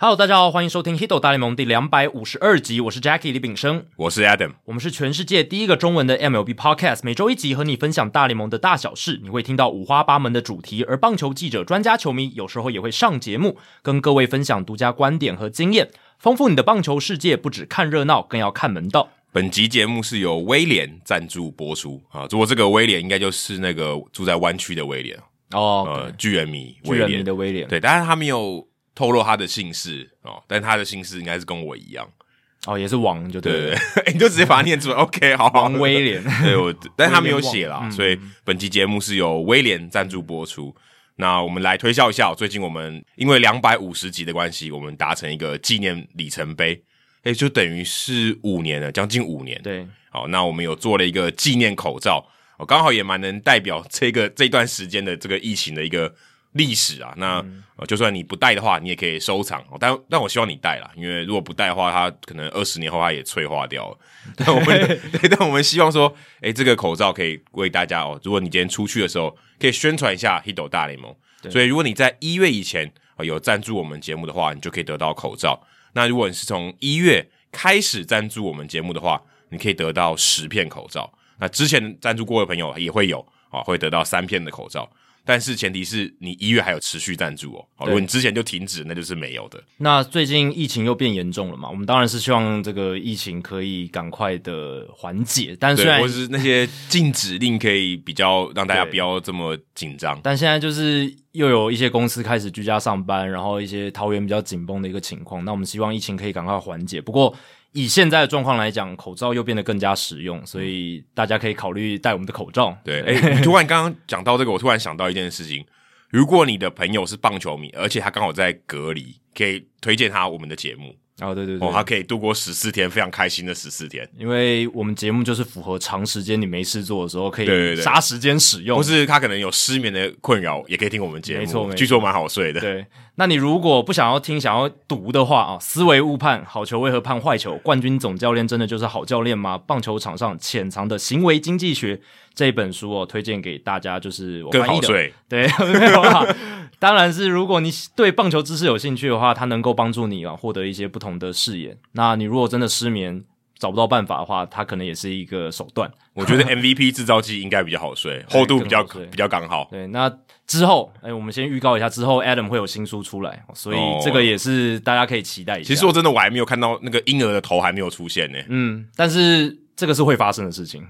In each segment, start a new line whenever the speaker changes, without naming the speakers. Hello，大家好，欢迎收听《Hito 大联盟》第两百五十二集，我是 Jackie 李炳生，
我是 Adam。
我们是全世界第一个中文的 MLB Podcast，每周一集和你分享大联盟的大小事，你会听到五花八门的主题，而棒球记者、专家、球迷有时候也会上节目，跟各位分享独家观点和经验，丰富你的棒球世界。不只看热闹，更要看门道。
本集节目是由威廉赞助播出啊。如果这个威廉应该就是那个住在湾区的威廉，
哦
呃，，巨人迷
巨
威
人迷
廉。
的威廉，
对，但是他没有透露他的姓氏哦，但他的姓氏应该是跟我一样。
哦，也是王，就对
对
了
对对，你就直接把它念出来。OK，好，
王威。廉。
对，我，但是他没有写
威
啦，
廉王嗯
所以本期节目是由威廉赞助播出。那我们来推销一下，哦最近我们因为两百五十集的关系，我们达成一个纪念里程碑，哎，就等于是五年了，将近五年。
对，
好，那我们有做了一个纪念口罩，哦，刚好也蛮能代表这个这段时间的这个疫情的一个历史啊。那、呃就算你不戴的话，你也可以收藏。哦、但但我希望你戴啦，因为如果不戴的话，它可能二十年后它也脆化掉了。但我们对，但我们希望说，诶，这个口罩可以为大家哦，如果你今天出去的时候，可以宣传一下 Hito 大联盟。所以如果你在一月以前、呃有赞助我们节目的话，你就可以得到口罩。那如果你是从一月开始赞助我们节目的话，你可以得到十片口罩。那之前赞助过的朋友也会有啊，会得到三片的口罩。但是前提是你一月还有持续赞助哦，哦如果你之前就停止，那就是没有的。
那最近疫情又变严重了嘛，我们当然是希望这个疫情可以赶快的缓解，但虽
对，
然
或是那些禁止令可以比较让大家不要这么紧 张。
但现在就是又有一些公司开始居家上班，然后一些桃园比较紧绷的一个情况。那我们希望疫情可以赶快缓解。不过以现在的状况来讲，口罩又变得更加实用，所以大家可以考虑戴我们的口罩。
对，哎、你突然刚刚讲到这个，我突然想到一件事情：如果你的朋友是棒球迷，而且他刚好在隔离，可以推荐他我们的节目
哦，对对对，
哦，他可以度过十四天非常开心的十四天。
因为我们节目就是符合长时间你没事做的时候可
对
以
对对
杀时间使用。
或是他可能有失眠的困扰，也可以听我们节目，
没错没错
据说蛮好睡 的。
对，那你如果不想要听、想要读的话啊，思维误判，好球为何判坏球？冠军总教练真的就是好教练吗？棒球场上潜藏的行为经济学这本书哦，推荐给大家，就是我
更
翻译
好
的。
睡，
对，没有啦。 当然是，如果你对棒球知识有兴趣的话，它能够帮助你啊获得一些不同的视野。那你如果真的失眠找不到办法的话，它可能也是一个手段。
我觉得 MVP 制造机应该比较好 睡，厚度比较
更好睡
比较刚好。
对，那之后，哎、我们先预告一下，之后 Adam 会有新书出来，所以
哦
这个也是大家可以期待一下。
其实说真的，我还没有看到那个婴儿的头还没有出现呢、
嗯，但是这个是会发生的事情，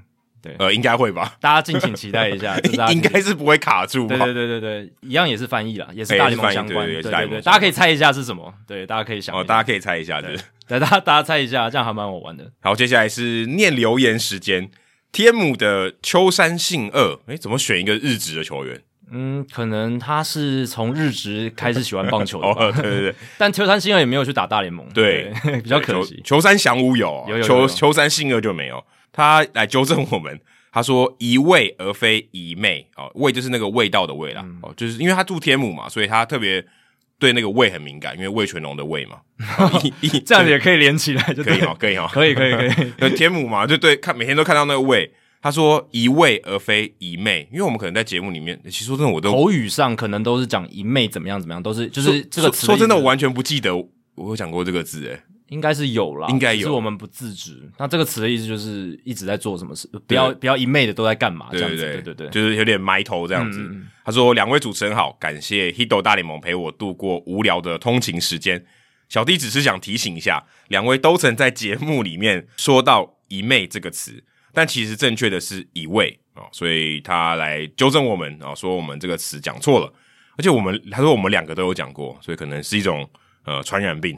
呃，应该会吧，
大家敬请期待一 下。 这是大家
应该是不会卡住吧
对。对对对对，一样也是翻译啦，也是大联盟相关，
哎也
对
是翻
对
译对对
对，
也是
大家可以猜一下是什么，对，大家可以想一
哦，
下，
大家可以猜一下子。
对大家大家猜一下，这样还蛮好玩的。
好，接下来是念留言时间。天母的秋山信二，哎，怎么选一个日职的球员？
嗯，可能他是从日职开始喜欢棒球的
哦，
吧，
对对对，
但秋山新二也没有去打大联盟，
对，
比较可惜。
秋秋山翔吾有啊，
有有有有
秋秋山信二就没有。他来纠正我们，他说一味而非一味哦， 味就是那个味道的味啦、
嗯
哦，就是因为他住天母嘛，所以他特别对那个味很敏感，因为味全龙的味 嘛，哦、一一
这样也可以连起来，就
可
对
以哦，可以哦，
可以可以可以，
那 天母嘛，就对，看每天都看到那个味。他说一味而非一妹，因为我们可能在节目里面，其实说真的我都
口语上可能都是讲一妹怎么样怎么样，都是就是这个
说
词。
说真的，我完全不记得我有讲过这个字哎、
应该是有啦，
应该有
只是我们不自知。那这个词的意思就是一直在做什么事，不要不要一昧的都在干嘛啊这
对
样子。
对
对嗯对，
就是有点埋头这样子。他说：“两位主持人好，感谢 Hito 大联盟陪我度过无聊的通勤时间。小弟只是想提醒一下，两位都曾在节目里面说到‘一妹’这个词，但其实正确的是‘一位’啊、哦，所以他来纠正我们啊、哦，说我们这个词讲错了。而且我们他说我们两个都有讲过，所以可能是一种呃传染 病。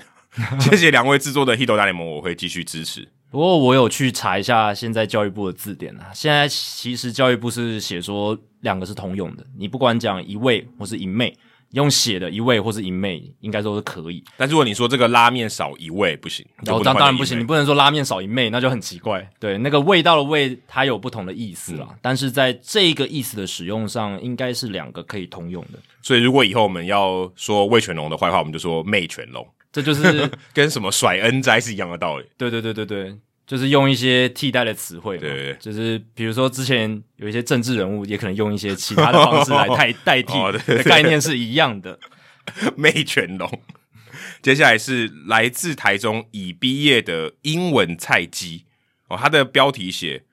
谢谢两位制作的 Hito 大联盟，我会继续支持。
不过我有去查一下现在教育部的字典啊，现在其实教育部是写说两个是通用的，你不管讲一位或是一妹，用写的一位或是一妹，应该都是可以。
但如果你说这个拉面少一味不行，就
然后
能
当哦当
换
然
成
不
一
行，
妹
你不能说拉面少一妹，那就很奇怪。对，那个味道的味，它有不同的意思啦，
嗯
但是在这个意思的使用上，应该是两个可以通用的。
所以如果以后我们要说魏全龙的坏话，我们就说媚全龙，
这就是
跟什么甩恩斋是一样的道理。
对对对对对，就是用一些替代的词汇嘛，
对对对
就是比如说之前有一些政治人物也可能用一些其 他的方式来代代替
哦对对
的
对
概念是一样的。
媚全龙，接下来是来自台中已毕业的英文菜鸡哦，他的标题写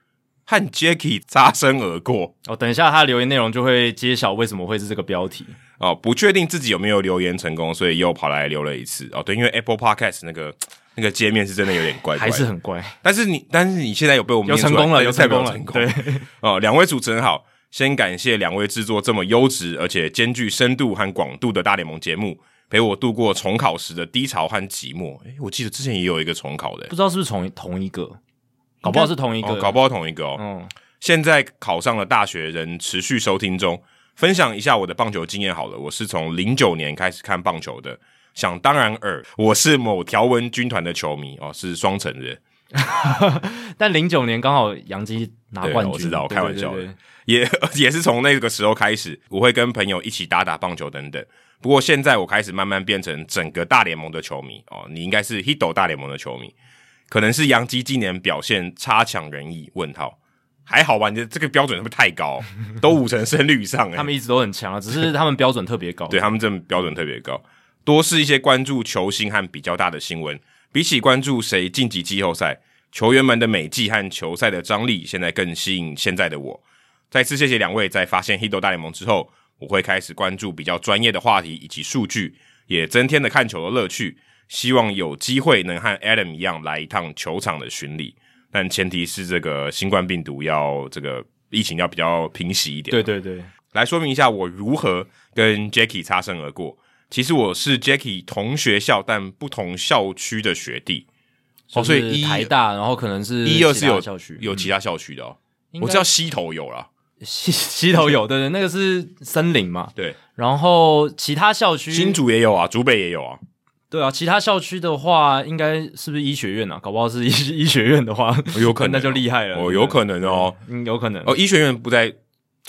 和 Jacky 擦身而过
哦，等一下他的留言内容就会揭晓为什么会是这个标题。
哦，不确定自己有没有留言成功，所以又跑来留了一次哦。对，因为 Apple Podcast 那个那个界面是真的有点怪怪
还
的，
是很 乖，
但是你，但是你现在有被我们
有
念出来
成功了，
对
有
代
成
表
功了，
成功
对，
哦，两位主持人好，先感谢两位制作这么优质而且兼具深度和广度的大联盟节目，陪我度过重考时的低潮和寂寞。诶，我记得之前也有一个重考的
不，知道是不是同同一个，搞不好是同一个，
哦，搞不好同一个哦。
嗯，
现在考上了大学，仍持续收听中。分享一下我的棒球经验好了，我是从零九年开始看棒球的，想当然尔，我是某条纹军团的球迷哦，是双城人。
但零九年刚好杨基拿
对
冠军，
我知道我
对
开玩笑的
对对对
也 也是从那个时候开始，我会跟朋友一起打打棒球等等。不过现在我开始慢慢变成整个大联盟的球迷哦，你应该是 Hito 大联盟的球迷，可能是杨基今年表现差强人意？问号，还好吧？你的这个标准是不是太高？都五成胜率以上、欸，
他们一直都很强啊，只是他们标准特别高，
对他们这标准特别高，多是一些关注球星和比较大的新闻。比起关注谁晋级季后赛，球员们的美技和球赛的张力，现在更吸引现在的我。再次谢谢两位，在发现 Hito 大联盟之后，我会开始关注比较专业的话题以及数据，也增添了看球的乐趣。希望有机会能和 Adam 一样来一趟球场的巡礼，但前提是这个新冠病毒要这个疫情要比较平息一点。
对对对，
来说明一下我如何跟 Jacky 擦身而过。其实我是 Jacky 同学校但不同校区的学弟，哦所以
就是
一
台大，然后可能是
一二
其
是
他
有
校区
有其他校区的哦。
应该
我知道西头有啦，
西西头有，对对，那个是森林嘛，
对，
然后其他校区
新竹也有啊，竹北也有啊。
对啊，其他校区的话，应该是不是医学院啊？搞不好是医医学 院的话，
哦有可 能
那就厉害了。
哦，有可能哦。
能，嗯，有可能。
哦，医学院不在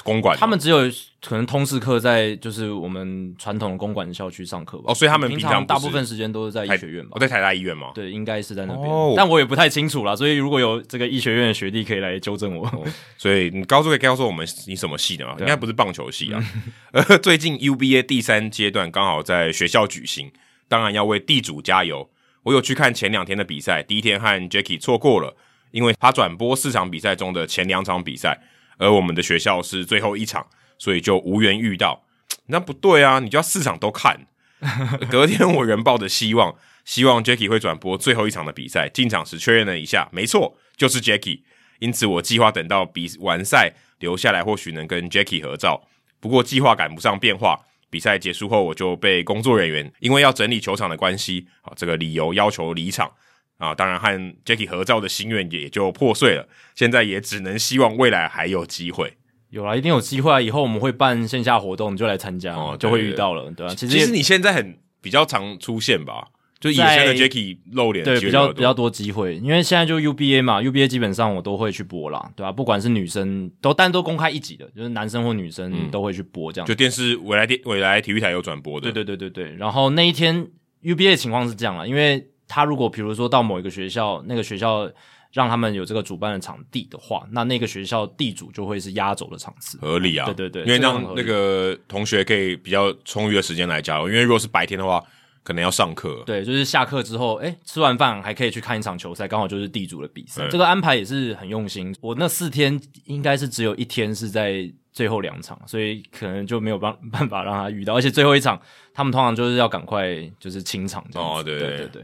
公馆哦，
他们只有可能通识课在就是我们传统的公馆校区上课吧
哦所以他们
平
平常不
大
是
部分时间都是在医
台
学院吧
哦我？在台大医院嘛。
对，应该是在那边，
哦
但我也不太清楚啦。所以如果有这个医学院的学弟可以来纠正我。
哦所以你高中可以告诉我们你什么系的嘛？应该不是棒球系啊。 呃，最近 UBA 第三阶段刚好在学校举行，当然要为地主加油。我有去看前两天的比赛，第一天和 Jacky 错过了，因为他转播四场比赛中的前两场比赛，而我们的学校是最后一场，所以就无缘遇到。那不对啊，你就要四场都看。 隔天我仍抱着希望，希望 Jacky 会转播最后一场的比赛。进场时确认了一下，没错，就是 Jacky。因此我计划等到比完赛留下来，或许能跟 Jacky 合照。不过计划赶不上变化，比赛结束后我就被工作人员因为要整理球场的关系，啊这个理由要求离场。啊，当然和 Jacky 合照的心愿也就破碎了。现在也只能希望未来还有机会。
有啦，一定有机会啊！以后我们会办线下活动，你就来参加，
哦对
就会遇到了，对吧、啊？其实
其
也
实你现在很比较常出现吧，就以前
在
的 Jacky 露脸
对比
机会
较
多
比较多机会，因为现在就 UBA 嘛，UBA 基本上我都会去播啦，对吧、不管是女生都，但都公开一集的，就是男生或女生都会去播这样。
嗯就电视未来电未来体育台有转播的，
对对对对对。然后那一天 UBA 的情况是这样啦，因为他如果比如说到某一个学校，那个学校让他们有这个主办的场地的话，那那个学校地主就会是压轴的场次。
合理啊，
对对对
因为
这个很
让
合理
那个同学可以比较充裕的时间来加油，因为如果是白天的话，可能要上课，
对，就是下课之后，哎，吃完饭还可以去看一场球赛，刚好就是地主的比赛。
对
这个安排也是很用心。我那四天应该是只有一天是在最后两场，所以可能就没有办 办法让他遇到。而且最后一场，他们通常就是要赶快就是清场这样子。
哦对
对对对。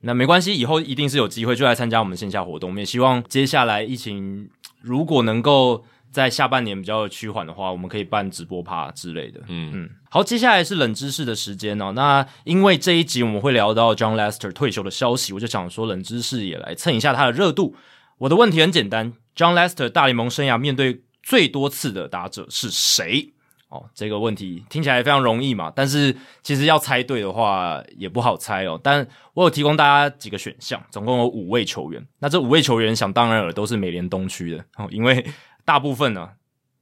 那没关系，以后一定是有机会就来参加我们线下活动。我们也希望接下来疫情如果能够在下半年比较趋缓的话，我们可以办直播趴之类的。嗯嗯，好，接下来是冷知识的时间哦。那因为这一集我们会聊到 John Lester 退休的消息，我就想说冷知识也来蹭一下他的热度。我的问题很简单，John Lester 大联盟生涯面对最多次的打者是谁？哦，这个问题听起来非常容易嘛，但是其实要猜对的话也不好猜哦。但我有提供大家几个选项，总共有五位球员。那这五位球员想当然尔都是美联东区的哦，因为大部分呢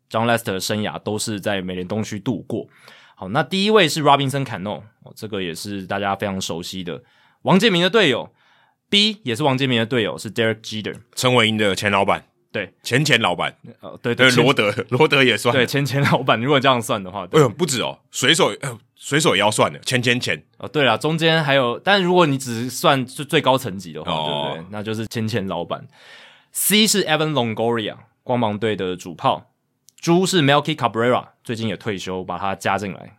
，John Lester 的生涯都是在美联东区度过。好，那第一位是 Robinson Cano，、哦、这个也是大家非常熟悉的王建民的队友，B 也是王建民的队友是 Derek Jeter，
陈伟英的前老板，
对，
前前老板，
呃，对
对
对，
罗德，罗德也算，
对前前老板，如果这样算的话，对
哎呦不止哦，水手，哎呦水手也要算的，钱钱钱，
哦，对了，中间还有，但如果你只算最最高层级的话，
哦
对不对？那就是千千老板。C 是 Evan Longoria，光芒队的主炮。猪是 Melky Cabrera，最近也退休，把他加进来。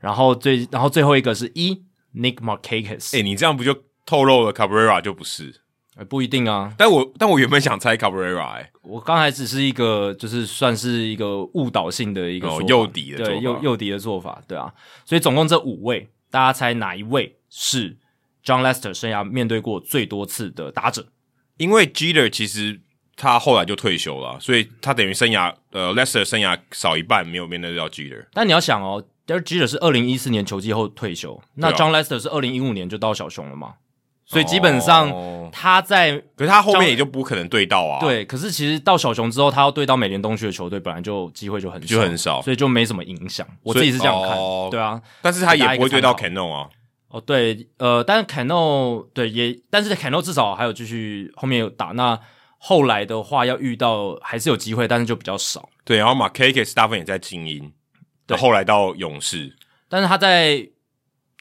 然后最，然后最后一个是一、Nick Markakis。
哎、你这样不就透露了 Cabrera 就不是？
呃不一定啊，
但我但我原本想猜 Cabrera，哎、
我刚才只是一个，就是算是一个误导性的一个
哦
说法
诱敌的做
对
法
诱诱敌的做法，对啊。所以总共这五位，大家猜哪一位是 John Lester 生涯面对过最多次的打者？
因为 Jeter 其实他后来就退休了，啊所以他等于生涯呃 Lester 生涯少一半没有面对到 Jeter，
但你要想哦，Derek Jeter 是二零一四年球季后退休，那
对啊
John Lester 是二零一五年就到小熊了嘛，所以基本上
哦
他在、
可是他后
John-
面也就不可能对到啊，，
对，可是其实到小熊之后，他要对到美联东区的球队，本来就机会就很少
就很少
所以就没什么影响。我
所
自
以
己是这样看，
哦
对啊，
但是他也不会对到
给
Cano 啊，
哦对，呃，但是 Cano 对也，但是 Cano 至少还有继续后面有打那。后来的话要遇到还是有机会，但是就比较少。
对，然后 m a r k a k i s 大部分也在精英，
对
后来到勇士，
但是他在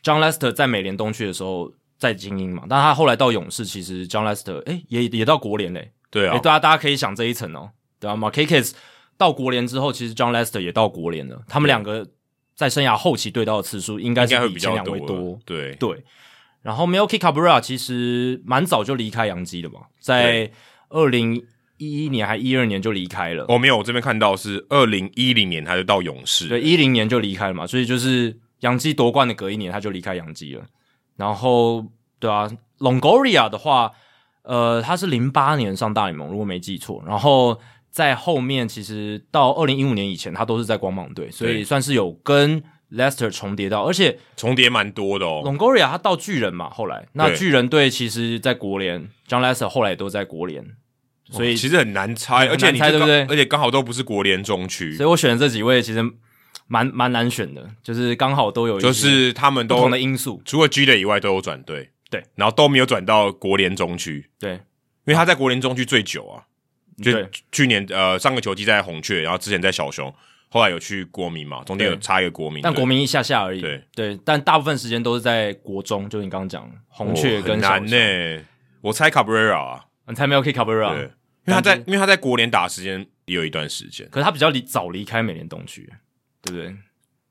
John Lester 在美联东区的时候在精英嘛，但他后来到勇士，其实 John Lester 哎、也也到国联嘞、
对
哎、
啊，
大家大家可以想这一层哦，对啊 m a r k a k i s 到国联之后，其实 John Lester 也到国联了，他们两个在生涯后期对到的次数应该
应该
是
会
比
比
前
较
两位
多，对，
对，然后 Milky Cabrera 其实蛮早就离开洋基的嘛，在二零一一年还一二年就离开了。
我、没有，我这边看到是二零一零年他就到勇士，
对，一零年就离开了嘛，所以就是洋基夺冠的隔一年他就离开洋基了。然后对啊，Longoria 的话，呃，他是零八年上大联盟，如果没记错。然后在后面其实到二零一五年以前，他都是在光芒队，所以
对
算是有跟 Lester 重叠到，而且
重叠蛮多的哦，
Longoria 他到巨人嘛，后来那
对
巨人队其实，在国联，John Lester 后来也都在国联，所以、
其实很难猜，
很
而且你
难猜
就
对不
刚
对
而且刚好都不是国联中区
所，以我选的这几位其实蛮蛮难选的，就是刚好都有一些
就是他们
不
都
同的因素，
除了 G 的以外都有转队，
对，
然后都没有转到国联中区，
对
因为他在国联中区最久啊，就
对
去年呃上个球季在红雀，然后之前在小熊，后来有去国民嘛，中间有
对
差一个国民队，
但国民一下下而已，
对
但大部分时间都是在国中，就是你刚刚讲红雀
哦
跟
很
小
难
熊，
呢、我猜 Cabrera 啊，
你猜没有 K Cabrera，
对，因为他在
啊但
因为他在国联打的时间也有一段时间，
可是他比较离早离开美联东区，对不对？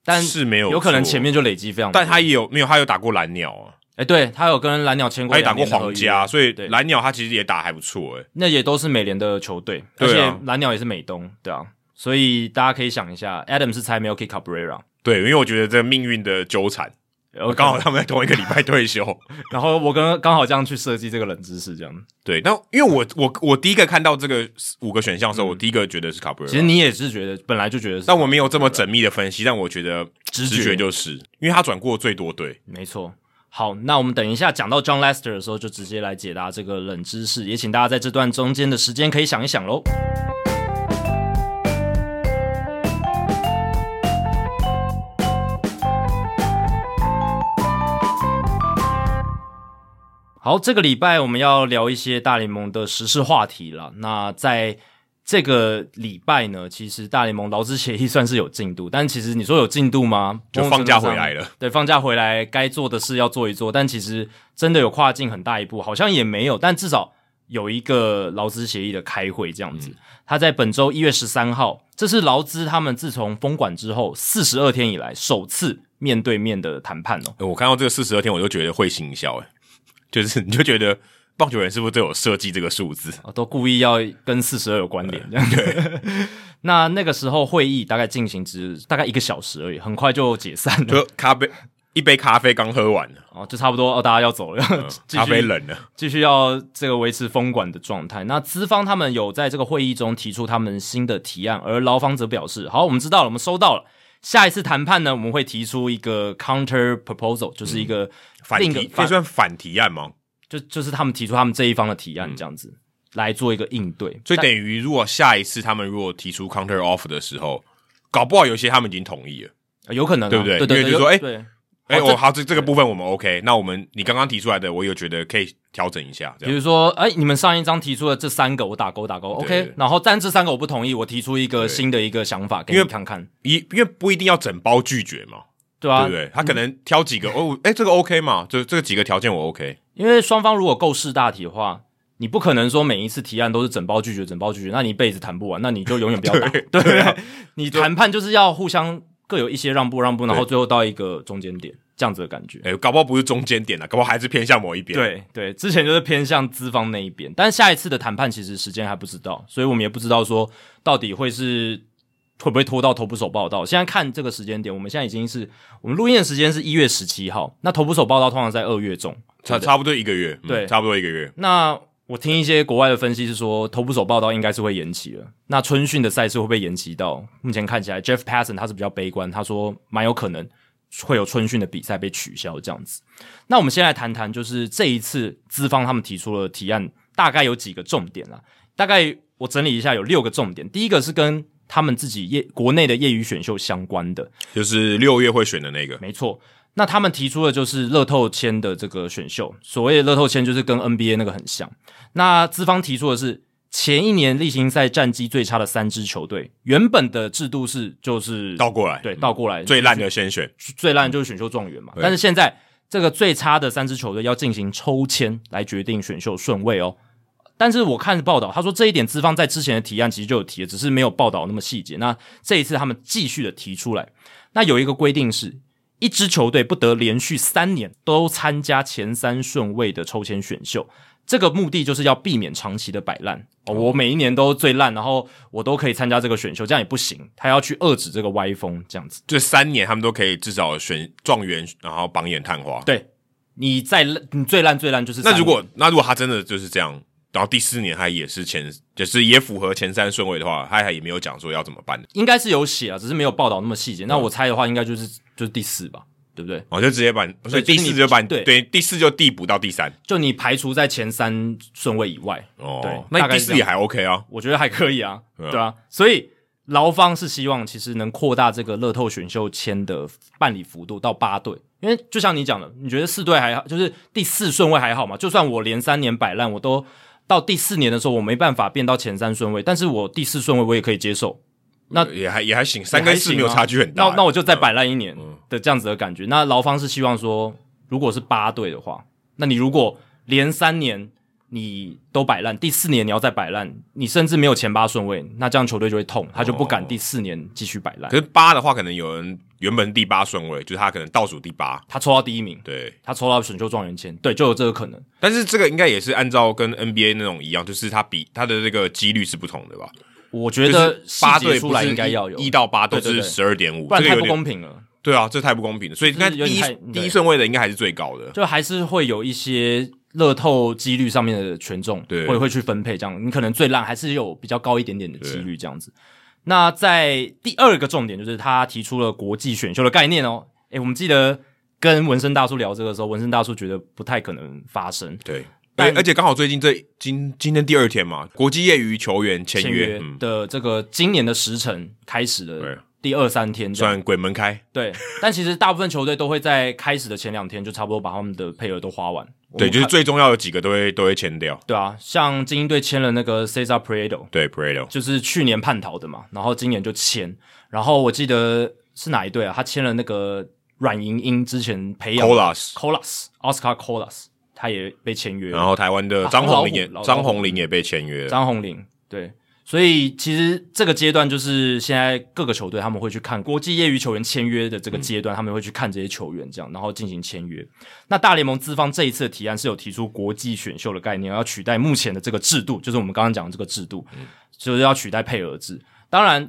但
是没有
有可能
错
前，面就累积非常多，
但他也有没有他有打过蓝鸟啊，
哎、对他有跟蓝鸟签过
他也打
两
过
年的合约，
皇家，所以
对
蓝鸟他其实也打还不错哎诶、
那也都是美联的球队，而
对啊
且蓝鸟也是美东，对啊，所以大家可以想一下，Adam 是猜 Milky Cabrera，
对，因为我觉得这命运的纠缠，
我
刚好，他们在同一个礼拜退休。
呃然后我跟刚好这样去设计这个冷知识，这样。
对，啊但因为我我我第一个看到这个五个选项的时候，我第一个觉得是 Cabrera。
嗯其实你也是觉得本来就觉得是，
但我没有这么缜密的分析，但我觉得
直觉
直觉就是，因为他转过最多队，
没错。好，那我们等一下讲到 John Lester 的时候，就直接来解答这个冷知识，也请大家在这段中间的时间可以想一想喽。好，这个礼拜我们要聊一些大联盟的时事话题了。那在这个礼拜呢，其实大联盟劳资协议算是有进度，但其实你说有进度吗？
就
某种
放假
程度上
回来了。
对，放假回来该做的事要做一做，但其实真的有跨进很大一步，好像也没有，但至少有一个劳资协议的开会这样
嗯
子。他在本周一月十三号，这是劳资他们自从封馆之后四十二天以来首次面对面的谈判哦。
呃我看到这个四十二天，我就觉得会心一笑，哎，就是你就觉得棒球人是不是都有设计这个数字？
啊，都故意要跟四十二有关联这样。对， 那那个时候会议大概进行只大概一个小时而已，很快就解散了，
就咖啡一杯咖啡刚喝完，
哦，就差不多哦，大家要走了， 继续
嗯咖啡冷了，
继续要这个维持封管的状态。那资方他们有在这个会议中提出他们新的提案，而劳方则表示：好，我们知道了，我们收到了。下一次谈判呢，我们会提出一个 counter proposal，就是一个
反
另一个
提可以算反提案吗？
就就是他们提出他们这一方的提案，这样子、来做一个应对。
所以等于如果下一次他们如果提出 counter offer 的时候，搞不好有些他们已经同意了。
呃有可能、啊，
对不对
对对
因
对，
为就是说
有
哎
对
哎、
哦这
我好，这这个部分我们 OK。那我们你刚刚提出来的，我有觉得可以调整一下，这
比
样
如说，哎、你们上一章提出的这三个，我打勾打勾
对
，OK。然后，但这三个我不同意，我提出一个新的一个想法给
因
你
为
看看。
一因为不一定要整包拒绝嘛，
对啊，
对不对？他可能挑几个、哦，哎，这个 OK 嘛？就这几个条件我 OK，
因为双方如果够事大体的话，你不可能说每一次提案都是整包拒绝、整包拒绝，那你一辈子谈不完，那你就永远不要 打，对不对？啊你谈判就是要互相各有一些让步、让步，然后最后到一个中间点，这样子的感觉。
哎，搞不好不是中间点了、搞不好还是偏向某一边。，
对对，之前就是偏向资方那一边，但下一次的谈判其实时间还不知道，所以我们也不知道说到底会是会不会拖到头部手报道。现在看这个时间点，我们现在已经是我们录音的时间是一月十七号，那头部手报道通常在二月中。
差差不多一个月，嗯
对
差不多一个月。
那我听一些国外的分析是说，头部手报道应该是会延期了。那春训的赛事会不会延期到？目前看起来，Jeff Passan 他是比较悲观，他说蛮有可能会有春训的比赛被取消这样子。那我们先来谈谈，就是这一次资方他们提出了提案，大概有几个重点啦。大概我整理一下，有六个重点。第一个是跟他们自己业国内的业余选秀相关的，
就是六月会选的那个，
没错。那他们提出的就是乐透签的这个选秀，所谓的乐透签就是跟 NBA 那个很像。那资方提出的是前一年例行赛战绩最差的三支球队，原本的制度是就是
倒过来，嗯
对倒过来
最烂的先选，
最烂就是选秀状元嘛。
对
但是现在这个最差的三支球队要进行抽签来决定选秀顺位哦。但是我看报道，他说这一点资方在之前的提案其实就有提了，只是没有报道那么细节。那这一次他们继续的提出来，那有一个规定是，一支球队不得连续三年都参加前三顺位的抽签选秀，这个目的就是要避免长期的摆烂。哦，我每一年都最烂，然后我都可以参加这个选秀，这样也不行。他要去遏制这个歪风，这样子。
这三年他们都可以至少选状元，然后榜眼探花。
对，你再烂，你最烂最烂就是三
那如果那如果他真的就是这样，然后第四年他也是前，就是也符合前三顺位的话，他还也没有讲说要怎么办的，
应该是有写啊，只是没有报道那么细节。那
嗯
我猜的话，应该就是就是第四吧，对不对？
我哦就直接把，所以
就
第
是
四
你
就把你
对
对第四就递补到第三
就你排除在前三顺位以外，对
哦，那
大
你
概
第
是
四
这
也
样
还 OK 啊，
我觉得还可以啊，
啊
对啊。所以劳方是希望其实能扩大这个乐透选秀签的办理幅度到八队，因为就像你讲的，你觉得四队还好，就是第四顺位还好嘛？就算我连三年摆烂，我都到第四年的时候我没办法变到前三顺位，但是我第四顺位我也可以接受，那
也还也还行，三
也还
跟
行
四
啊
没有差距很大。嗯
那那我就再摆烂一年的这样子的感觉。那劳方是希望说，如果是八队的话，那你如果连三年你都摆烂，第四年你要再摆烂，你甚至没有前八顺位，那这样球队就会痛，他就不
哦
敢第四年继续摆烂。
嗯可是八的话，可能有人原本第八顺位，就是他可能倒数第八，
他抽到第一名，
对。
他抽到选秀状元签，对，就有这个可能。
但是这个应该也是按照跟 NBA 那种一样，就是他比他的这个几率是不同的吧？
我觉
就
得
是
细
八
节
队
出来应该要有，
一到八都
对对
是
对
十二点五，
不然
这
太
个有
不
点
公平了。
对啊，这太不公平了。所以应该
就是有
第
点
一
太
第
对
一顺位的应该还是最高的。
就还是会有一些乐透几率上面的权重，
对
会会去分配这样。你可能最烂还是有比较高一点点的几率这样子。那在第二个重点就是他提出了国际选秀的概念哦。诶，我们记得跟纹身大叔聊这个时候，纹身大叔觉得不太可能发生
对，
但
而而且刚好最近这今今天第二天嘛，国际业余球员签
签
约
约，
嗯，
的这个今年的时辰开始的
对
第二三天这样。
算鬼门开。
对，但其实大部分球队都会在开始的前两天就差不多把他们的配额都花完。我
对，
们
就是
看
最重要的几个都会都会签掉。
对啊，像精英队签了那个 Cesar Prado，
对 p r e d o
就是去年叛逃的嘛，然后今年就签，然后我记得是哪一队啊？他签了那个阮莹莹之前培
c
养
o l a s
Colas Oscar Colas，他也被签约，
然后台湾的
啊
张宏林也
老虎
张宏林也被签约了。
张宏林对，所以其实这个阶段就是现在各个球队他们会去看国际业余球员签约的这个阶段，他们会去看这些球员这样，然后进行签约。那大联盟资方这一次的提案是有提出国际选秀的概念，要取代目前的这个制度，就是我们刚刚讲的这个制度，就是要取代配额制。当然，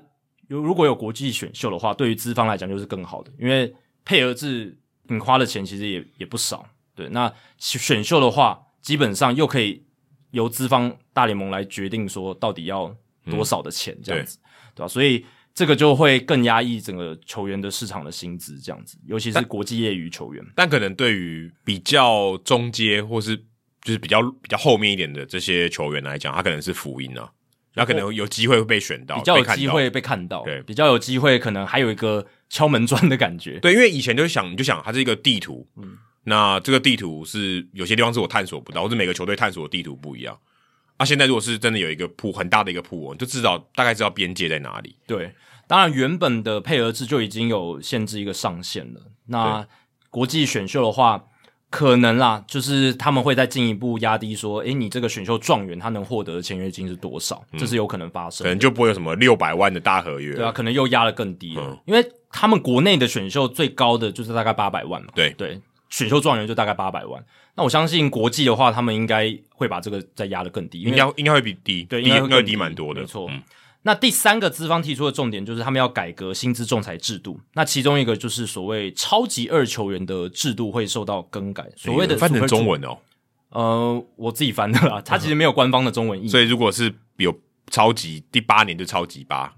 有如果有国际选秀的话，对于资方来讲就是更好的，因为配额制你花的钱其实也也不少。对，那选选秀的话，基本上又可以由资方大联盟来决定说到底要
嗯
多少的钱这样子，对吧、啊所以这个就会更压抑整个球员的市场的薪资这样子，尤其是国际业余球员。
但可能对于比较中阶或是就是比较比较后面一点的这些球员来讲，他可能是福音啊，他可能有机会会被选到，
比较
哦被
有
看
机
到。
会被看到，
对
比较有机会，可能还有一个敲门砖的感觉，
对，因为以前就想，你就想它是一个地图，
嗯
那这个地图是有些地方是我探索不到，或是每个球队探索的地图不一样。哦啊，现在如果是真的有一个铺很大的一个铺，你就知道大概知道边界在哪里。
对，当然，原本的配额制就已经有限制一个上限了。那国际选秀的话，可能啦，就是他们会再进一步压低，说，诶，你这个选秀状元他能获得的签约金是多少？
嗯
这是有可能发生
可
的。
能就不会有什么六百万的大合约。
对啊，可能又压得更低了，
嗯
因为他们国内的选秀最高的就是大概八百万嘛。
对
对，选秀状元就大概八百万。那我相信国际的话，他们应该会把这个再压得更低，因
应
为
该应该会比低，
对，
低
应该
应该
会
会
更
低蛮多的，
没错。
嗯
那第三个资方提出的重点就是他们要改革薪资仲裁制度，那其中一个就是所谓超级二球员的制度会受到更改。所谓的
哎翻成
super
中，文哦，
呃，我自己翻的啦，它其实没有官方的中文译。
所以如果是有超级第八年就超级八，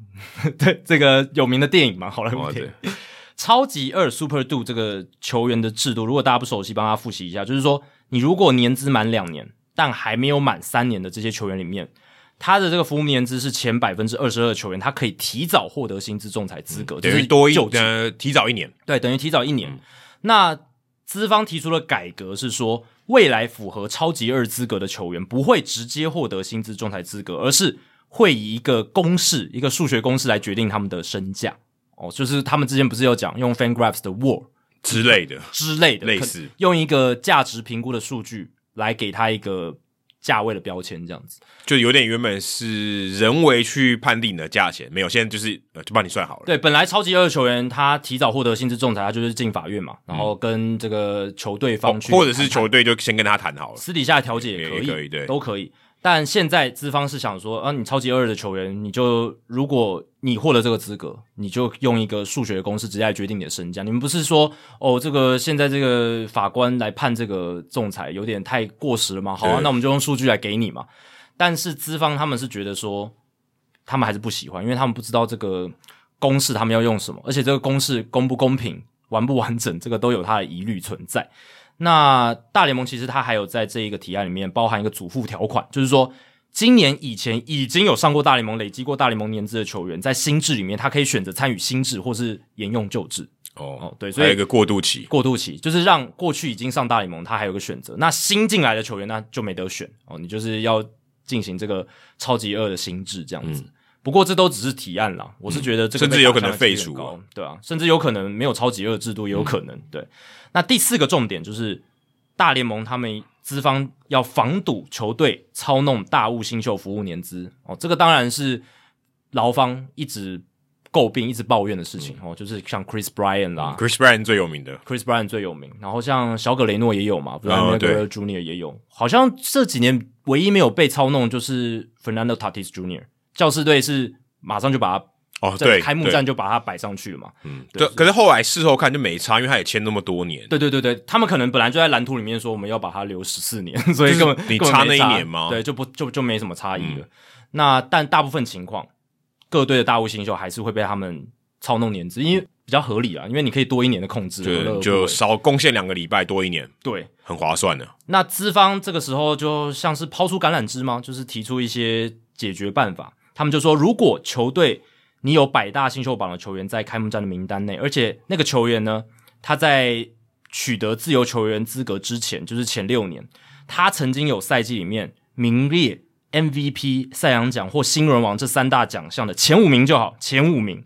对这个有名的电影嘛，好莱坞
哦
电影
对。
超级二 Super Do 这个球员的制度，如果大家不熟悉，帮大家复习一下，就是说，你如果年资满两年，但还没有满三年的这些球员里面，他的这个服务年资是前百分之二十二球员，他可以提早获得薪资仲裁资格，
嗯
嗯
等
就是
于多一
就职
呃提早一年，
对，等于提早一
嗯
年。那资方提出的改革是说，未来符合超级二资格的球员不会直接获得薪资仲裁资格，而是会以一个公式、一个数学公式来决定他们的身价。哦，就是他们之前不是有讲用 FanGraphs 的 WAR
之类的，
之类的，
类
可
似
用一个价值评估的数据来给他一个价位的标签，这样子。
就有点原本是人为去判定你的价钱，没有，现在就是呃就帮你算好了。
对，本来超级二球员他提早获得薪资仲裁，他就是进法院嘛，然后跟这个球队
嗯哦
方去、
或者是球队就先跟他谈好了，
私底下调解也可以，
也也可以对
都可以。但现在资方是想说，啊，你超级二的球员，你就如果你获得这个资格，你就用一个数学的公式直接来决定你的身价。你们不是说，哦，这个现在这个法官来判这个仲裁有点太过时了吗？好啊，
对
那我们就用数据来给你嘛。但是资方他们是觉得说，他们还是不喜欢，因为他们不知道这个公式他们要用什么，而且这个公式公不公平、完不完整，这个都有它的疑虑存在。那大联盟其实它还有在这一个提案里面包含一个主付条款，就是说今年以前已经有上过大联盟、累积过大联盟年资的球员，在新制里面他可以选择参与新制或是沿用旧制
哦
哦，对，所
还有一
以
个过渡期，
过渡期就是让过去已经上大联盟他还有个选择，那新进来的球员那就没得选哦，你就是要进行这个超级二的新制这样子。不过这都只是提案啦，我是觉得这个
嗯甚至
被
有
打
可能
枪的几率
废除嗯
很高，对啊，甚至有可能没有超级二制度也有可能。对，那第四个重点就是大联盟他们资方要防堵球队操弄大物新秀服务年资哦，这个当然是劳方一直诟病、一直抱怨的事情、
嗯
哦，就是像 Chris Bryan 啦、
Chris Brown 最有名的，
Chris Bryan 最有名，然后像小葛雷诺也有嘛 f e r n a n d
哦对
o Junior 也有，好像这几年唯一没有被操弄就是 Fernando Tatis Junior，教士队是马上就把他
哦，
在
对，
开幕
对
战就把他摆上去了嘛，
嗯对，可是后来事后看就没差，因为他也签那么多年，
对对对对，他们可能本来就在蓝图里面说我们要把它留十四年， 所以
就是
根本
你
根本
差
没
那一年吗嗯
对，就不就就没什么差异了。那但大部分情况，各队的大物新秀还是会被他们操弄年资，因为比较合理啊，因为你可以多一年的控制，何乐而
就
不
就
为
少贡献两个礼拜多一年，
对。
很划算啊的。
那资方这个时候就像是抛出橄榄枝吗？就是提出一些解决办法。他们就说，如果球队你有百大新秀榜的球员在开幕战的名单内，而且那个球员呢，他在取得自由球员资格之前，就是前六年，他曾经有赛季里面名列 MVP、赛扬奖或新人王这三大奖项的前五名就好，前五名，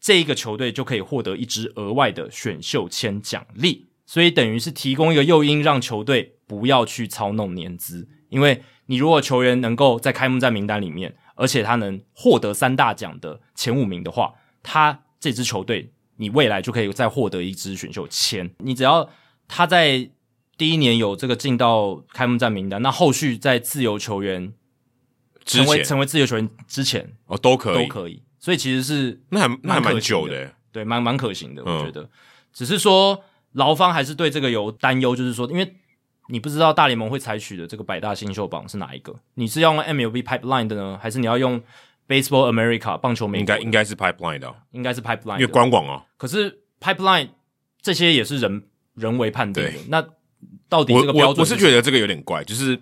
这一个球队就可以获得一支额外的选秀签奖励，所以等于是提供一个诱因，让球队不要去操弄年资，因为你如果球员能够在开幕战名单里面，而且他能获得三大奖的前五名的话，他这支球队你未来就可以再获得一支选秀签，你只要他在第一年有这个进到开幕战名单，那后续在自由球员
之
成为
前
成为自由球员之前
哦都可
都
以，
可以，所以其实是
那还那还
蛮
蛮
可惜
久
的
的，
对，蛮蛮可行的，
嗯
我觉得。只是说劳方还是对这个有担忧，就是说，因为你不知道大联盟会采取的这个百大新秀榜是哪一个，你是要用 MLB Pipeline 的呢，还是你要用 Baseball America 棒球美
应
国
该应该是 pipeline 的哦，
应该是 Pipeline，的
因为官网哦，
可是 Pipeline 这些也是人人为判定的
对，
那到底这
我
个标
我
准
我是觉
得
得这个有点怪，就是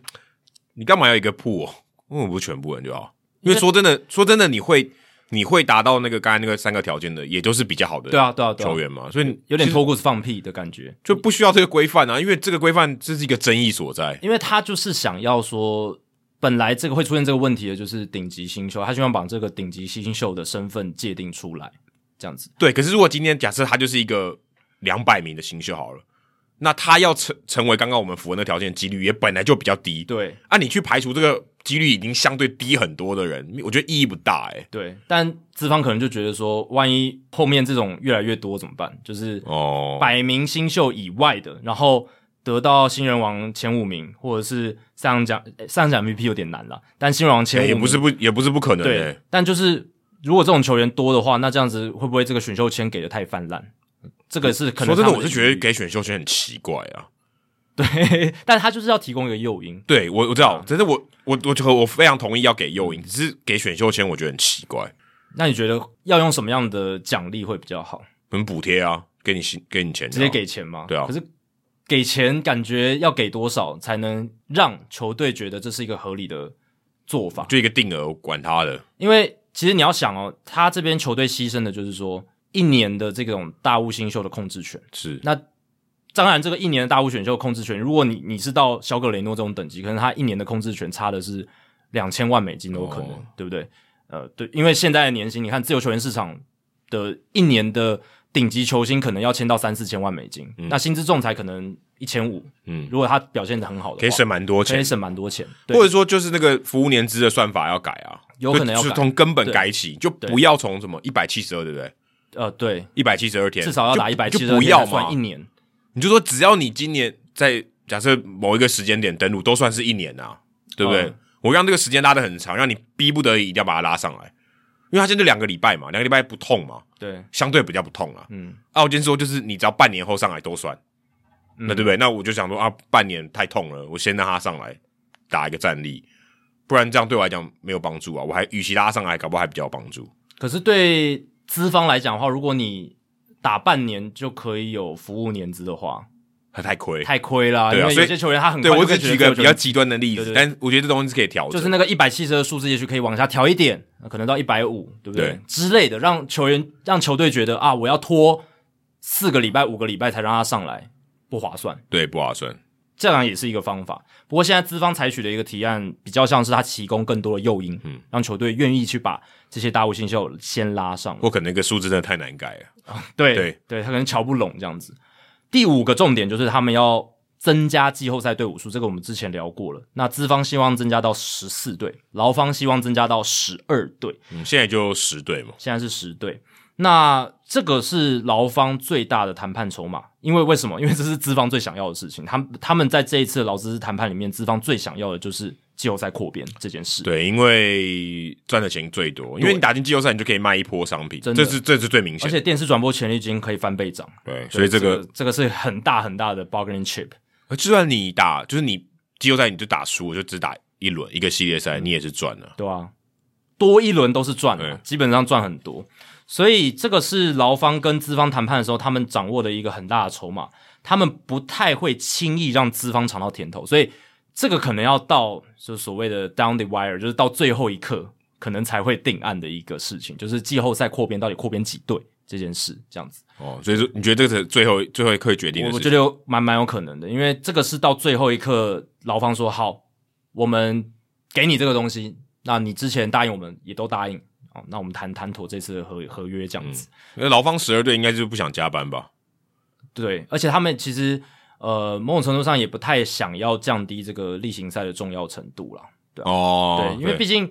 你干嘛要一个铺哦？为什么不是全部人就好？因为说真的，说真的，你会你会达到那个刚才那个三个条件的，也就是比较好
对
的
啊对啊对
球
啊，
员嘛，所以你
有点
其实
脱裤子放屁的感觉。
就不需要这个规范啊，因为这个规范这是一个争议所在。
因为他就是想要说，本来这个会出现这个问题的就是顶级新秀，他希望把这个顶级新秀的身份界定出来，这样子。
对，可是如果今天假设他就是一个两百名的新秀好了，那他要成成为刚刚我们符合那条件的几率也本来就比较低。，
对
啊，你去排除这个几率已经相对低很多的人，我觉得意义不大哎、
对，但资方可能就觉得说，万一后面这种越来越多怎么办？就是
哦，
百名新秀以外的，然后得到新人王前五名，或者是三项奖呃三项奖 MVP 有点难了，但新人王前五
哎也
名
不是不也不是不可能哎、
对，但就是如果这种球员多的话，那这样子会不会这个选秀签给的太泛滥？这个是可能
说真的，
他
我
们
是觉得给选秀权很奇怪啊。
对， 但他就是要提供一个诱因。
对我我知道，
啊
但是我我我就我非常同意要给诱因，只是给选秀权我觉得很奇怪，
那你觉得要用什么样的奖励会比较好？
很补贴啊，给你薪给你钱就
直
好，
接给钱吗？
对啊
可是给钱感觉要给多少才能让球队觉得这是一个合理的做法？
就一个定额，我管他的。
因为其实你要想哦，他这边球队牺牲的就是说一年的这种大物新秀的控制权。
是
那当然，这个一年的大物选秀控制权，如果你你是到小葛雷诺这种等级，可能他一年的控制权差的是两千万美金都有可能，
哦
对不对？呃，对，因为现在的年薪，你看自由球员市场的一年的顶级球星可能要签到三四千万美金，那薪资仲裁可能一千五，
嗯，
如果他表现的很好的话，
可以省蛮多
可
钱
以，省蛮多钱，对
或者说就是那个服务年资的算法要改啊，
有可能要
就
改
是从根本改起，就
对
不要从什么一百七十二，对不对？
呃对，
一百七十二天，
至少要打
就
一百七
就不要嘛
算一。年，
你就说只要你今年在假设某一个时间点登录，都算是一年啊，对不对？
嗯
我让这个时间拉得很长，让你逼不得已一定要把它拉上来，因为它现在就两个礼拜嘛，两个礼拜不痛嘛，
对，
相对比较不痛啊。
嗯，
啊，我今天说就是你只要半年后上来都算，
嗯
那对不对？那我就想说啊，半年太痛了，我先让他上来打一个战力，不然这样对我来讲没有帮助啊。我还与其拉上来，搞不好还比较有帮助。
可是对资方来讲的话，如果你打半年就可以有服务年资的话，
他太亏。
太亏了、
对啊
因为
所以
有些球员他很
对
快
我
就可
只
以
举一
觉
个
得
比
这
较
球
极端的例
对
子
对，对
但是我觉得这东西是可以调整。
就是那个一百七十的数字，也许可以往下调一点，呃可能到一百五，对不对？
对
之类的，让球员让球队觉得啊，我要拖四个礼拜、五个礼拜才让他上来，不划算。
对不划算，
这样也是一个方法。不过现在资方采取的一个提案，比较像是他提供更多的诱因，
嗯
让球队愿意去把这些大物新秀先拉上来。
或可能那个数字真的太难改了。
对
对
他可能瞧不拢这样子。第五个重点就是他们要增加季后赛队伍数，这个我们之前聊过了。那资方希望增加到十四队，劳方希望增加到十二队，
嗯，现在就十队嘛，
现在是十队。那这个是劳方最大的谈判筹码，因为为什么？因为这是资方最想要的事情。他们他们在这一次的劳资谈判里面，资方最想要的就是季后赛扩编这件事。
对，因为赚的钱最多，因为你打进季后赛，你就可以卖一波商品，
真的
这是这是最明
而
显的。
且电视转播权利金可以翻倍涨，
对，所以这
对
个，
这个是很大很大的 bargaining chip。
呃就算你打，就是你季后赛你就打输，就只打一轮一个系列赛，
嗯
你也是赚了。
对啊，多一轮都是赚的
对，
基本上赚很多。所以这个是劳方跟资方谈判的时候，他们掌握的一个很大的筹码，他们不太会轻易让资方尝到甜头，所以这个可能要到就所谓的 down the wire，就是到最后一刻可能才会定案的一个事情，就是季后赛扩编到底扩编几队这件事，这样子，
哦，所以说你觉得这是最后最后一刻决定的
我
事
我觉
情
得有蛮蛮有可能的，因为这个是到最后一刻，劳方说好，我们给你这个东西，那你之前答应我们也都答应哦，那我们谈谈妥这次的合合约这样子。
那劳方十二队应该就是不想加班吧？
对，而且他们其实呃某种程度上也不太想要降低这个例行赛的重要程度啦。
哦，
对，因为毕竟。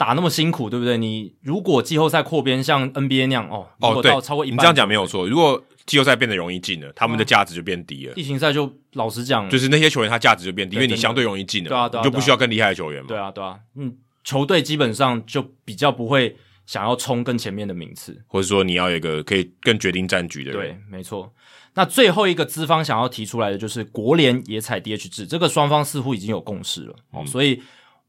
打那么辛苦，对不对？你如果季后赛扩编像 NBA 那样哦，如
哦
果
对
到，超过一
你
半，嗯
这样讲没有错。如果季后赛变得容易进了，他们的价值就变低了。
例行赛就老实讲，
就是那些球员，他价值就变低，因
对
为你
真的
相对容易进了，
对啊对啊
你就
对
不
啊
需要更厉害的球员嘛。
对啊，对啊，嗯，球队基本上就比较不会想要冲更前面的名次。
或者说你要有一个可以更决定战局的人。
对，没错。那最后一个资方想要提出来的就是国联也采 DH 制，这个双方似乎已经有共识了。
嗯
哦，所以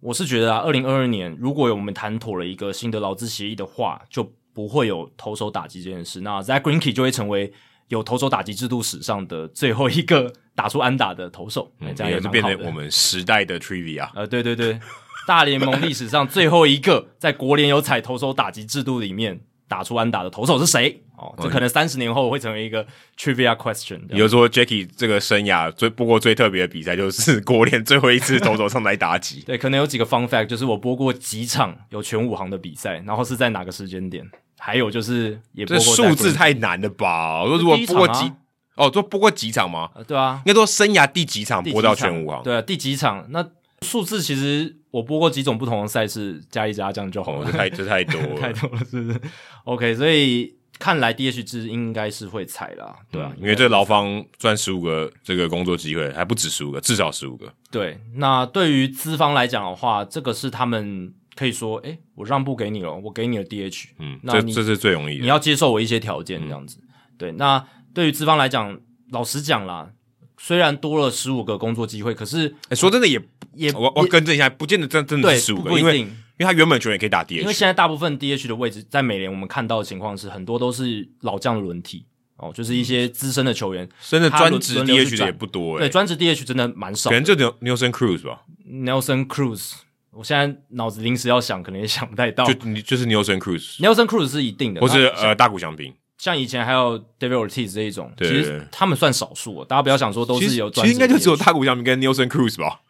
我是觉得啊，二零二二年如果有我们谈妥了一个新的劳资协议的话，就不会有投手打击这件事。那 Zach Greinke 就会成为有投手打击制度史上的最后一个打出安打的投手，哎
嗯
这样
也
蛮
是
好
变
的
成我们时代的 trivia。
呃，对对对，大联盟历史上最后一个在国联有采投手打击制度里面打出安打的投手是谁？哦，这可能三十年后会成为一个 trivia question 这
比
样。，
如说 Jacky 这个生涯最不过最特别的比赛就是 国联最后一次投手上台打击
对，可能有几个 fun fact，就是我播过几场有全武行的比赛，然后是在哪个时间点，还有就是也播
这
过在
数字
国
太难了吧？我说如果不过
第一
几
场
哦，说不过几场吗？
呃对啊，
应该说生涯第几场
第几
播到
场
全五行？
对啊，第几场？那数字其实我播过几种不同的赛事，加一加这样就好
哦，
了
这，太这太多
太
了。
多了，是不是？OK，所以看来 DH 制应该是会踩啦，对啊，
因为这劳方赚十五个这个工作机会，还不止十五个，至少十五个。
对，那对于资方来讲的话，这个是他们可以说，诶，我让步给你了，我给你了 DH，
嗯，
那
这
你
这是最容易
你
的。
要接受我一些条件这样子。对，那对于资方来讲，老实讲啦，虽然多了十五个工作机会，可是
哎说真的也，
也
我我
也
更正一下，不见得真真的
对
是十五
不
个，
不一
因为
定
因，为他原本球员也可以打
因为
DH，
现在大部分 DH 的位置在美联，我们看到的情况是很多都是老将的轮替哦，就是一
嗯
些资深的球员，
真的
他
专
轮
职
轮流去
DH 的
转
也不多哎、
对专职 DH 真的蛮少
可。能就只有 Nelson Cruz 吧，
Nelson Cruz，我现在脑子临时要想，可能也想不太到。
就你就是 Nelson Cruz，
Nelson Cruz 是一定的，
或是
那
呃大谷翔平。
像以前还有 David Ortiz 这一种，其
对
实他们算少数哦，大家不要想说都
其
是
实
有
其
专
实
职
应该就只有
DH
大谷翔平跟 Nelson Cruz 吧，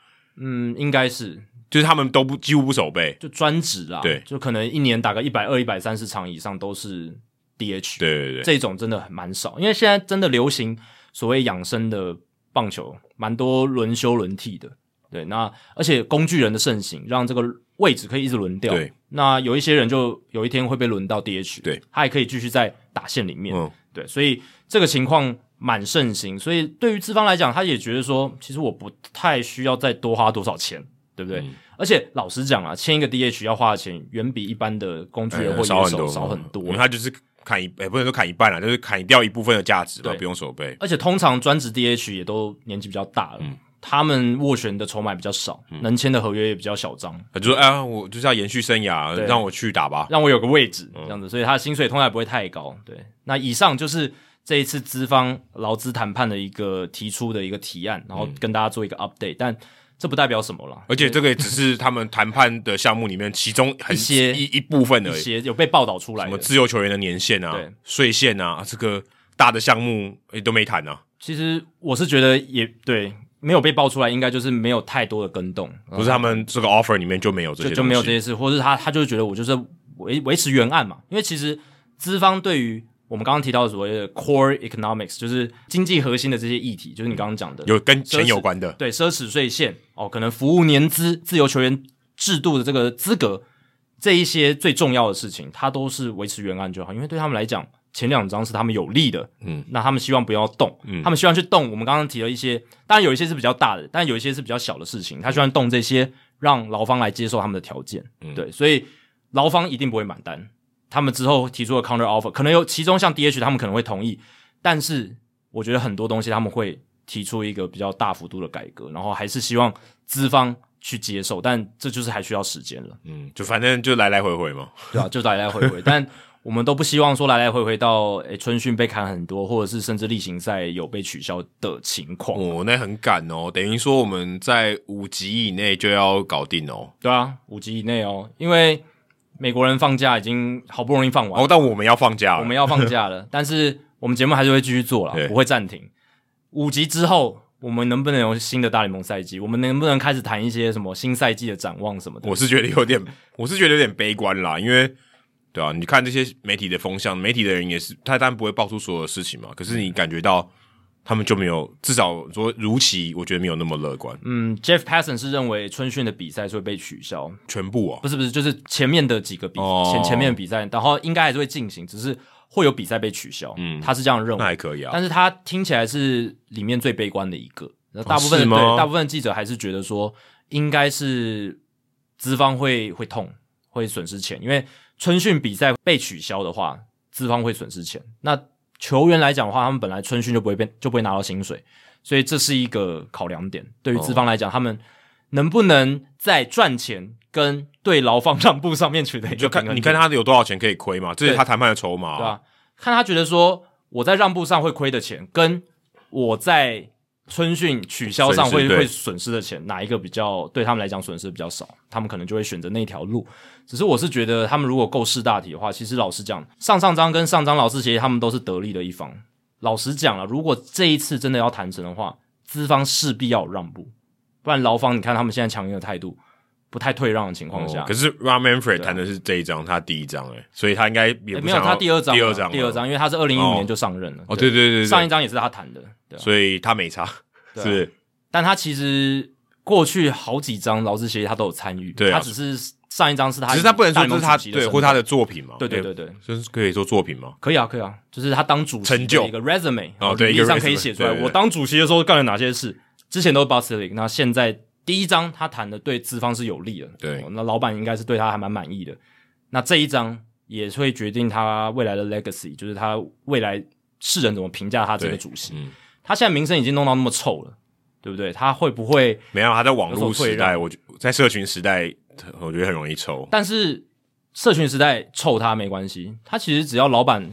嗯，应该是
就是他们都不几乎不守备。
就专职啦，
对
就可能一年打个一百二、一百三十场以上都是 DH，
对对对，
这种真的很蛮少，因为现在真的流行所谓养生的棒球，蛮多轮休轮替的。对，那而且工具人的盛行，让这个位置可以一直轮掉。
对，
那有一些人就有一天会被轮到 DH，
对，
他也可以继续在打线里面。
嗯，
对，所以这个情况蛮盛行，所以对于资方来讲，他也觉得说，其实我不太需要再多花多少钱，对不对？
嗯
而且老实讲啊，签一个 DH 要花的钱远比一般的工具人或
呃少
野
很
手
多，
少很多，
因为他就是砍一，也、不能说砍一半了，就是砍掉一部分的价值吧，
对
不用守备。
而且通常专职 DH 也都年纪比较大了，
嗯
他们斡旋的筹码比较少，能签的合约也比较小张，
他就说：“啊，我就是要延续生涯，
对
让我去打吧。
让我有个位置、
嗯
这样子，所以他的薪水通常也不会太高。对，那以上就是这一次资方劳资谈判的一个提出的一个提案，然后
嗯
跟大家做一个 update，、但这不代表什么啦”，
而且这个也只是他们谈判的项目里面其中很
一些
一一部分
一
而已，
些有被报道出来
什么
的，
自由球员的年限啊
对、
税限啊，这个大的项目也都没谈啊。
其实我是觉得也对，没有被爆出来，应该就是没有太多的跟动，
不是他们这个 offer 里面就没有这
嗯
些
就
东西，
就没有这些事，或是他他就是觉得我就是维维持原案嘛，因为其实资方对于我们刚刚提到的所谓的 core economics，就是经济核心的这些议题，就是你刚刚讲的，
有跟
奢
钱
侈
有关的，
对奢侈税线哦，可能服务年资、自由球员制度的这个资格，这一些最重要的事情，它都是维持原案就好，因为对他们来讲，前两张是他们有利的，
嗯，
那他们希望不要动，
嗯
他们希望去动。我们刚刚提了一些，当然有一些是比较大的，但有一些是比较小的事情，他希望动这些，让劳方来接受他们的条件，
嗯
对，所以劳方一定不会买单，他们之后提出的 counter offer，可能有其中像 DH 他们可能会同意，但是我觉得很多东西他们会提出一个比较大幅度的改革，然后还是希望资方去接受，但这就是还需要时间了，
嗯，就反正就来来回回嘛。
对吧、啊 就来来回回，但我们都不希望说来来回回到诶、春训被砍很多，或者是甚至例行赛有被取消的情况，
哦，那很赶哦，等于说我们在五级以内就要搞定哦。
对啊，五级以内哦，因为美国人放假已经好不容易放完
哦，，但我们要放假了，
我们要放假 了，但是我们节目还是会继续做啦
对，
不会暂停。五集之后，我们能不能有新的大联盟赛季？我们能不能开始谈一些什么新赛季的展望什么的？
我是觉得有点， 我是觉得有点悲观啦，因为对啊，你看这些媒体的风向，媒体的人也是，他当然不会爆出所有的事情嘛，可是你感觉到他们就没有，至少说如期，我觉得没有那么乐观，
嗯，Jeff Passan 是认为春训的比赛是会被取消，
全部哦，
不是不是，就是前面的几个比、
哦
前前面的比赛，然后应该还是会进行，只是会有比赛被取消。
嗯
他是这样认
那
为，
还可以啊，
但是他听起来是里面最悲观的一个。那大部分的、
哦是吗
对大部分记者还是觉得说，应该是资方会会痛，会损失钱，因为春训比赛被取消的话，资方会损失钱。那球员来讲的话，他们本来春训就不会被就不会拿到薪水，所以这是一个考量点。对于资方来
哦
讲，他们能不能在赚钱跟对劳方让步上面取得一
你就
个平衡点？
看你看他有多少钱可以亏嘛，这是
对啊
他谈判的筹码、啊
对吧、看他觉得说我在让步上会亏的钱，跟我在春训取消上会
损失对
会损失的钱，哪一个比较对他们来讲损失比较少？他们可能就会选择那条路。只是我是觉得，他们如果够识大体的话，其实老实讲，上上章跟上章老师其实他们都是得利的一方。老实讲了，如果这一次真的要谈成的话，资方势必要有让步，不然劳方你看他们现在强硬的态度，不太退让的情况下，
哦可是 Ron Manfred
对啊
谈的是这一张，他第一张哎、所以他应该也
诶
不
没有
想要
他第二章啊，
第二张，
第二。张，因为他是二零一五年就上任了。
哦，对对对对，
上一
一，
章也是他谈的，对啊
所以他没差，
对啊
是不是
但他其实过去好几张劳资协议他都有参与，
对啊
他只是上一张是他，
只是他不能说这是他对或他
的
的作品嘛？
身份，对对对对，
就是可以说作品嘛。
可以啊可以啊，就是他当主席
成就
的一个 resume
哦对
履历
一个
上
resume，
可以写出来，
对对对
我当主席的时候干了哪些事，之前都是 b o s l i 那现在第一章他谈的对资方是有利的，
对
哦那老板应该是对他还蛮满意的，那这一章也会决定他未来的 legacy，就是他未来世人怎么评价他这个
对
主席，
嗯，
他现在名声已经弄到那么臭了，对不对？他会不会？
没有，他在网络
有所退
时代，我觉在社群时代，我觉得很容易抽。
但是社群时代臭他没关系，他其实只要老板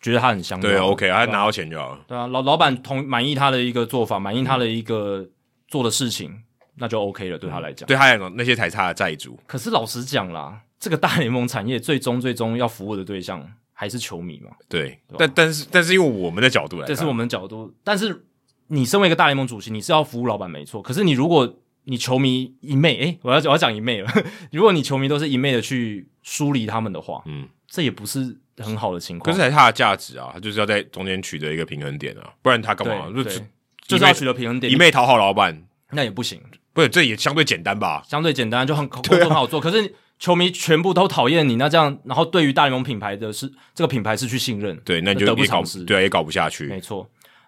觉得他很香就好，
对，OK，他
对啊
拿到钱就好了。
对啊，老老板同满意他的一个做法，满意他的一个做的事情，那就 OK 了，对他来讲。
嗯对他来讲，那些才是他的债主。
可是老实讲啦，这个大联盟产业最终最终要服务的对象还是球迷嘛，
对
对啊，
但但是但是，因为我们的角度来
这
看，
是我们的角度。但是你身为一个大联盟主席，你是要服务老板没错，可是你如果你球迷一昧，诶、我要我要讲一昧了， 如果你球迷都是一昧的去疏离他们的话，
嗯，
这也不是很好的情
可
况。
是才是他的价值啊，他就是要在中间取得一个平衡点啊，不然他干嘛？
对
就
对
就
就是要取得平衡点，
一昧讨好老板，
那也不行，
不是这也相对简单吧？
相对简单， 就很
啊
工作很好做。可是球迷全部都讨厌你，那这样，然后对于大联盟品牌的是这个品牌失去信任，
对，那你
那
就
得不
也搞
偿失
对啊，也搞不下去。
没错。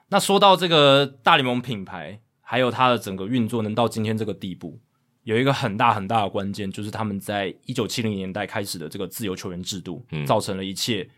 那说到这个大联盟品牌，还有它的整个运作能到今天这个地步，有一个很大很大的关键，就是他们在一九七零年代开始的这个自由球员制度，
嗯
造成了一切。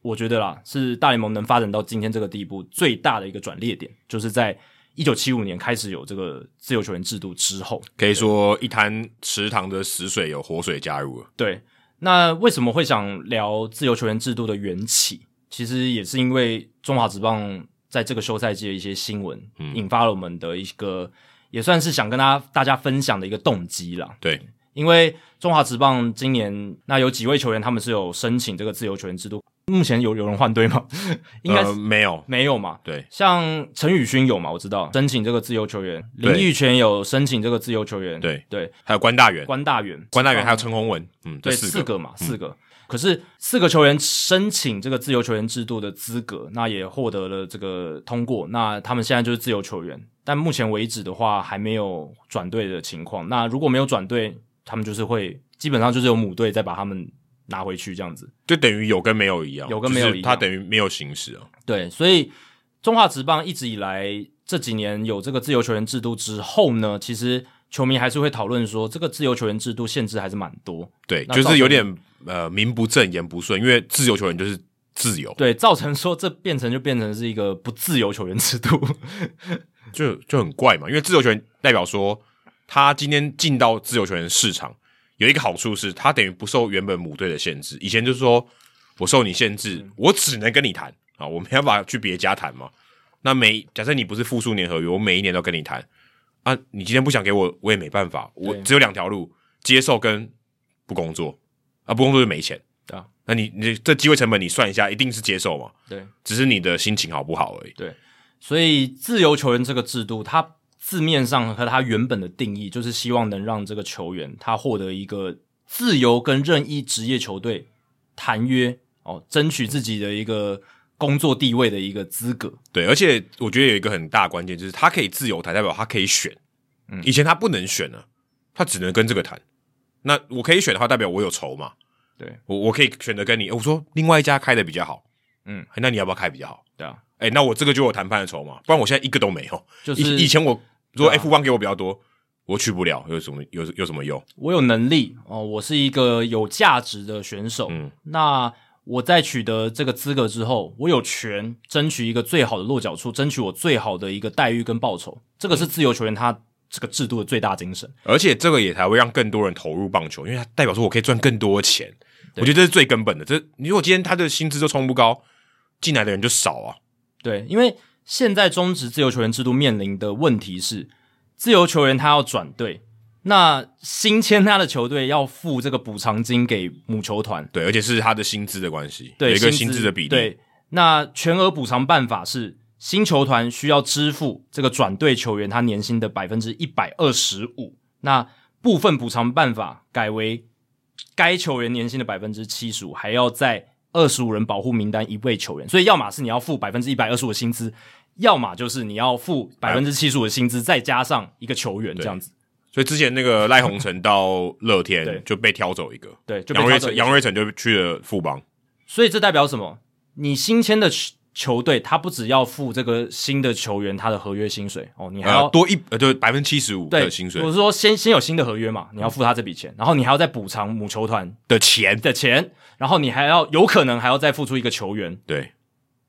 我觉得啦，是大联盟能发展到今天这个地步最大的一个转捩点，就是在一九七五年开始有这个自由球员制度之后。
可以说一滩池塘的死水有活水加入了，
对，那为什么会想聊自由球员制度的缘起？其实也是因为中华职棒在这个休赛季的一些新闻，
嗯
引发了我们的一个也算是想跟大家大家分享的一个动机啦。
对，
因为中华职棒今年那有几位球员他们是有申请这个自由球员制度，目前有有人换队吗？ 应该是
呃没有，
没有嘛。
对，
像陈宇勋有嘛？我知道申请这个自由球员，
对
林玉泉有申请这个自由球员，
对
对，
还有关大元，
关大元，
关大元
嗯
还有陈宏文，嗯，这
对，
四个，
个嘛，四个。可是四个球员申请这个自由球员制度的资格，那也获得了这个通过。那他们现在就是自由球员，但目前为止的话还没有转队的情况。那如果没有转队，他们就是会基本上就是有母队再把他们拿回去这样子。
就等于有跟没有一样，
有跟没有一样
就是他等于没有行使啊，
对，所以中华职棒一直以来这几年有这个自由球员制度之后呢，其实球迷还是会讨论说，这个自由球员制度限制还是蛮多。
对，
那
就
造成
是有点呃名不正言不顺，因为自由球员就是自由，
对，造成说这变成就变成是一个不自由球员制度。
就就很怪嘛，因为自由球员代表说他今天进到自由球员市场有一个好处是，他等于不受原本母队的限制。以前就是说我受你限制，
嗯
我只能跟你谈啊，我没办法去别家谈嘛。那每假设你不是复数年合约，我每一年都跟你谈啊，你今天不想给我，我也没办法，我
对
只有两条路：接受跟不工作啊，不工作就没钱
对啊。
那你你这机会成本你算一下，一定是接受嘛？
对，
只是你的心情好不好而已。
所以自由球员这个制度，它字面上和它原本的定义，就是希望能让这个球员他获得一个自由跟任意职业球队谈约哦，争取自己的一个工作地位的一个资格。
对，而且我觉得有一个很大的关键就是，他可以自由谈，代表他可以选。
嗯
以前他不能选啊，他只能跟这个谈。那我可以选的话，代表我有仇嘛？
对，
我我可以选择跟你，我说另外一家开的比较好，
嗯，
那你要不要开比较好？
对啊，
哎、那我这个就有谈判的筹码，不然我现在一个都没有。
就
以
是
以前我如果
对啊
F one 给我比较多，我去不了，有什么有有什么用？
我有能力哦，我是一个有价值的选手。
嗯
那我在取得这个资格之后，我有权争取一个最好的落脚处，争取我最好的一个待遇跟报酬。这个是自由球员他这个制度的最大精神。
而且这个也才会让更多人投入棒球，因为它代表说我可以赚更多的钱。我觉得这是最根本的。这你如果今天他的薪资就冲不高，进来的人就少啊。
对，因为现在中职自由球员制度面临的问题是，自由球员他要转队，那新签他的球队要付这个补偿金给母球团，
对，而且是他的薪资的关系，
对
有一个薪资的比例，
对，那全额补偿办法是新球团需要支付这个转队球员他年薪的百分之一百二十五，那部分补偿办法改为该球员年薪的百分之七十五，还要在二十五人保护名单一位球员，所以要么是你要付百分之一百二十五的薪资。要么就是你要付百分之七十五的薪资，再加上一个球员这样子，
所以之前那个赖鸿成到乐
对
天就被挑走一个，
对，就被挑
杨瑞
走一
成
个
杨瑞成就去了富邦，
所以这代表什么？你新签的球球队，他不只要付这个新的球员他的合约薪水哦，你还要、
呃，多一呃，对，百分之七十五
对
的薪水
我是说先先有新的合约嘛，你要付他这笔钱，然后你还要再补偿母球团
的钱，
的钱，然后你还要有可能还要再付出一个球员。
对，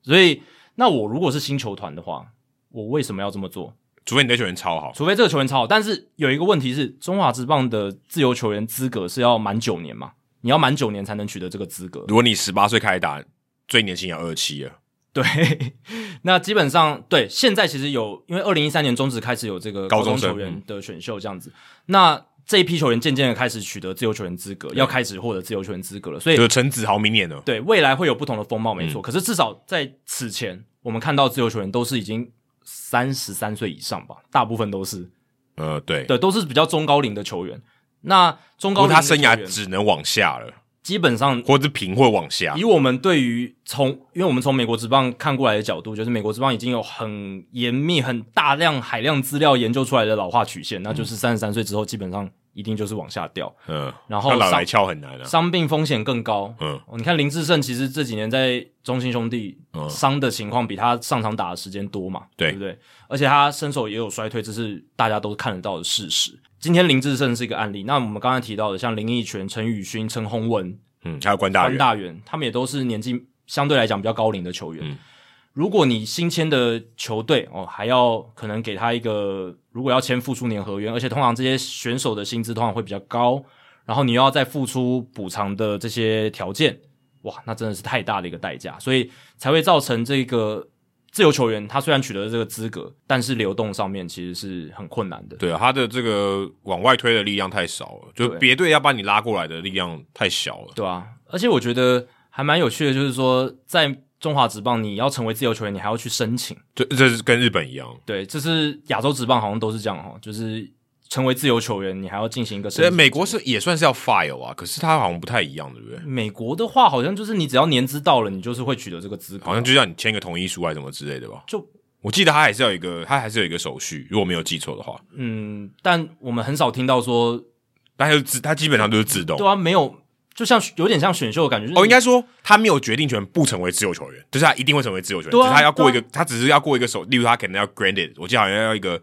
所以，那我如果是新球团的话，我为什么要这么做？
除非你对球员超好，
除非这个球员超好，但是有一个问题是，中华职棒的自由球员资格是要满九年嘛？你要满九年才能取得这个资格。
如果你十八岁开始打，最年薪要二七了，
对，那基本上对现在其实有，因为二零一三年中职开始有这个
高
中
中生嗯
球员的选秀这样子，那这一批球员渐渐的开始取得自由球员资格，要开始获得自由球员资格了，所以
就是陈子豪明年了，
对未来会有不同的风貌，
嗯
没错。可是至少在此前，我们看到自由球员都是已经三十三岁以上吧，大部分都是
呃，对，
对，都是比较中高龄的球员。那中
不
高
过
龄的
他生涯
球员
只能往下了，
基本上
或者是平会往下
以，我们对于从，因为我们从美国职棒看过来的角度，就是美国职棒已经有很严密、很大量、海量资料研究出来的老化曲线，那就是三十三岁之后，基本上一定就是往下掉，
嗯，
然后
要老
上
来翘很难啊，
伤病风险更高。
嗯
哦，你看林志胜，其实这几年在中信兄弟
嗯
伤的情况比他上场打的时间多嘛，
对
不对？而且他身手也有衰退，这是大家都看得到的事实。今天林志胜是一个案例，那我们刚才提到的，像林奕泉、陈宇勋、陈宏文，
嗯，还有关大
关
元，
大元，他们也都是年纪相对来讲比较高龄的球员。
嗯
如果你新签的球队哦，还要可能给他一个，如果要签复出年合约，而且通常这些选手的薪资通常会比较高，然后你又要再付出补偿的这些条件，哇，那真的是太大的一个代价，所以才会造成这个自由球员他虽然取得了这个资格，但是流动上面其实是很困难的。
对啊，他的这个往外推的力量太少了，就
对
别队要把你拉过来的力量太小了。
对啊，而且我觉得还蛮有趣的，就是说在中华职棒，你要成为自由球员，你还要去申请。
这这是跟日本一样，
对，这是亚洲职棒好像都是这样哈，就是成为自由球员，你还要进行一个申
所以
请。
美国是也算是要 file 啊，可是他好像不太一样，对不对？
美国的话，好像就是你只要年资到了，你就是会取得这个资格。
好像就让你签个同意书啊还是什么之类的吧。
就
我记得他还是要有一个，他还是有一个手续，如果没有记错的话，
嗯，但我们很少听到说，
但他就自他基本上都是自动。
对啊，没有，就像有点像选秀的感觉。就是
哦，应该说他没有决定权，不成为自由球员，就是他一定会成为自由球员，
对啊
只是他要过一个，
对
他只是要过一个手，例如他可能要 granted，我记得好像要一个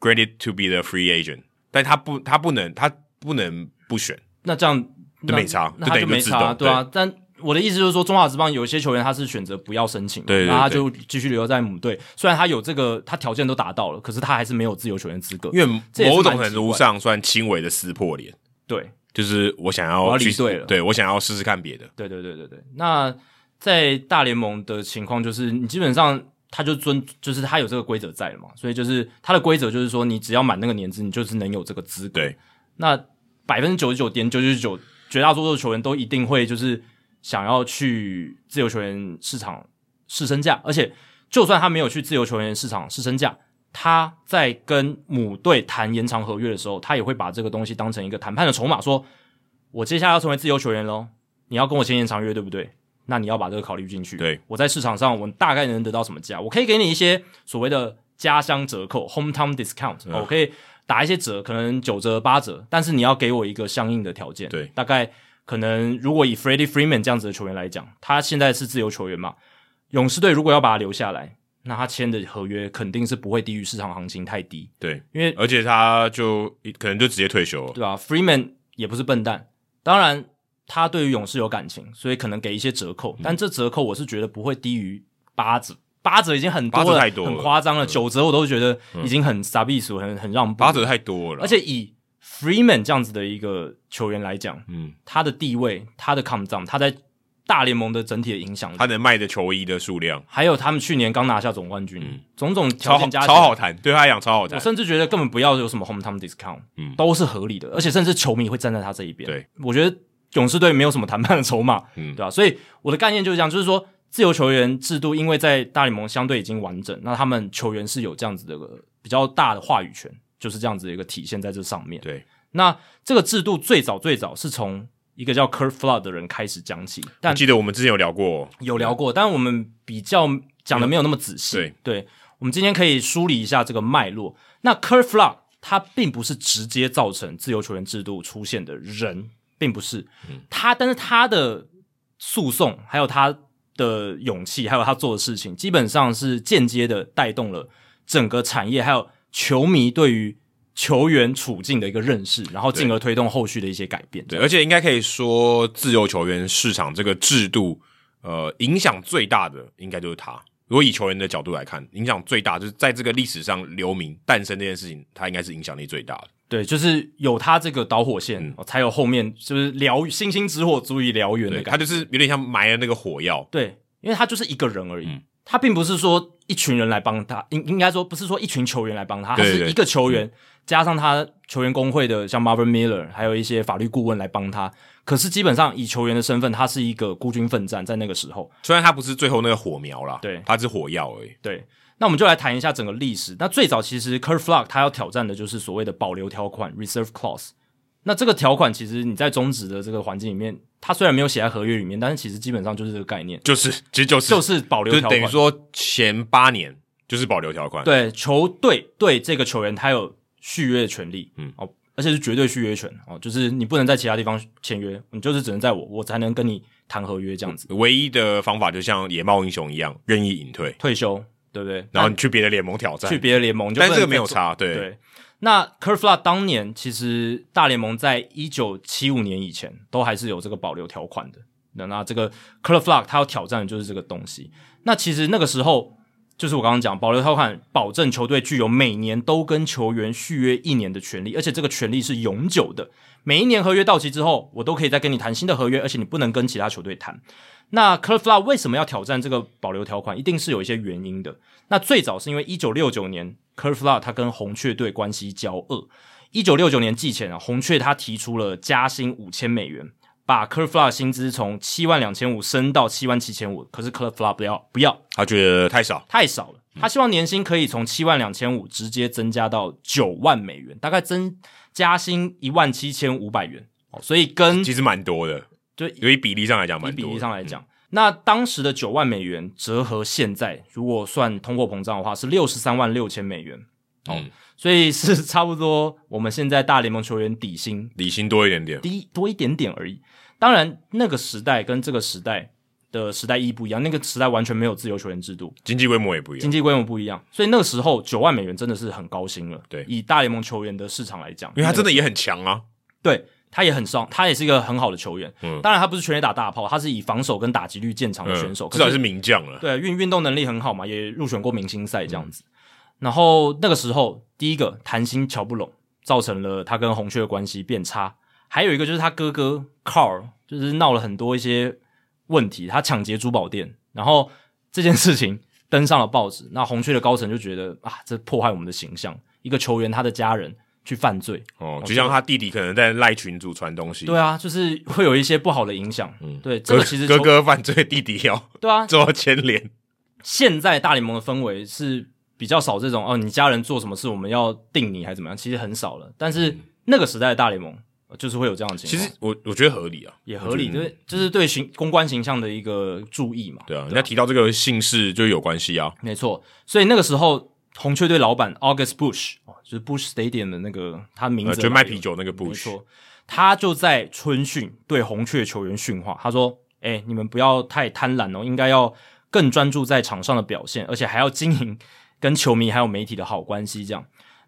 granted to be the free agent，但他不，他不能，他不能不选。
那这样那
没差
那
就
他
等于
就没
自
差，
动
对啊。但我的意思就是说，中华职棒有一些球员他是选择不要申请，
对对
那他
对
就继续留在母队。虽然他有这个，他条件都达到了，可是他还是没有自由球员资格。
因为
这也是
某
蛮
种程度上算轻微的撕破脸，
对
就是我想
我要
要
离
去
队了
哦对我想要试试看别的，
对对对对对。那在大联盟的情况就是，你基本上他就遵，就是他有这个规则在了嘛，所以就是他的规则就是说，你只要满那个年资，你就是能有这个资格。
对，
那百分之九十九点九九九，绝大多数球员都一定会就是想要去自由球员市场试身价，而且就算他没有去自由球员市场试身价，他在跟母队谈延长合约的时候，他也会把这个东西当成一个谈判的筹码，说我接下来要成为自由球员喽，你要跟我签延长约，对不对？那你要把这个考虑进去。
对，
我在市场上我大概能得到什么价？我可以给你一些所谓的家乡折扣 （hometown discount），、哦
嗯
我可以打一些折，可能九折、八折，但是你要给我一个相应的条件。
对
大概可能如果以 Freddie Freeman 这样子的球员来讲，他现在是自由球员嘛，勇士队如果要把他留下来，那他签的合约肯定是不会低于市场行情太低，
对，
因为
而且他就可能就直接退休了，
对吧、f r e e m a n 也不是笨蛋，当然他对于勇士有感情，所以可能给一些折
嗯
扣，但这折扣我是觉得不会低于八折。八折已经很多
八
了，
折太多了嗯
很夸张了。九折我都觉得已经很傻逼数，很很让步。
八折太多了，
而且以 Freeman 这样子的一个球员来讲，
嗯，
他的地位、他的 come down，他在大联盟的整体的影响力
他，能卖的球衣的数量
还有他们去年刚拿下总冠军，种种条
嗯超好，
件加起
超
来
好谈，对他来讲超好
我
谈。
甚至觉得根本不要有什么 hometown discount，
嗯
都是合理的，而且甚至球迷会站在他这一边。
对，
我觉得勇士队没有什么谈判的筹码，
嗯
对吧、所以我的概念就是这样，就是说自由球员制度因为在大联盟相对已经完整，那他们球员是有这样子的个比较大的话语权，就是这样子的一个体现在这上面。
对，
那这个制度最早最早是从一个叫 Kurt Flood 的人开始讲起，但
我记得我们之前有聊过，
有聊过，但我们比较讲的没有那么仔细。
对，
我们今天可以梳理一下这个脉络。那 Curt f l o c k 他并不是直接造成自由球员制度出现的人，并不是、他，但是他的诉讼，还有他的勇气，还有他做的事情，基本上是间接的带动了整个产业，还有球迷对于球员处境的一个认识，然后进而推动后续的一些改变。
对，而且应该可以说，自由球员市场这个制度，呃，影响最大的应该就是他。如果以球员的角度来看，影响最大就是在这个历史上留名诞生这件事情，他应该是影响力最大的。
对，就是有他这个导火线，哦才有后面就是燎星星之火足以燎原的
嗯对，
感觉。
他就是有点像埋了那个火药。
对，因为他就是一个人而已，
嗯
他并不是说一群人来帮他，应应该说不是说一群球员来帮他，他
对
是
对嗯
一个球员加上他球员工会的像 Marvin Miller，还有一些法律顾问来帮他。可是基本上以球员的身份，他是一个孤军奋战，在那个时候，
虽然他不是最后那个火苗啦，
对
他是火药而已。
对，那我们就来谈一下整个历史。那最早其实 Curt Flock 他要挑战的就是所谓的保留条款 （reserve clause）。那这个条款其实你在终止的这个环境里面，它虽然没有写在合约里面，但是其实基本上就是这个概念，
就是，其实就是，
就是是保留
就
条款。
等于说前八年就是保留条款。，
对球队对这个球员他有续约的权利，嗯
嗯，
哦，而且是绝对续约权哦，就是你不能在其他地方签约，你就是只能在我，我才能跟你谈合约这样子。
唯一的方法就像野猫英雄一样，愿意隐退，
退休对不对？
然后你去别的联盟挑
那
战
去。别的联盟，你就
但
不
这个
能
没有
再做
差，对，
对，那 c u r f l a 当年其实大联盟在一九七五年以前都还是有这个保留条款的。那那这个 c u r f l a 他要挑战的就是这个东西。那其实那个时候就是我刚刚讲保留条款，保证球队具有每年都跟球员续约一年的权利，而且这个权利是永久的。每一年合约到期之后，我都可以再跟你谈新的合约，而且你不能跟其他球队谈。那 c u r f l a 为什么要挑战这个保留条款？一定是有一些原因的。那最早是因为一九六九年 c u r f l a 他跟红雀队关系交恶。一九六九年季前啊，红雀他提出了加薪五千美元，把 c u r f l a 薪资从七万两千五升到七万七千五。可是 c u r f l a 不要不要，
他觉得太少，
太少了。他希望年薪可以从七万两千五直接增加到九万美元，大概增加薪一万七千五百元。哦所以跟
其实蛮多的，
就
由于比例上来讲，
以
蛮
比
多的。嗯
例上来讲，那当时的九万美元折合现在，如果算通货膨胀的话，是六十三万六千美元，哦
嗯，
所以是 差不多我们现在大联盟球员底薪
理性多一点点，
低多一点点而已。当然，那个时代跟这个时代的时代意义不一样，那个时代完全没有自由球员制度，
经济规模也不一
经
样。
济规模不一样，所以那个时候九万美元真的是很高薪了。
对
以大联盟球员的市场来讲，
因为他真
的
的也很强啊，
对。他也很上，他也是一个很好的球员。
嗯
当然他不是全垒打大炮，他是以防守跟打击率见长的
嗯
选手。可
至少是名将了。
对，运运动能力很好嘛，也入选过明星赛
嗯
这样子。然后那个时候，第一个谈心瞧不拢，造成了他跟红雀的关系变差。还有一个就是他哥哥 Carl，就是闹了很多一些问题，他抢劫珠宝店，然后这件事情登上了报纸。那红雀的高层就觉得啊，这破坏我们的形象，一个球员他的家人去犯罪，
哦，就像他弟弟可能在赖群主传东西，
对啊，就是会有一些不好的影响。嗯，对，这
哥
个其实
哥
球
哥犯罪，弟弟要
对啊，
做牵连。
现在大联盟的氛围是比较少这种哦，你家人做什么事我们要定你还是怎么样，其实很少了。但是那个时代的大联盟呃就是会有这样的情
嗯其
况，
实我我觉得合理啊，
也合理，
我
就
觉得
是就是对形公关形象的一个注意嘛。
对啊，人家提到这个姓氏就有关系啊。
没错，所以那个时候红雀队老板 August Bush 哦，就是 Bush Stadium 的那个他名
呃，
字
就卖
来源
啤酒那个
没
Bush，
错，他就在春训对红雀球员训话，他说：“哎、你们不要太贪婪哦，应该要更专注在场上的表现，而且还要经营跟球迷还有媒体的好关系。”这样。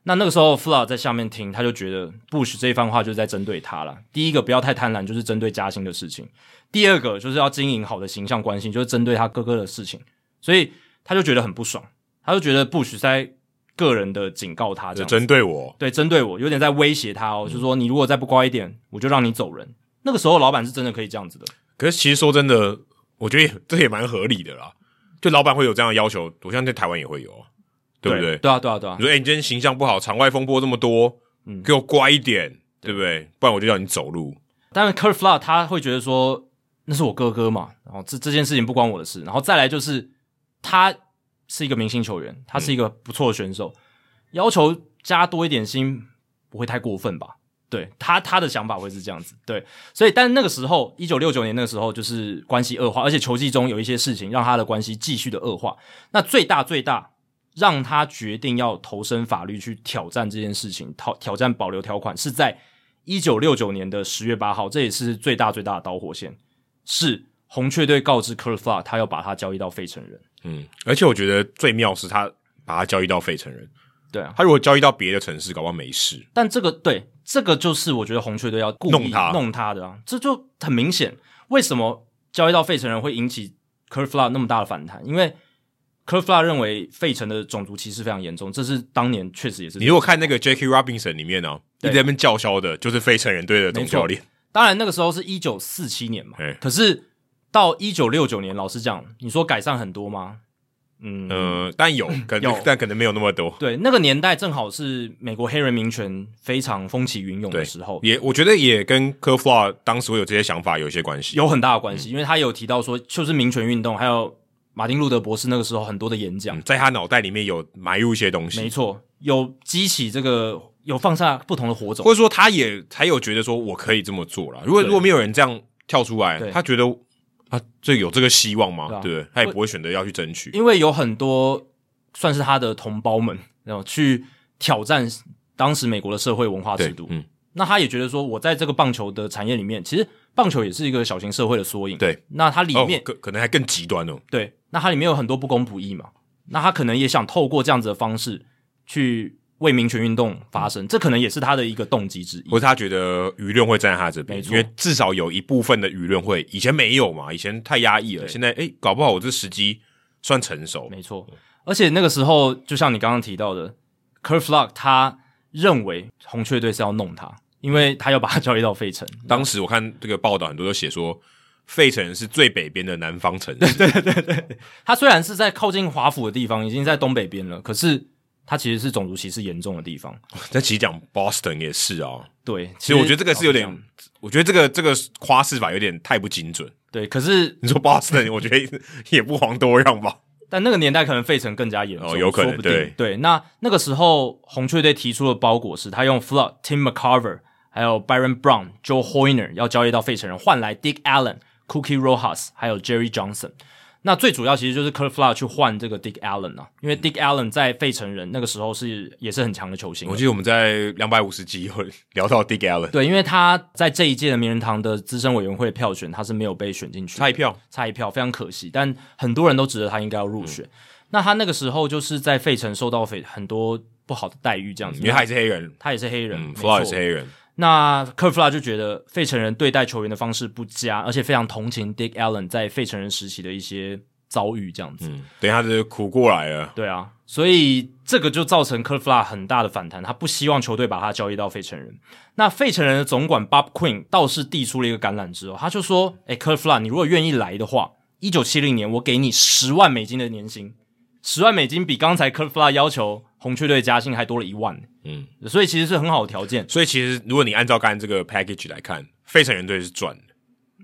那那个时候 f l a 在下面听，他就觉得 Bush 这一番话就是在针对他了。第一个不要太贪婪，就是针对加薪的事情；第二个就是要经营好的形象关系，就是针对他哥哥的事情。所以他就觉得很不爽，他就觉得 Bush 在个人的警告他这
就
样子。
针对我，
对，针对我，有点
嗯
在威胁他哦，就说你如果再不乖一点，我就让你走人。那个时候老板是真的可以这样子的，
可是其实说真的，我觉得也这也蛮合理的啦。就老板会有这样的要求，我相信在台湾也会有啊，对不对？
对啊，对啊，对啊
你，说，哎、你今天形象不好，场外风波这么多，
嗯
给我乖一点，对不对？不然我就叫你走路。
当然 Kurt Flood 他会觉得说那是我哥哥嘛，然后这这件事情不关我的事，然后再来就是他是一个明星球员，他是一个不错的选手，要求加多一点薪不会太过分吧？对他他的想法会是这样子，对，所以但那个时候一九六九年那个时候就是关系恶化，而且球季中有一些事情让他的关系继续的恶化，那最大最大让他决定要投身法律去挑战这件事情，挑挑战保留条款，是在一九六九年的十月八号，这也是最大最大的导火线，是红雀队告知 c u r f l a 他要把他交易到费城人。
嗯，而且我觉得最妙是他把他交易到费城人，
对啊，
他如果交易到别的城市，搞不好没事。
但这个对这个就是我觉得红雀队要故意
弄他
弄他的啊，这就很明显。为什么交易到费城人会引起 c u r f l a 那么大的反弹？因为 c u r f l a 认为费城的种族歧视非常严重，这是当年确实也是
你如果看那个 Jackie Robinson 里面呢、啊，一
对
直在那边叫嚣的就是非成人队的总教练，
当然那个时候是一九四七年嘛
哎，
可是到一九六九年，老实讲，你说改善很多吗？嗯
嗯、但有可能
有，
但可能没有那么多。
对，那个年代正好是美国黑人民权非常风起云涌的
对
时候，
也我觉得也跟科弗拉当时会有这些想法有一些关系。
有很大的关
嗯
系，因为他有提到说，就是民权运动，还有马丁路德博士那个时候很多的演讲，
嗯在他脑袋里面有埋入一些东
没
西，
错，有激起这个，有放下不同的火种
或，者说他也才有觉得说我可以这么做了。如果
对
如果没有人这样跳出来
对，
他觉得啊，这有这个希望吗？
对啊
对不对？他也不会选择要去争取。
因为有很多算是他的同胞们，然后去挑战当时美国的社会文化制
对
度，。
嗯，
那他也觉得说，我在这个棒球的产业里面，其实棒球也是一个小型社会的缩影。
对，
那它里
哦
面、，
可可能还更极端哦。
对，那它里面有很多不公不义嘛，那他可能也想透过这样子的方式去为民权运动发
嗯
声，这可能也是他的一个动机之一
或。是他觉得舆论会站在他这边
没，错
因为至少有一部分的舆论会，以前没有嘛，以前太压抑了，
对
现在诶，搞不好我这时机算成熟，
没错，而且那个时候，就像你刚刚提到的 c u r f l o c k 他认为红雀队是要弄他，因为他要把他交易到费城。
当时我看这个报道，很多都写说费城是最北边的南方城市，
他虽然是在靠近华府的地方，已经在东北边了，可是他其实是种族歧视严重的地方。
但其实讲 Boston 也是啊。
对，
其实我觉得这个是有
老实
点
讲，
我觉得这个这个夸饰法有点太不精准。
对，可是
你说 Boston，我觉得也不遑多让吧。
但那个年代可能费城更加严重，
哦有可能
说不定
对
那那个时候红雀队提出的包裹是，他用 Flood、Tim McCarver、还有 Byron Brown、Joe Hoyner 要交易到费城人，换来 Dick Allen、Cookie Rojas 还有 Jerry Johnson。那最主要其实就是 Kurt Flood 去换这个 Dick Allen 啊，
嗯
因为 Dick Allen 在费城人那个时候是也是很强的球星了啊
我。记得我们在两百五十集有聊到 Dick Allen，
对，因为他在这一届的名人堂的资深委员会票选，他是没有被选进去的，
差一票，
差一票，非常可惜。但很多人都觉得他应该要入选。那他那个时候就是在费城受到非很多不好的待遇，这样子，
嗯因为他也是黑人，
他也是黑人，没
嗯，Fla 也
错
是黑人，
那克弗拉就觉得费城人对待球员的方式不佳，而且非常同情 Dick Allen 在费城人时期的一些遭遇，这样子。
嗯，等一下就是苦过来了。
对啊，所以这个就造成科弗拉很大的反弹，他不希望球队把他交易到费城人。那费城人的总管 Bob Quinn 倒是递出了一个橄榄枝哦，他就说：“哎，科弗拉，你如果愿意来的话，一九七零年我给你十万美金的年薪，十万美金比刚才科弗拉要求红雀队加薪还多了一万，
嗯，
所以其实是很好的条件。
所以其实如果你按照刚才这个 package 来看，费城人队是赚的，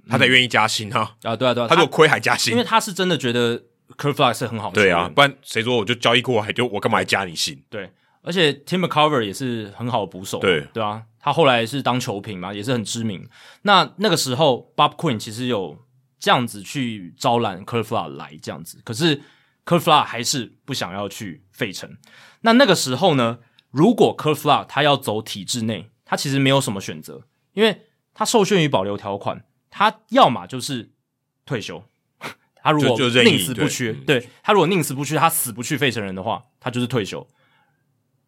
他才愿意加薪啊，
啊，对啊，对啊，
他如果亏还加
因为
薪，
他是真的觉得科弗拉是很好的球
对
员，
啊，不然谁说我就交易过来就我干嘛还加你薪？
对，而且 Tim McCover 也是很好的捕手，
对
对啊，他后来是当球评嘛，也是很知名。那那个时候，Bob Quinn 其实有这样子去招揽 c u r f l a 来这样子，可是 c u r f l a 还是不想要去费城。那那个时候呢，如果 c u r f l a 他要走体制内，他其实没有什么选择，因为他受限于保留条款，他要么就是退休。他如果
就就任意
宁死不
对
屈，
嗯
对他如果宁死不屈，他死不去费城人的话，他就是退休。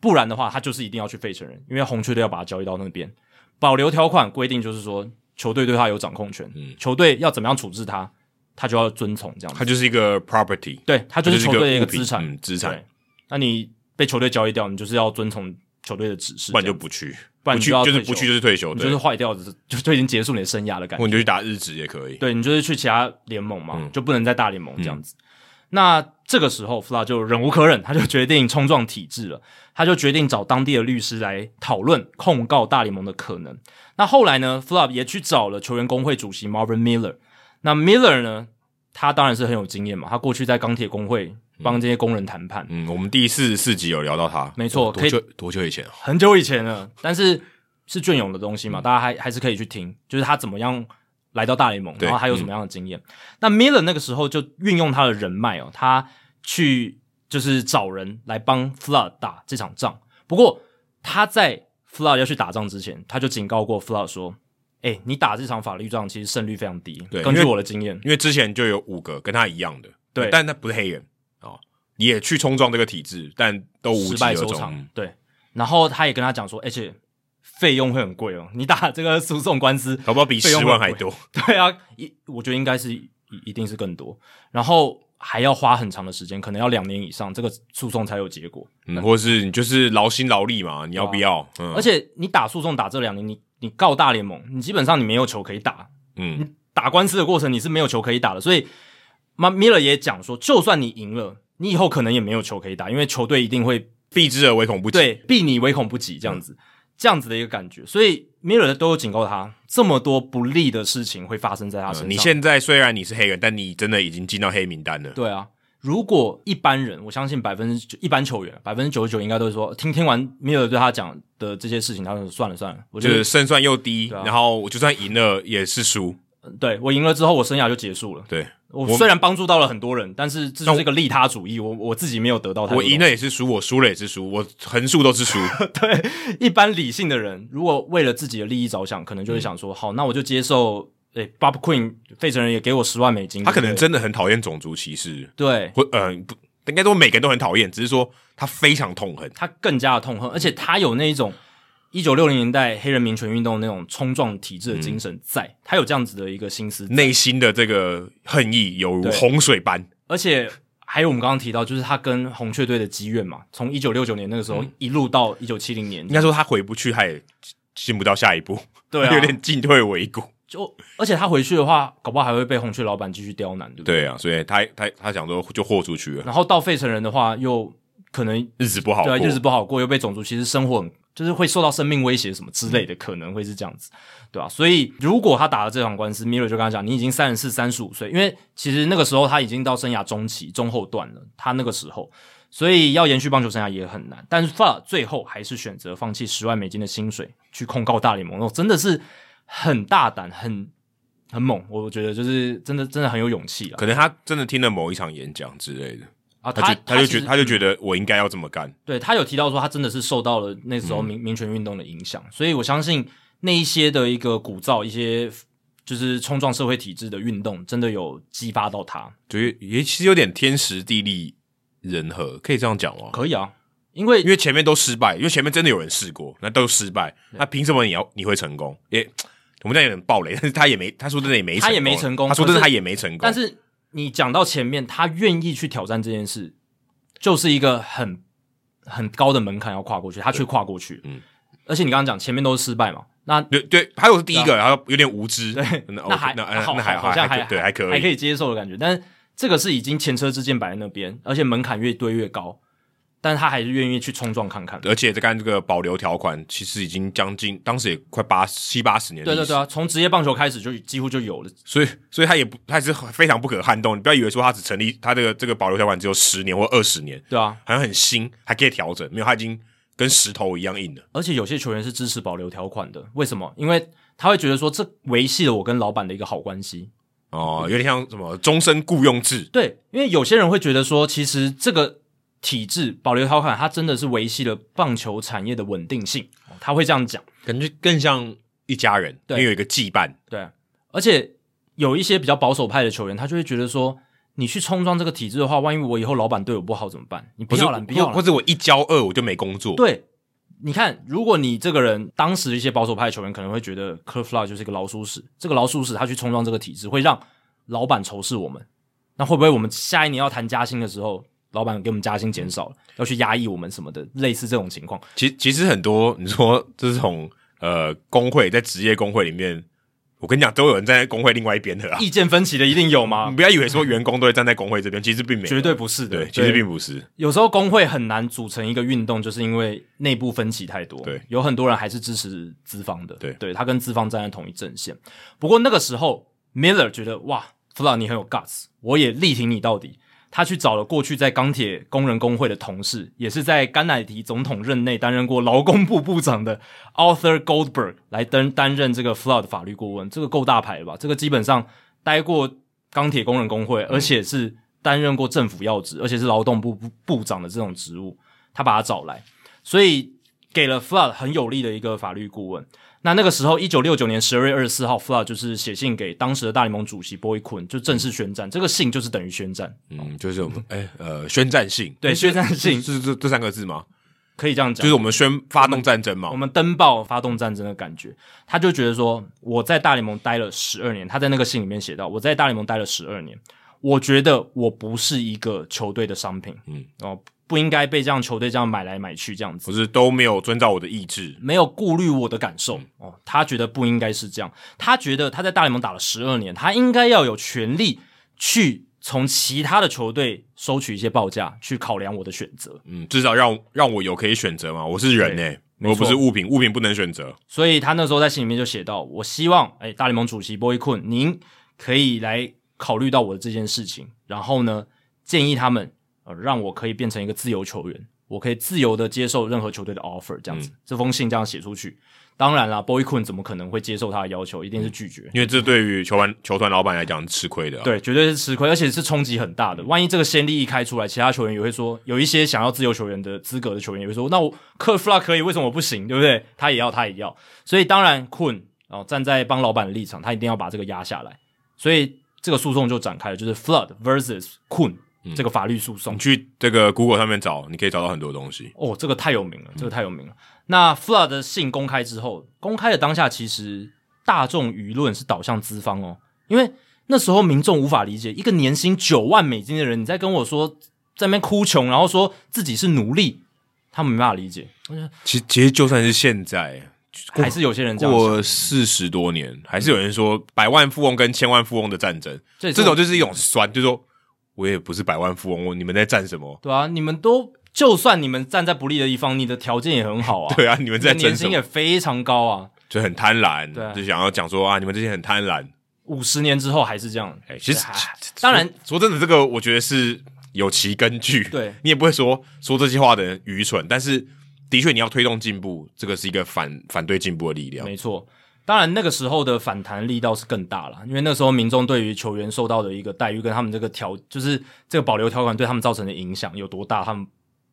不然的话，他就是一定要去费城人，因为红雀队要把他交易到那边。保留条款规定就是说，球队对他有掌控权，
嗯
球队要怎么样处置他，他就要遵从这样
他
子。
就是一个 property，
对，他
他
就是球队的一个
物品
资产。
嗯，资
对
产，，
那你被球队交易掉，你就是要遵从球队的指示，
不然就
这样
不去。
不然
不
你
去
要
就是
退休
不去就是退休，
你
对，
就是坏掉，就是就就已经结束你的生涯的感觉
或。你就去打日职也可以。
对你就是去其他联盟嘛，
嗯
就不能在大联盟这样子。那这个时候，弗拉就忍无可忍，他就决定冲撞体制了。他就决定找当地的律师来讨论控告大联盟的可能。那后来呢，弗拉也去找了球员工会主席 Marvin Miller。那 Miller 呢，他当然是很有经验嘛，他过去在钢铁工会帮这些工人谈判，
嗯，我们第四四集有聊到他，
没错可
多
以
久多久以前啊？
很久以前了，但是是隽永的东
嗯
西嘛，大家还还是可以去听，就是他怎么样来到大联盟，
对嗯
然后他有什么样的经验。那 Miller 那个时候就运用他的人脉哦，他去就是找人来帮 Flood 打这场仗。不过他在 Flood 要去打仗之前，他就警告过 Flood 说：“哎、你打这场法律仗其实胜率非常低。
对
根据
因为
我的经验，
因为之前就有五个跟他一样的，
对
但他不是黑人哦，也去冲撞这个体制，但都无
失
疾
败
而
收
终。
场
嗯。
对，然后他也跟他讲说，而且费用会很贵哦，你打这个诉讼官司，
搞不好比
费用
十
很
万还
贵
多。
对啊，一我觉得应该是一一定是更多，然后还要花很长的时间，可能要两年以上，这个诉讼才有结果。
嗯，或者是你就是劳心劳力嘛，你要不要？嗯，
啊而且你打诉讼打这两年，你你告大联盟，你基本上你没有球可以打，
嗯，
打官司的过程你是没有球可以打的，所以马米勒也讲说，就算你赢了，你以后可能也没有球可以打，因为球队一定会
避之而唯恐不及。嗯
对，避你唯恐不及这样子，这样子的一个感觉。所以 Miller 都有警告他，这么多不利的事情会发生在他身
嗯
上。
你现在虽然你是黑人，但你真的已经进到黑名单了。
对啊，如果一般人，我相信百分之一般球员百分之九十九应该都是说，听听完 Miller 对他讲的这些事情，他说算了算了，我
就
就是
胜算又低，
对啊
然后我就算赢了也是输。
对我赢了之后，我生涯就结束了。
对
我
我
虽然帮助到了很多人，但是这就是一个利他主义，我我自己没有得到太多
我
东西。
赢了也是输，我输了也是输，我横竖都 是输。
对，一般理性的人，如果为了自己的利益着想，可能就
嗯
会想说，好，那我就接受，诶、b o b Queen 费城人也给我十万美金，
他可能
对
真的很讨厌种族歧视，
不对对
或呃不，应该说每个人都很讨厌，只是说他非常痛恨。
他更加的痛
嗯
恨，而且他有那一种一九六零年代黑人民权运动那种冲撞体制的精神在，
嗯
他有这样子的一个心思，
内心的这个恨意犹如
对
洪水般。
而且。还有我们刚刚提到，就是他跟红雀队的积怨嘛，从一九六九年那个时
嗯
候一路到一九七零年
应，该说他回不去，他也进不到下一步，
对啊，
有点进退维谷。
就而且他回去的话，搞不好还会被红雀老板继续刁难，对不对？
对啊，所以他他他想说就豁出去了，
然后到费城人的话，又可能
日子不好
对
过。
啊，日子不好过，又被种族歧视，生活很就是会受到生命威胁什么之类的，可能会是这样子，对吧、所以如果他打了这场官司，米勒就跟他讲，你已经三十四、三十五岁，因为其实那个时候他已经到生涯中期、中后段了，他那个时候，所以要延续棒球生涯也很难。但是法尔最后还是选择放弃十万美金的薪水去控告大联盟，哦，真的是很大胆，很。很猛，我觉得就是真的，真的很有勇气了
可能他真的听了某一场演讲之类的，
啊！
他
他
就他就
其实
觉他就觉得我应该要这么干。
对他有提到说，他真的是受到了那时候
嗯
民、民权运动的影响，所以我相信那一些的一个鼓噪，一些就是冲撞社会体制的运动，真的有激发到他。
就是也其实有点天时地利人和，可以这样讲吗？
可以啊，因为
因为前面都失败，因为前面真的有人试过，那都失败，那凭什么你要你会成功？也我们这样有点暴雷，但是他也没，他说真的也没，
他也没成功
他说
可
真
是
的他也没成功，
但是你讲到前面，他愿意去挑战这件事，就是一个很很高的门槛要跨过去，他却跨过去。
嗯，
而且你刚刚讲前面都是失败嘛，那
对对，还有是第一个，然后有点无知，
啊对，
那
那还
那哎
那好，
那还
好像还
可对还可以，
还可以接受的感觉。但是这个是已经前车之鉴摆在那边，而且门槛越堆越高，但他还是愿意去冲撞看看。
而且这刚才这个保留条款，其实已经将近，当时也快八七八十年，
对对对，啊，从职业棒球开始就几乎就有了，
所以所以他也不，他也是非常不可撼动。你不要以为说他只成立，他这个这个保留条款只有十年或二十年，
对啊。
好像很新，还可以调整，没有，他已经跟石头一样硬了。
而且有些球员是支持保留条款的，为什么？因为他会觉得说这维系了我跟老板的一个好关系。
哦，有点像什么终身雇佣制，
对，因为有些人会觉得说，其实这个体制保留条款它真的是维系了棒球产业的稳定性，哦他会这样讲。
感觉更像一家人，因
对
为有一个羁绊。
对，而且有一些比较保守派的球员，他就会觉得说，你去冲撞这个体制的话，万一我以后老板对我不好怎么办？你不
不是
要了，你不要
或
了。
者我一交恶我就没工作。
对，你看，如果你这个人当时一些保守派的球员可能会觉得 c u r f l o 就是一个老鼠屎，这个老鼠屎他去冲撞这个体制，会让老板仇视我们。那会不会我们下一年要谈加薪的时候，老板给我们加薪减少了，要去压抑我们什么的，类似这种情况。
其其实很多你说这种呃工会在职业工会里面，我跟你讲，都有人站在工会另外一边的啦。
意见分歧的一定有
你
吗？
不要以为说员工都会站在工会这边，其实并没有，
绝对不是的。
对，其实并不是。
有时候工会很难组成一个运动，就是因为内部分歧太多。
对，
有很多人还是支持资方的。
对
他跟资方站在同一阵线。不过那个时候，Miller 觉得哇，弗朗你很有 guts，我也力挺你到底。他去找了过去在钢铁工人工会的同事，也是在甘乃迪总统任内担任过劳工部部长的 Arthur Goldberg 来担担任这个 f l o 的法律顾问，这个够大牌了吧？这个基本上待过钢铁工人工会，而且是担任过政府要职，而且是劳动部部部长的这种职务，他把他找来，所以给了 f l o 很有力的一个法律顾问。那那个时候，一九六九年十二月二十四号 f l o 就是写信给当时的大联盟主席 Boy Quinn，就正式宣战。这个信就是等于宣战，
嗯，就是我们哎呃宣战性，
对
哎
宣战性
是是这这三个字吗？
可以这样讲，
就是我们宣发动战争嘛
我。们登报发动战争的感觉。他就觉得说，我在大联盟待了十二年，他在那个信里面写到，我在大联盟待了十二年，我觉得我不是一个球队的商品，
嗯，
哦，不应该被这样球队这样买来买去这样子
不。是都没有遵照我的意志，
没有顾虑我的感受
嗯
哦，他觉得不应该是这样。他觉得他在大联盟打了十二年，他应该要有权利去从其他的球队收取一些报价，去考量我的选择。
嗯，至少让让我有可以选择嘛。我是人
对
呢、
没
我
错
不是物品，物品不能选择。
所以他那时候在信里面就写到：“我希望，哎、大联盟主席 Boy Kun，您可以来考虑到我的这件事情，然后呢，建议他们，呃，让我可以变成一个自由球员，我可以自由的接受任何球队的 offer，这样子。这封信这样写出去，当然啦，Boy Kun 怎么可能会接受他的要求？一定是拒绝。
因为这对于球团球团老板来讲是吃亏的、啊。，嗯
对，绝对是吃亏，而且是冲击很大的。万一这个先例一开出来，其他球员也会说，有一些想要自由球员的资格的球员也会说，那我克弗拉可以，为什么我不行？对不对？他也要，他也要。所以当然，困哦，站在帮老板的立场，他一定要把这个压下来。所以这个诉讼就展开了，就是 Flood versus 困
嗯
这个法律诉讼
你。去这个 Google 上面找，你可以找到很多东西。
哦，这个太有名了，这个太有名了。那 Flood 的信公开之后，公开的当下，其实大众舆论是导向资方哦，因为那时候民众无法理解，一个年薪九万美金的人，你在跟我说在那边哭穷，然后说自己是奴隶，他们没办法理解，
其其实就算是现在
还是有些人这样想。
过四十多年，还是有人说百万富翁跟千万富翁的战争，
这
这种就是一种酸，就是说我也不是百万富翁，我你们在战什么？
对啊，你们都就算你们站在不利的一方，你的条件也很好啊，
对啊，你们
你的
在争
年
什
薪
么？
也非常高啊，
就很贪婪
对啊，
就想要讲说啊，你们这些很贪婪。
五十年之后还是这样。
哎，其实
对还啊
其
当然
说说真的，这个我觉得是有其根据。
对
你也不会说说这些话的人愚蠢，但是的确你要推动进步，这个是一个反反对进步的力量。
没错，当然那个时候的反弹力道是更大了，因为那时候民众对于球员受到的一个待遇跟他们这个条，就是这个保留条款对他们造成的影响有多大，他们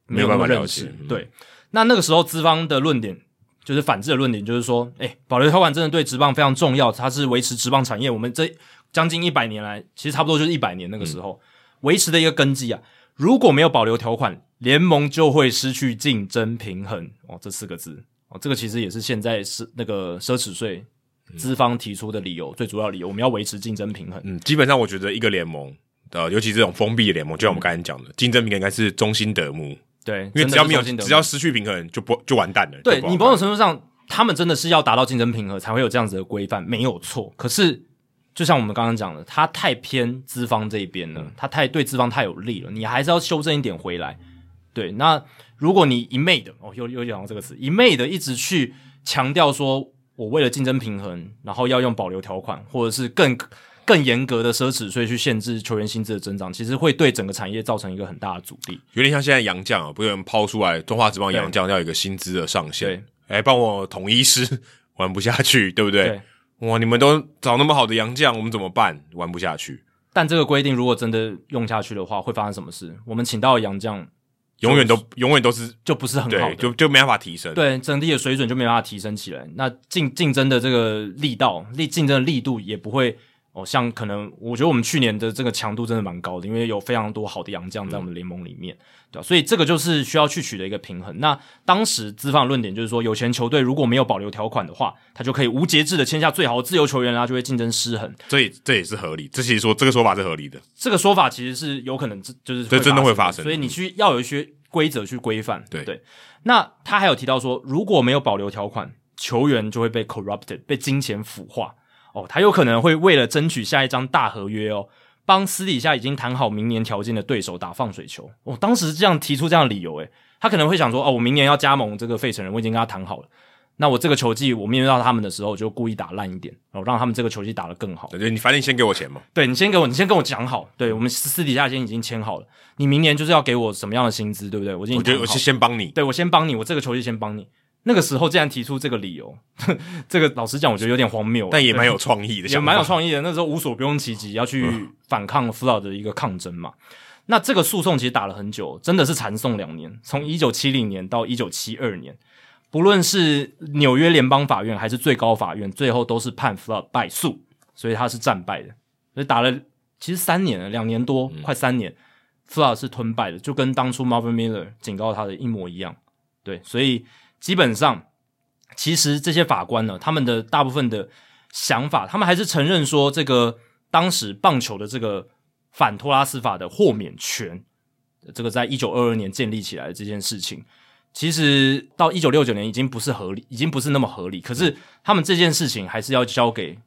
没有那么认
没
识
有办法了。解嗯
对，那那个时候资方的论点。就是反制的论点，就是说，哎、保留条款真的对职棒非常重要，它是维持职棒产业我们这将近一百年来，其实差不多就是一百年那个
嗯
时候、维持的一个根基啊。如果没有保留条款，联盟就会失去竞争平衡哦，这四个字哦，这个其实也是现在是那个奢侈税资方提出的理由，最主要理由，我们要维持竞争平衡。
嗯，基本上我觉得一个联盟，呃，尤其这种封闭的联盟，就像我们刚才讲的，竞争平衡应该是中心得目，
对，
因为
真的
只要
是
没有，
中心得
只要
分
失去平衡就不就完蛋了。
对
就
你
不好
某种
看
程度上，他们真的是要达到竞争平衡才会有这样子的规范，没有错。可是就像我们刚刚讲的，他太偏资方这一边了，他太对资方太有利了，你还是要修正一点回来。对，那如果你一昧的哦，又又讲到这个词，一昧的一直去强调说我为了竞争平衡，然后要用保留条款，或者是更更严格的奢侈税去限制球员薪资的增长，其实会对整个产业造成一个很大的阻力。
有点像现在杨将啊，不是有人抛出来中华职棒杨将要有一个薪资的上限，哎，帮我统一师 玩不下去，对不对？哇，你们都找那么好的杨将，我们怎么办？玩不下去，
但这个规定如果真的用下去的话，会发生什么事？我们请到的洋将
永远都永远都是
就不是很好
对，
的，
就就没办法提升。
对整体的水准就没办法提升起来。那竞竞争的这个力道、力竞争的力度也不会哦，像可能我觉得我们去年的这个强度真的蛮高的，因为有非常多好的洋将在
嗯
我们联盟里面，对吧、啊所以这个就是需要去取得一个平衡。那当时资方的论点就是说，有钱球队如果没有保留条款的话，他就可以无节制的签下最好的自由球员啦，就会竞争失衡。
这也这也是合理，这其实说这个说法是合理的。
这个说法其实是有可能这，就是
这真的会发生
所以你去要有一些规则去规范。
对
对，那他还有提到说，如果没有保留条款，球员就会被 corrupted，被金钱腐化。哦，他有可能会为了争取下一张大合约哦，帮私底下已经谈好明年条件的对手打放水球。哦，当时这样提出这样的理由，诶，他可能会想说，哦，我明年要加盟这个费城人，我已经跟他谈好了。那我这个球季，我面对到他们的时候，就故意打烂一点，哦，让他们这个球季打得更好。
对，你反正你先给我钱嘛，
对你先给我，你先跟我讲好，对我们私私底下先已经签好了，你明年就是要给我什么样的薪资，对不对？我已经
我觉得
谈
我
好
是先帮你。
对我先帮你，我这个球季先帮你。那个时候竟然提出这个理由， 这个老实讲，我觉得有点荒谬啊，
但也
对
蛮有创意的，
也蛮有
意。
创意的。那时候无所不用其极，要去反抗弗劳的一个抗争嘛。那这个诉讼其实打了很久，真的是缠讼两年，从一九七零年到一九七二年，不论是纽约联邦法院还是最高法院，最后都是判弗劳败诉，所以他是战败的，所以打了其实三年了，两年多，快三年，弗劳是吞败的，就跟当初 Marvin Miller 警告他的一模一样。对，所以基本上，其实这些法官呢，他们的大部分的想法，他们还是承认说，这个当时棒球的这个反托拉斯法的豁免权，这个在一九二二年建立起来的这件事情，其实到一九六九年已经不是合理，已经不是那么合理。可是他们这件事情还是要交给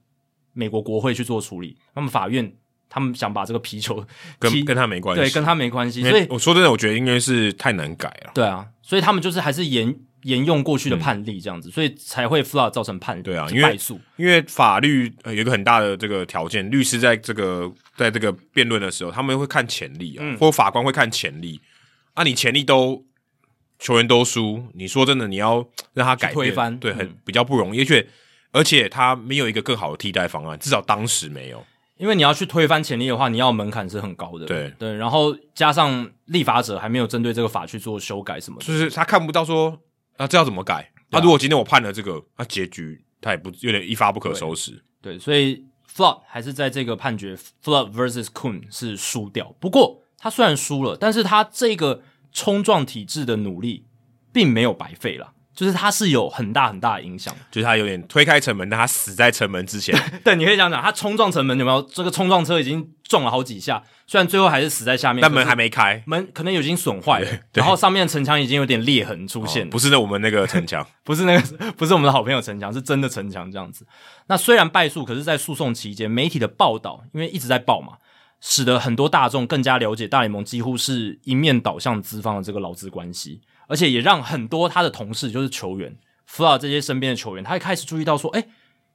美国国会去做处理，那么法院。他们想把这个皮球踢
跟跟他没关系，
对跟他没关系，
因
所以
为我说真的，我觉得应该是太难改了。
对啊，所以他们就是还是沿沿用过去的判例这样子，所以才会 f l o 造成判
嗯对啊
是
因为
败诉，
因为法律呃有一个很大的这个条件，律师在这个在这个辩论的时候，他们会看潜力啊，
嗯
或法官会看潜力啊，你潜力都球员都输，你说真的，你要让他改变
推翻
对，很、
嗯
比较不容易，而且而且他没有一个更好的替代方案，至少当时没有。
因为你要去推翻潜力的话，你要门槛是很高的，
对
对，然后加上立法者还没有针对这个法去做修改什么的，
就是他看不到说啊，这要怎么改？那、
对啊
如果今天我判了这个，那、结局他也不有点一发不可收拾。
对，所以 f l o 还是在这个判决 f l o versus Kun 是输掉，不过他虽然输了，但是他这个冲撞体制的努力并没有白费啦，就是他是有很大很大的影响的
就是他有点推开城门，但他死在城门 之前。
对，你可以讲讲他冲撞城门有没有？这个冲撞车已经撞了好几下，虽然最后还是死在下面，
但
可是
门还没开，
门可能已经损坏了，然后上面的城墙已经有点裂痕出现
哦不是那我们那个城墙，
不是那个，不是我们的好朋友城墙，是真的城墙这样子。那虽然败诉，可是，在诉讼期间，媒体的报道因为一直在报嘛，使得很多大众更加了解大联盟几乎是一面倒向资方的这个劳资关系，而且也让很多他的同事，就是球员、弗拉这些身边的球员，他也开始注意到说，哎、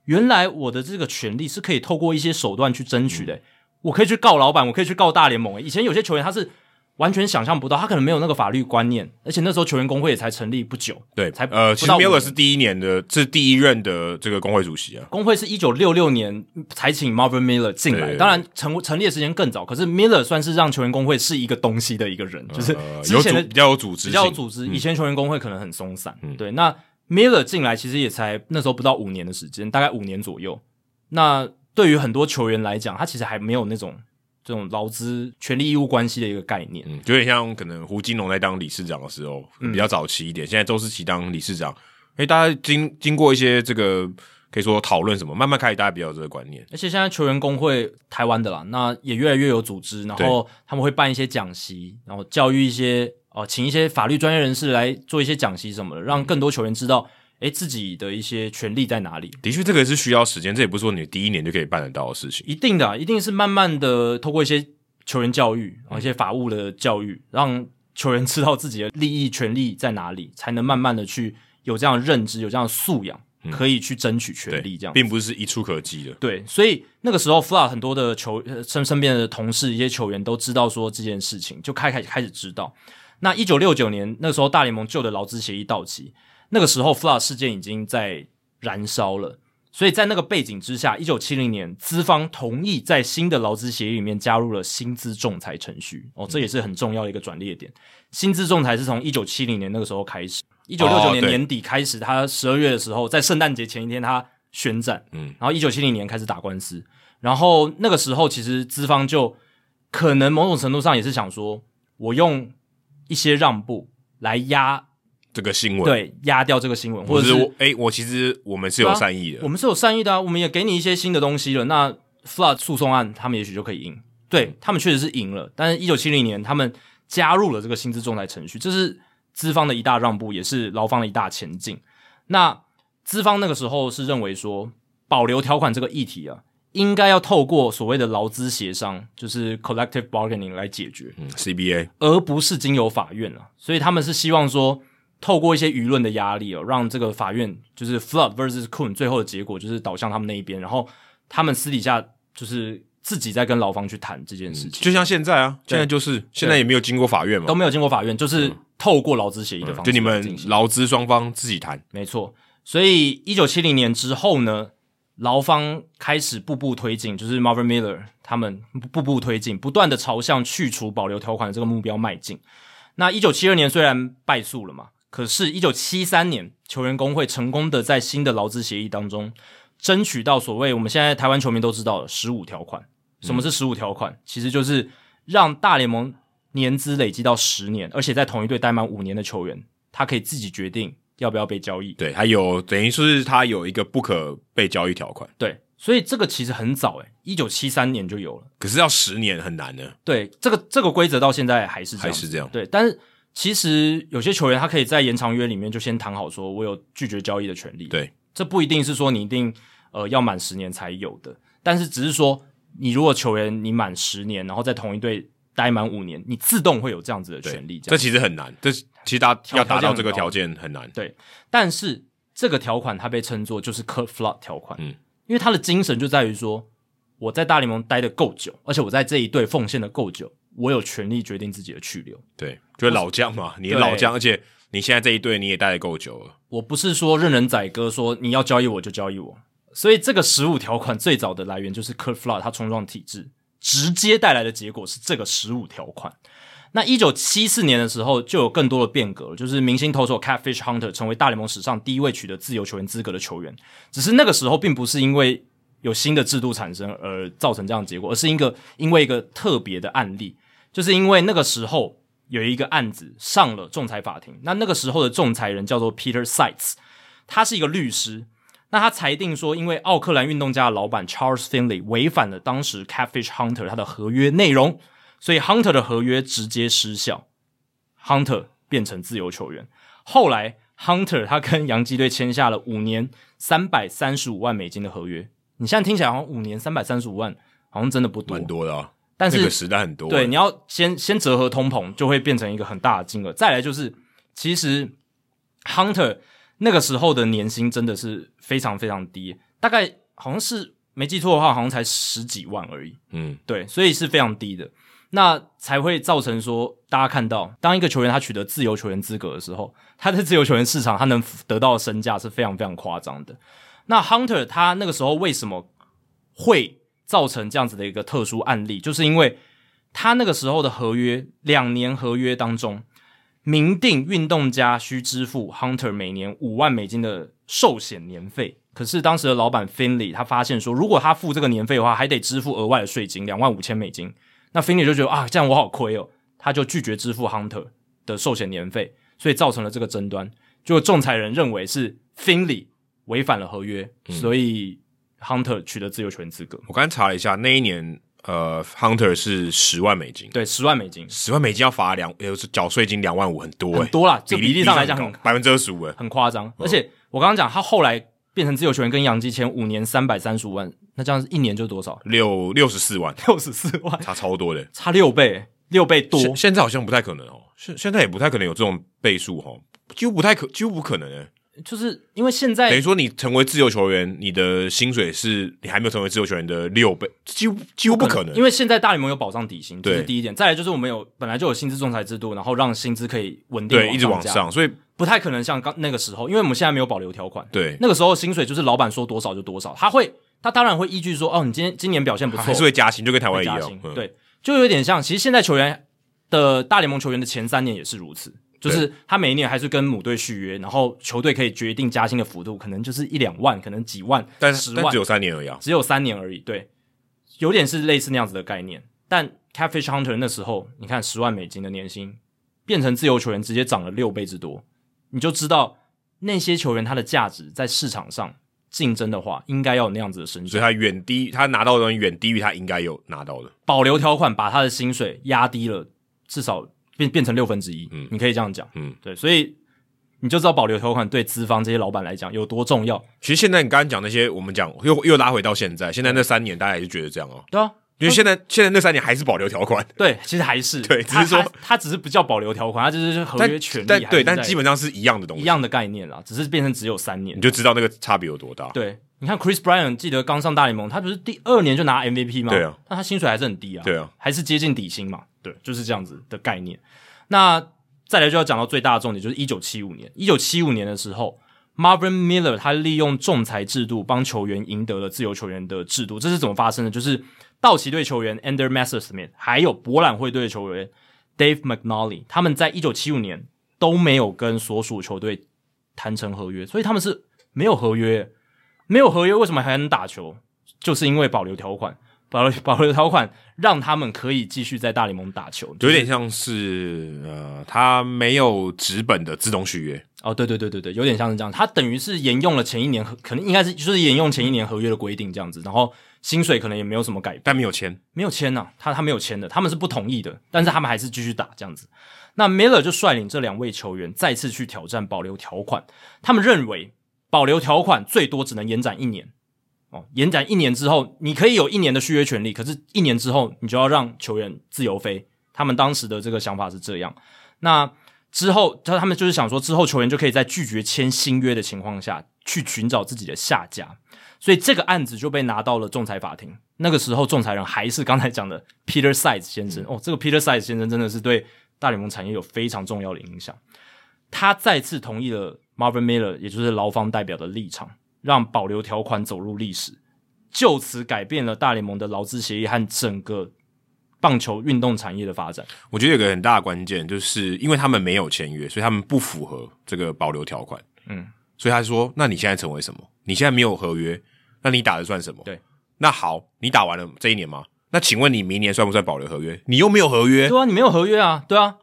原来我的这个权利是可以透过一些手段去争取的、我可以去告老板，我可以去告大联盟、欸。以前有些球员他是完全想象不到，他可能没有那个法律观念，而且那时候球员工会也才成立不久，
对，
才
呃，
不
其
到
实
五
Miller
年
是第一年的，是第一任的这个工会主席 啊，
工会是一九六六年才请 Marvin Miller 进来，
对
当然成成立的时间更早，可是 Miller 算是让球员工会是一个东西的一个人，就是
呃，
之
有
前
组嗯
的
比较有组织性，
比较有组织，以前球员工会可能很松散，对。那 Miller 进来其实也才那时候不到五年的时间，大概五年左右。那对于很多球员来讲，他其实还没有那种这种劳资权利义务关系的一个概念，
嗯，就有点像可能胡金龙在当理事长的时候比较早期一点，现在周思齐当理事长，哎，大家经经过一些这个可以说讨论什么，慢慢开始大家比较有这个观念，
而且现在球员工会台湾的啦，那也越来越有组织，然后他们会办一些讲习，然后教育一些哦、呃请一些法律专业人士来做一些讲习什么的，让更多球员知道，诶、自己的一些权利在哪里。
的确这个是需要时间，这也不是说你第一年就可以办得到的事情。
一定的啊、一定是慢慢的透过一些球员教育，哦然后一些法务的教育，让球员知道自己的利益、权利在哪里，才能慢慢的去有这样的认知，有这样的素养，可以去争取权
对
利。这样，
并不是一触可及的，
对，所以那个时候 f l a 很多的球呃身身边的同事、一些球员都知道说这件事情，就开开开始知道。那一九六九年那时候大联盟旧的劳资协议到期，那个时候 f l a 事件已经在燃烧了。所以在那个背景之下，一九七零年资方同意在新的劳资协议里面加入了薪资仲裁程序，哦，这也是很重要的一个转捩点。薪资仲裁是从一九七零年那个时候开始，一九六九
哦
年
对
年底开始，他十二月的时候，在圣诞节前一天，他宣战，
嗯，
然后一九七零年开始打官司，然后那个时候其实资方就可能某种程度上也是想说，我用一些让步来压
这个新闻，，
对压掉这个新闻，或
或
者
者
是
是我哎、我其实我们是
对
有
啊
善意的，
我们是有善意的啊，我们也给你一些新的东西了。那 flood 诉讼案，他们也许就可以赢，对他们确实是赢了。但是，一九七零年他们加入了这个薪资仲裁程序，这是资方的一大让步，也是劳方的一大前进。那资方那个时候是认为说，保留条款这个议题啊，应该要透过所谓的劳资协商，就是 collective bargaining 来解决。
嗯，CBA，
而不是经由法院了，所以他们是希望说，透过一些舆论的压力哦，让这个法院就是 Flood versus Kuhn 最后的结果就是倒向他们那一边，然后他们私底下就是自己在跟劳方去谈这件事情，
就像现在啊，现在就是现在也没有经过法院嘛
都，没有经过法院，就是透过劳资协议的方式、
嗯就你们劳资双方自己谈，
没错，所以一九七零年之后呢，劳方开始步步推进，就是 Marvin Miller 他们步步推进，不断的朝向去除保留条款的这个目标迈进。那一九七二年虽然败诉了嘛，可是，一九七三年球员工会成功的在新的劳资协议当中争取到所谓我们现在台湾球迷都知道的十五条款。什么是十五条款？其实就是让大联盟年资累积到十年，而且在同一队待满五年的球员，他可以自己决定要不要被交易。
对，还有等于说是他有一个不可被交易条款，
对，所以这个其实很早诶、一九七三年就有了。
可是要十年很难呢，
对，这个这个规则到现在还是这
还
样，
是这样，
对。但是其实有些球员他可以在延长约里面就先谈好，说我有拒绝交易的权利。
对，
这不一定是说你一定呃要满十年才有的，但是只是说你如果球员你满十年，然后在同一队待满五年，你自动会有这样子的
对
权利。这
这
样
其实很难，这其实达
条
要达
条件
到
很
这个
高
条件很难，
但是这个条款它被称作就是 Curt Flood 条款，
嗯
因为它的精神就在于说，我在大联盟待的够久，而且我在这一队奉献的够久，我有权利决定自己的去留。
对，就是老将嘛，你老将，而且你现在这一队你也待的够久了，
我不是说任人宰割，说你要交易我就交易我。所以这个十五条款最早的来源就是 Curt Flood 他冲撞体制直接带来的结果是这个十五条款。那一九七四年的时候，就有更多的变革，就是明星投手 Catfish Hunter 成为大联盟史上第一位取得自由球员资格的球员。只是那个时候并不是因为有新的制度产生而造成这样的结果，而是一个因为一个特别的案例，就是因为那个时候有一个案子上了仲裁法庭，那那个时候的仲裁人叫做 Peter Sites，他是一个律师。那他裁定说，因为奥克兰运动家的老板 Charles Finley 违反了当时 Catfish Hunter 他的合约内容，所以 Hunter 的合约直接失效，Hunter 变成自由球员。后来 Hunter 他跟洋基队签下了五年三百三十五万美金的合约。你现在听起来好像五年三百三十五万好像真的不多
蛮，多的啊，
但
那
是
个时代很多，
对，你要先先折合通膨，就会变成一个很大的金额。再来就是，其实 Hunter 那个时候的年薪真的是非常非常低，大概好像是没记错的话，好像才十几万而已。
嗯。
对，所以是非常低的，那才会造成说大家看到，当一个球员他取得自由球员资格的时候，他在自由球员市场他能得到的身价是非常非常夸张的。那 Hunter 他那个时候为什么会造成这样子的一个特殊案例，就是因为他那个时候的合约两年合约当中，明定运动家需支付 Hunter 每年五万美金的寿险年费。可是当时的老板 Finley 他发现说，如果他付这个年费的话，还得支付额外的税金两万五千美金。那 Finley 就觉得啊，这样我好亏哦，他就拒绝支付 Hunter 的寿险年费，所以造成了这个争端。就仲裁人认为是 Finley 违反了合约，
嗯
所以 Hunter 取得自由球员资格。
我刚才查了一下，那一年呃，Hunter 是十万美金，
对，十万美金，
十万美金要罚两，也就是缴税金两万五，很多哎、
很多啦，这
比
比例上来讲很
百分之二十五哎，
很夸张。而且我刚刚讲，他后来变成自由球员，跟杨基签五年三百三十五万，那这样一年就多少？
六六十四万，
六十四万，
差超多的、
差六倍，六倍多。
现现在好像不太可能哦，现现在也不太可能有这种倍数哦，几乎不太可，几乎不可能哎、
就是因为现
等
在
于说你成为自由球员，你的薪水是你还没有成为自由球员的六倍，几乎几乎不可能，
因为现在大联盟有保障底薪，这是
对
第一点。再来就是我们有本来就有薪资仲裁制度，然后让薪资可以稳定
对一直往
加，
上，所以
不太可能像刚那个时候，因为我们现在没有保留条款。
对，
那个时候薪水就是老板说多少就多少，他会他当然会依据说哦，你今天今年表现不错
还，是会加薪，就跟台湾
会
一
加
样
薪，，
嗯，
对，就有点像。其实现在球员的大联盟球员的前三年也是如此，就是他每一年还是跟母队续约，然后球队可以决定加薪的幅度，可能就是一两万，可能几万，
但
十
是
万
但只有三年而已啊。
只有三年而已，对，有点是类似那样子的概念。但 Catfish Hunter 那时候，你看十万美金的年薪变成自由球员，直接涨了六倍之多，你就知道那些球员他的价值在市场上竞争的话，应该要有那样子的身
所以
价。
他远低，他拿到的东西远低于他应该有拿到的。
保留条款把他的薪水压低了，至少变变成六分之一，
嗯
你可以这样讲，
嗯，
对，所以你就知道保留条款对资方这些老板来讲有多重要，
其实现在你刚刚讲那些，我们讲又又拉回到现在，现在那三年大家也是觉得这样哦、
对啊，
因为现在现在那三年还是保留条款，
对，其实还是
对
他
只是说
他他只是不叫保留条款，他就是合
但
约权利
但
还
对，
是
但
在
基本上是一样的东
一
西，
样的概念啦，只是变成只有三年
你。就知道那个差别有多大。
对，你看 Chris Bryan 记得刚上大联盟，他不是第二年就拿 MVP 吗？
对啊，
但他薪水还是很低啊，
对啊，
还是接近底薪嘛，对，就是这样子的概念。那再来就要讲到最大的重点，就是一九七五年，一九七五年的时候。Marvin Miller 他利用仲裁制度帮球员赢得了自由球员的制度，这是怎么发生的？就是道奇队球员 Ender Messersmith 还有博览会队的球员 Dave McNally，他们在一九七五年都没有跟所属球队谈成合约，所以他们是没有合约，没有合约为什么还能打球？就是因为保留条款，保留保留条款让他们可以继续在大联盟打球，
有点像是呃，他没有纸本的自动续约，
哦，对对对对对，有点像是这样，他等于是沿用了前一年合，可能应该是就是沿用前一年合约的规定这样子，然后薪水可能也没有什么改变。
但没有签。
没有签呐、啊他他没有签的，他们是不同意的，但是他们还是继续打这样子。那 Miller 就率领这两位球员再次去挑战保留条款，他们认为保留条款最多只能延展一年。哦，延展一年之后，你可以有一年的续约权利，可是一年之后你就要让球员自由飞。他们当时的这个想法是这样。那之后，他他们就是想说，之后球员就可以在拒绝签新约的情况下，去寻找自己的下家。所以这个案子就被拿到了仲裁法庭。那个时候，仲裁人还是刚才讲的 Peter Sides 先生。哦，这个 Peter Sides 先生真的是对大联盟产业有非常重要的影响。他再次同意了 Marvin Miller，也就是劳方代表的立场，让保留条款走入历史，就此改变了大联盟的劳资协议和整个棒球运动产业的发展。
我觉得有个很大的关键，就是因为他们没有签约，所以他们不符合这个保留条款。
嗯，
所以他说：“那你现在成为什么？你现在没有合约，那你打的算什么？”
对，
那好，你打完了这一年吗？那请问你明年算不算保留合约？你又没有合约。
对啊，你没有合约啊，对啊，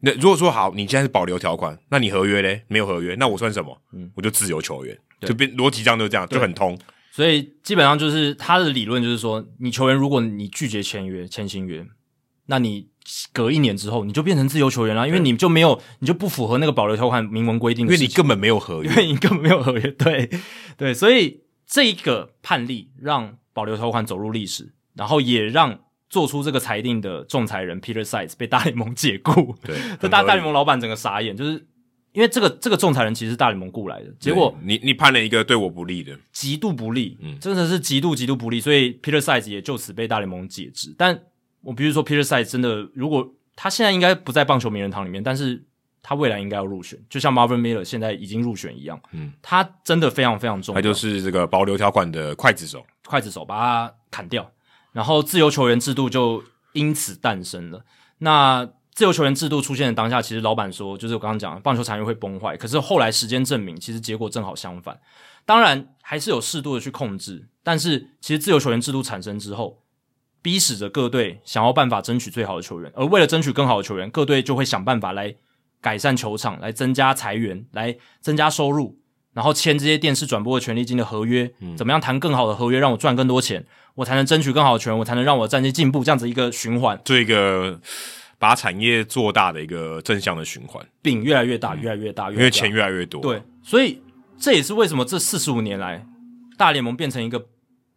那如果说好，你现在是保留条款，那你合约嘞没有合约，那我算什么？
嗯
我就自由球员，
对
就变逻辑上就这样，就很通。
所以基本上就是他的理论就是说，你球员如果你拒绝签约签新约，那你隔一年之后你就变成自由球员了，因为你就没有你就不符合那个保留条款明文规定
因
的
为
事
你
情，
根本没有合约
因，为你根本没有合约，对对，所以这一个判例让保留条款走入历史，然后也让做出这个裁定的仲裁人 Peter Sides 被大联盟解雇，
对，
这
很
大
合理
大联盟老板整个傻眼，就是因为这个这个仲裁人其实是大联盟雇来的，结果
对你你判了一个对我不利的，
极度不利，
嗯
真的是极度极度不利，所以 Peter Size 也就此被大联盟解职。但我必须说，Peter Size 真的，如果他现在应该不在棒球名人堂里面，但是他未来应该要入选，就像 Marvin Miller 现在已经入选一样，
嗯，
他真的非常非常重要，
他就是这个保留条款的刽子手。
刽子手把他砍掉，然后自由球员制度就因此诞生了。那自由球员制度出现的当下，其实老板说，就是我刚刚讲，的，棒球产业会崩坏。可是后来时间证明，其实结果正好相反。当然，还是有适度的去控制，但是其实自由球员制度产生之后，逼使着各队想要办法争取最好的球员，而为了争取更好的球员，各队就会想办法来改善球场，来增加裁员，来增加收入，然后签这些电视转播的权利金的合约，
嗯
怎么样谈更好的合约，让我赚更多钱，我才能争取更好的球员，我才能让我的战绩进步，这样子一个循环，
做一个把产业做大的一个正向的循环，
饼越来越大，越来越大，越
嗯因
来越
为
大
钱越来越多。，
对，所以这也是为什么这四十五年来，大联盟变成一个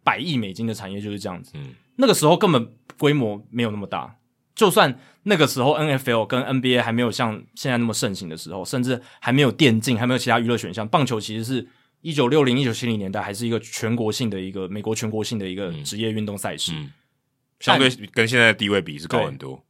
百亿美金的产业就是这样子。
嗯，
那个时候根本规模没有那么大，就算那个时候 NFL 跟 NBA 还没有像现在那么盛行的时候，甚至还没有电竞，还没有其他娱乐选项，棒球其实是。一九六零、一九七零年代还是一个全国性的一个美国全国性的一个职业运动赛事，
嗯相对跟现在的地位比是高很多。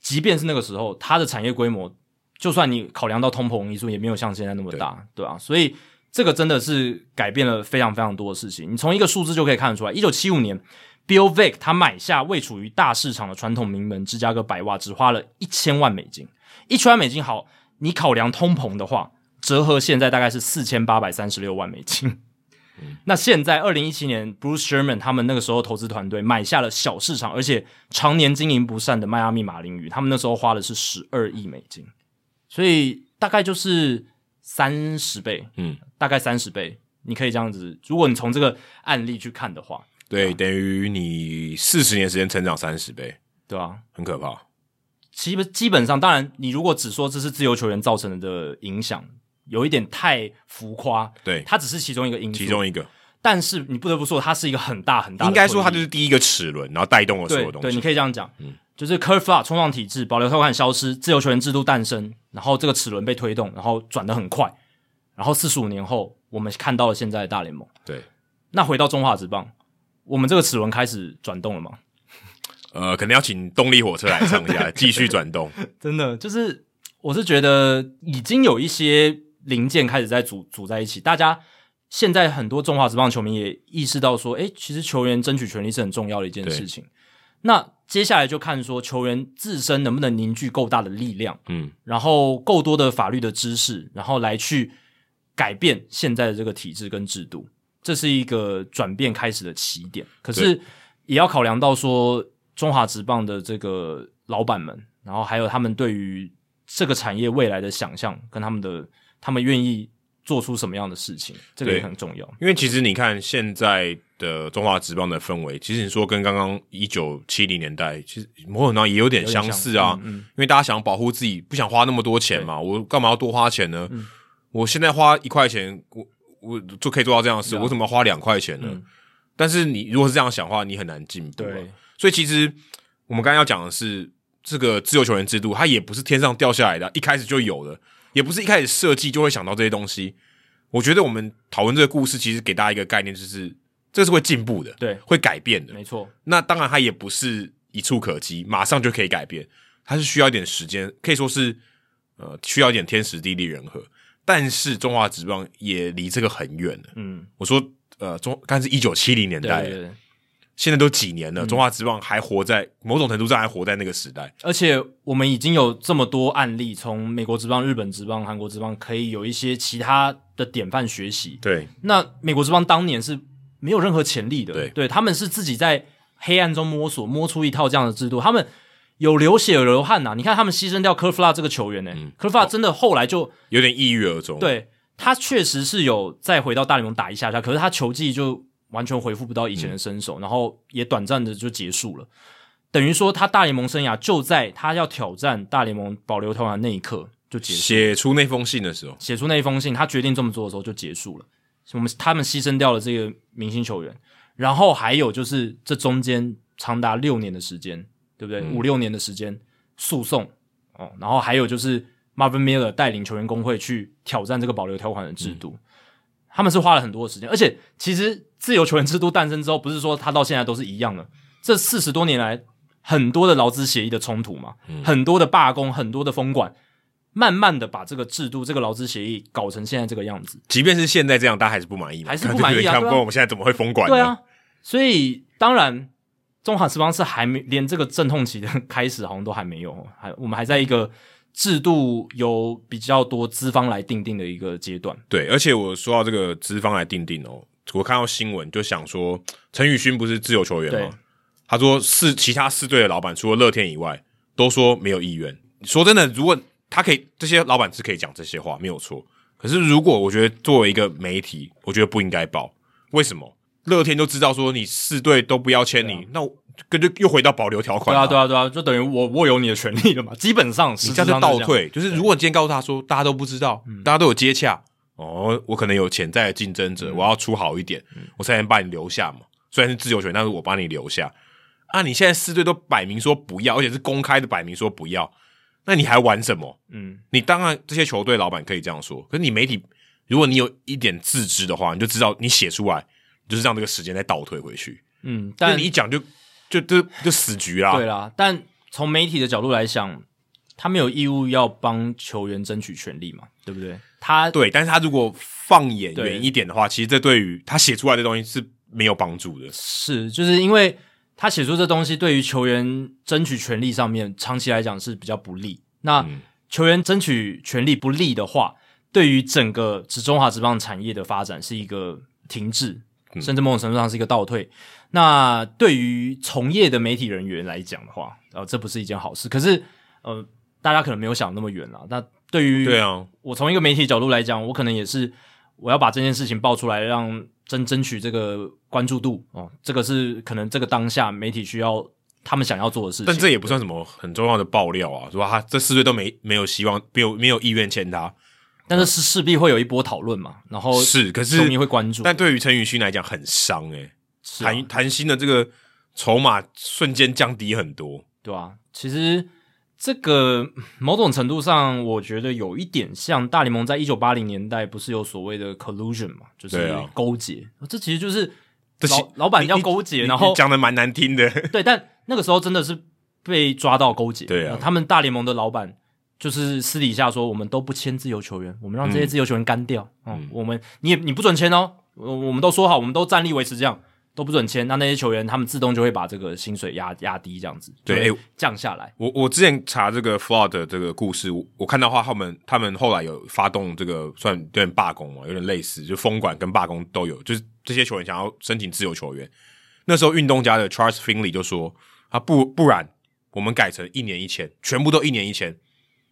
即便是那个时候，它的产业规模，就算你考量到通膨因素，也没有像现在那么大，对啊，所以这个真的是改变了非常非常多的事情。你从一个数字就可以看得出来，一九七五年，Bill Vick 他买下位处于大市场的传统名门芝加哥白袜，只花了一千万美金。一千万美金好，你考量通膨的话，折合现在大概是四千八百三十六万美金。那现在二零一七年，Bruce Sherman 他们那个时候投资团队买下了小市场，而且常年经营不善的迈阿密马林鱼，他们那时候花的是十二亿美金，所以大概就是三十倍，
嗯，
大概三十倍。你可以这样子，如果你从这个案例去看的话，
对，等于你四十年时间成长三十倍，
对吧、
很可怕。
基本基本上，当然，你如果只说这是自由球员造成的影响，有一点太浮夸，
对，
它只是其中一个因素。
其中一个
但是你不得不说，它是一个很大很大的
应
推力。
该说它就是第一个齿轮，然后带动了所有
对
东
对，你
西。
可以这样讲，就是 curve law 冲撞体制，保留条款消失，自由球员制度诞生，然后这个齿轮被推动，然后转得很快，然后四十五年后，我们看到了现在的大联盟。
对，
那回到中华职棒，我们这个齿轮开始转动了吗？
呃，可能要请动力火车来上一 下，继续转动。
真的就是，我是觉得已经有一些零件开始在组组在一起。大家现在很多中华职棒球迷也意识到说，诶、其实球员争取权利是很重要的一件事情。那接下来就看说球员自身能不能凝聚够大的力量，
嗯，
然后够多的法律的知识，然后来去改变现在的这个体制跟制度，这是一个转变开始的起点。可是也要考量到说，中华职棒的这个老板们，然后还有他们对于这个产业未来的想象，跟他们的他们愿意做出什么样的事情，这个也
对
很重要。
因为其实你看现在的中华职棒的氛围，其实你说跟刚刚一九七零年代，其实某种程度上也有点相似啊。
嗯
因为大家想保护自己，不想花那么多钱嘛，我干嘛要多花钱呢？
嗯
我现在花一块钱，我我就可以做到这样的事，
对啊
我为什么要花两块钱呢？
嗯
但是你如果是这样想的话，你很难进步、啊。
对，
所以其实我们刚刚要讲的是，这个自由球员制度，它也不是天上掉下来的，一开始就有的，也不是一开始设计就会想到这些东西。我觉得我们讨论这个故事，其实给大家一个概念，就是这是会进步的，
对
会改变的。
没错，
那当然，它也不是一触可及，马上就可以改变，它是需要一点时间，可以说是呃需要一点天时地利人和。但是中华职棒也离这个很远了。
嗯，
我说，呃，中刚才是一九七零年
对
代了，
对对。
现在都几年了，中华职棒还活在某种程度上还活在那个时代。
而且我们已经有这么多案例，从美国职棒、日本职棒、韩国职棒，可以有一些其他的典范学习。
对
那美国职棒当年是没有任何潜力的，
对
他们是自己在黑暗中摸索，摸出一套这样的制度。他们有流血有流汗呐、你看他们牺牲掉科弗拉这个球员呢、科弗拉真的后来就、
有点抑郁而终。，
对他确实是有再回到大联盟打一下下，可是他球技就完全恢复不到以前的身手，然后也短暂的就结束了。等于说，他大联盟生涯就在他要挑战大联盟保留条款那一刻就结束。
写出那封信的时候，
写出那一封信，他决定这么做的时候就结束了。我们他们牺牲掉了这个明星球员，然后还有就是这中间长达六年的时间，对不对？五六、年的时间诉讼哦，然后还有就是 Marvin Miller 带领球员工会去挑战这个保留条款的制度，他们是花了很多的时间，而且其实自由球员制度诞生之后，不是说他到现在都是一样的，这四十多年来很多的劳资协议的冲突嘛，很多的罢工，很多的封管，慢慢的把这个制度、这个劳资协议搞成现在这个样子。
即便是现在这样，大家还是不满意嘛，
还是不满意啊
对看
对啊
不然我们现在怎么会封管呢？
对啊，所以当然，中华职棒是还没连这个阵痛期的开始，好像都还没有，还我们还在一个制度由比较多资方来定定的一个阶段。
对，而且我说到这个资方来定定哦，我看到新闻就想说，陈宇勋不是自由球员
对
吗？他说四其他四队的老板除了乐天以外，都说没有意愿。说真的，如果他可以，这些老板是可以讲这些话，没有错。可是如果我觉得作为一个媒体，我觉得不应该报，为什么？乐天都知道说你四队都不要签你，那我跟就又回到保留条款、
啊对啊，对啊，对啊，就等于我握有你的权利了嘛，基本上
你
是
这样就倒。退。就是如果你今天告诉他说大家都不知道，大家都有接洽，哦，我可能有潜在的竞争者，我要出好一点，我才能把你留下嘛。虽然是自由权，但是我把你留下。啊，你现在四队都摆明说不要，而且是公开的摆明说不要，那你还玩什么？
嗯，
你当然这些球队老板可以这样说，可是你媒体，如果你有一点自知的话，你就知道你写出来你就是让这个时间再倒退回去。
嗯，
但
但
你一讲就就就就死局啦。
对啦，但从媒体的角度来想，他没有义务要帮球员争取权利嘛，对不对？他
对，但是他如果放眼
对
远一点的话，其实这对于他写出来的东西是没有帮助的。
是，就是因为他
嗯
写出这东西对于球员争取权利上面，长期来讲是比较不利。那、球员争取权利不利的话，对于整个职中华职棒产业的发展是一个停滞，
嗯
甚至某种程度上是一个倒退。那对于从业的媒体人员来讲的话，呃，这不是一件好事。可是，呃，大家可能没有想那么远啦。那对于
对啊，
我从一个媒体角度来讲，我可能也是我要把这件事情爆出来，让争争取这个关注度哦，这个是可能这个当下媒体需要他们想要做的事情。
但这也不算什么很重要的爆料啊，是吧？他这四队都没没有希望，没有没有意愿签他，
但是势势必会有一波讨论嘛，然后
是可是
哦球迷会关注，
但对于陈宇勋来讲很伤欸诶、
是啊
谭谭鑫的这个筹码瞬间降低很多，
对啊，其实这个某种程度上，我觉得有一点像大联盟在一九八零年代不是有所谓的 collusion 嘛，就是
对啊
勾结，哦这其实就是
这是
老老板要勾
你
结，然后
你讲的蛮难听的，
对，但那个时候真的是被抓到勾结。
对啊
呃他们大联盟的老板就是私底下说，我们都不签自由球员，我们让这些自由球员干掉。嗯，我们你也你不准签哦，我我们都说好，我们都战力维持这样，都不准签。那那些球员他们自动就会把这个薪水压压低，这样子
对哎
就会降下来。
我我之前查这个 fraud 的这个故事，我我看到话他们他们后来有发动这个算有点罢工嘛，有点类似，就封管跟罢工都有，就是这些球员想要申请自由球员。那时候运动家的 Charles Finley 就说啊，不不然我们改成一年一千，全部都一年一千，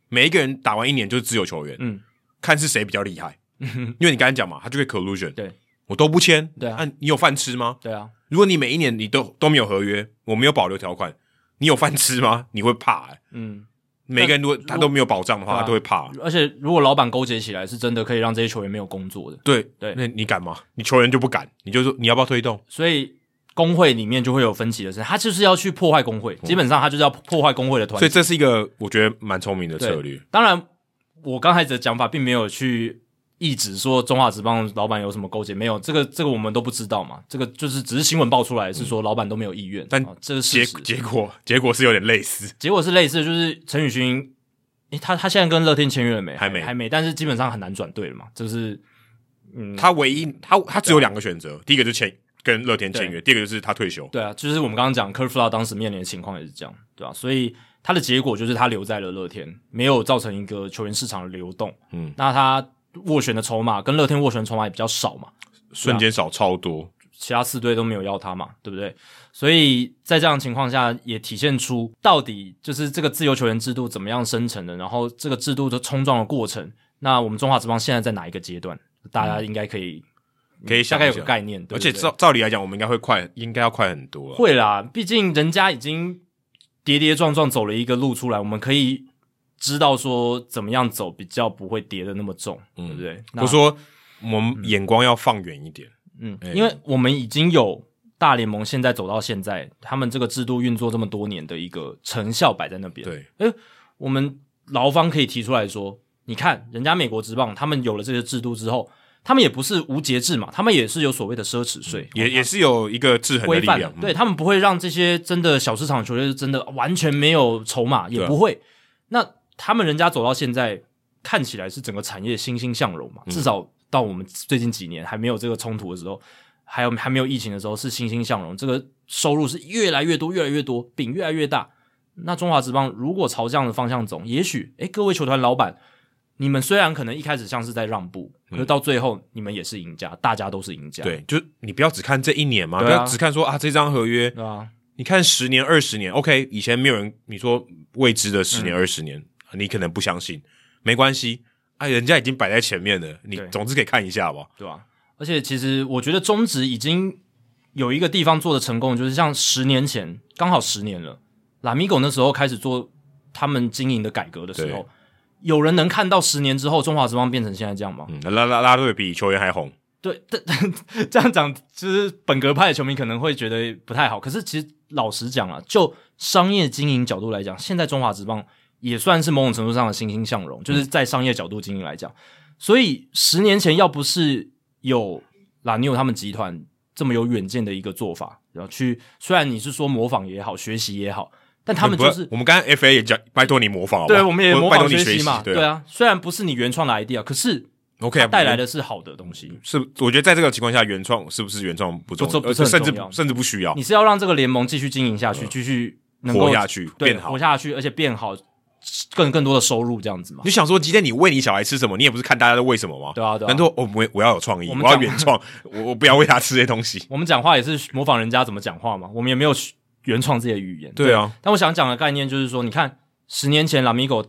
每一个人打完一年就是自由球员，
嗯，
看是谁比较厉害，因为你刚才讲嘛，他就会 collusion，
对
我都不签，
对啊
那、你有饭吃吗？
对啊，
如果你每一年你都都没有合约，我没有保留条款，你有饭吃吗？你会怕、欸。
嗯，
每个人如果他都没有保障的
对
话，
啊
他都会怕。
而且如果老板勾结起来，是真的可以让这些球员没有工作的。
对
对
那你敢吗？你球员就不敢，你就说你要不要推动？
所以工会里面就会有分歧的声音，他就是要去破坏工会，基本上他就是要破坏工会的团
哦所
结
以。这是一个我觉得蛮聪明的策略。
当然，我刚开始的讲法并没有去一直说中华职棒老板有什么勾结，没有这个这个我们都不知道嘛。这个就是只是新闻爆出来是说老板都没有意愿，
但
啊这个
结
事实
结果结果是有点类似，
结果是类似的，就是陈宇勋，诶，他他现在跟乐天签约了没？
还没
还没，但是基本上很难转队了嘛，就是嗯，啊
他唯一他他只有两个选择，第一个就签跟乐天签约，第二个就是他退休。
对啊，就是我们刚刚讲科 u 弗拉当时面临的情况也是这样，对吧、所以他的结果就是他留在了乐天，没有造成一个球员市场的流动。
嗯，
那他斡旋的筹码跟乐天斡旋的筹码也比较少嘛，啊
瞬间少超多。
其他四队都没有要他嘛，对不对？所以在这样的情况下，也体现出到底就是这个自由球员制度怎么样生成的，然后这个制度的冲撞的过程，那我们中华职棒现在在哪一个阶段？大家应该可以、
嗯可以
嗯大
想
概
一
有个
想
概念，对
而
不
且
对
照照理来讲，我们应该会快，应该要快很多啊。
会啦，毕竟人家已经跌跌撞撞走了一个路出来，我们可以知道说怎么样走比较不会跌的那么重，
嗯
对不对？那
我说我们眼光要放远一点。
嗯
哎，
因为我们已经有大联盟现在走到现在，他们这个制度运作这么多年的一个成效摆在那边。，
对，
我们劳方可以提出来说，你看人家美国职棒，他们有了这些制度之后，他们也不是无节制嘛，他们也是有所谓的奢侈税，
嗯也也是有一个制衡的
哦规
力
范
量。嗯
对他们不会让这些真的小市场球队是真的完全没有筹码，也
对啊
不会。那他们人家走到现在，看起来是整个产业欣欣向荣嘛，
嗯
至少到我们最近几年还没有这个冲突的时候，还有还没有疫情的时候是欣欣向荣，这个收入是越来越多，越来越多，饼越来越大。那中华职棒如果朝这样的方向走，也许诶，各位球团老板，你们虽然可能一开始像是在让步，可是到最后你们也是赢家，大家都是赢家，
嗯对，就是你不要只看这一年嘛，
对啊
不要只看说啊这张合约，
对啊，
你看十年、二十年，OK，以前没有人你说未知的
嗯
十年、二十、年，你可能不相信，没关系，啊，人家已经摆在前面了，你
对
总之可以看一下吧。
对吧、而且其实我觉得中职已经有一个地方做的成功，就是像十年前，刚好十年了，拉米狗那时候开始做他们经营的改革的时候
对，
有人能看到十年之后中华职棒变成现在这样吗？
嗯，拉拉拉队比球员还红，
对， 但但这样讲，就是本格派的球迷可能会觉得不太好。可是其实老实讲啊，就商业经营角度来讲，现在中华职棒也算是某种程度上的欣欣向荣，就是
嗯
在商业角度经营来讲。所以十年前要不是有拉尼奥他们集团这么有远见的一个做法，然后去虽然你是说模仿也好，学习也好，但他们
不要
就是
我们刚刚 FA 也讲，拜托你模仿好不好，
对，我们也模
拜
仿
托你学
习嘛，
对
对啊。虽然不是你原创的 idea，可是
OK
它
啊
带来的是好的东西。
是，我觉得在这个情况下，原创是不是原创不重
不
要，
不是
呃
很
甚至
重要
甚至不需要
你，是要让这个联盟继续经营下去，继续能够
嗯活下去
对
变好
活下去，而且变好，更更多的收入这样子嘛
你。就想说，今天你喂你小孩吃什么，你也不是看大家都喂什么吗？
对啊对啊
难道哦我我要有创意，
我
我
们
要
讲
原创，我我不要喂他吃这些东西。
我们讲话也是模仿人家怎么讲话嘛，我们也没有原创自己的语言。
对啊，
但我想讲的概念就是说，你看十年前拉米狗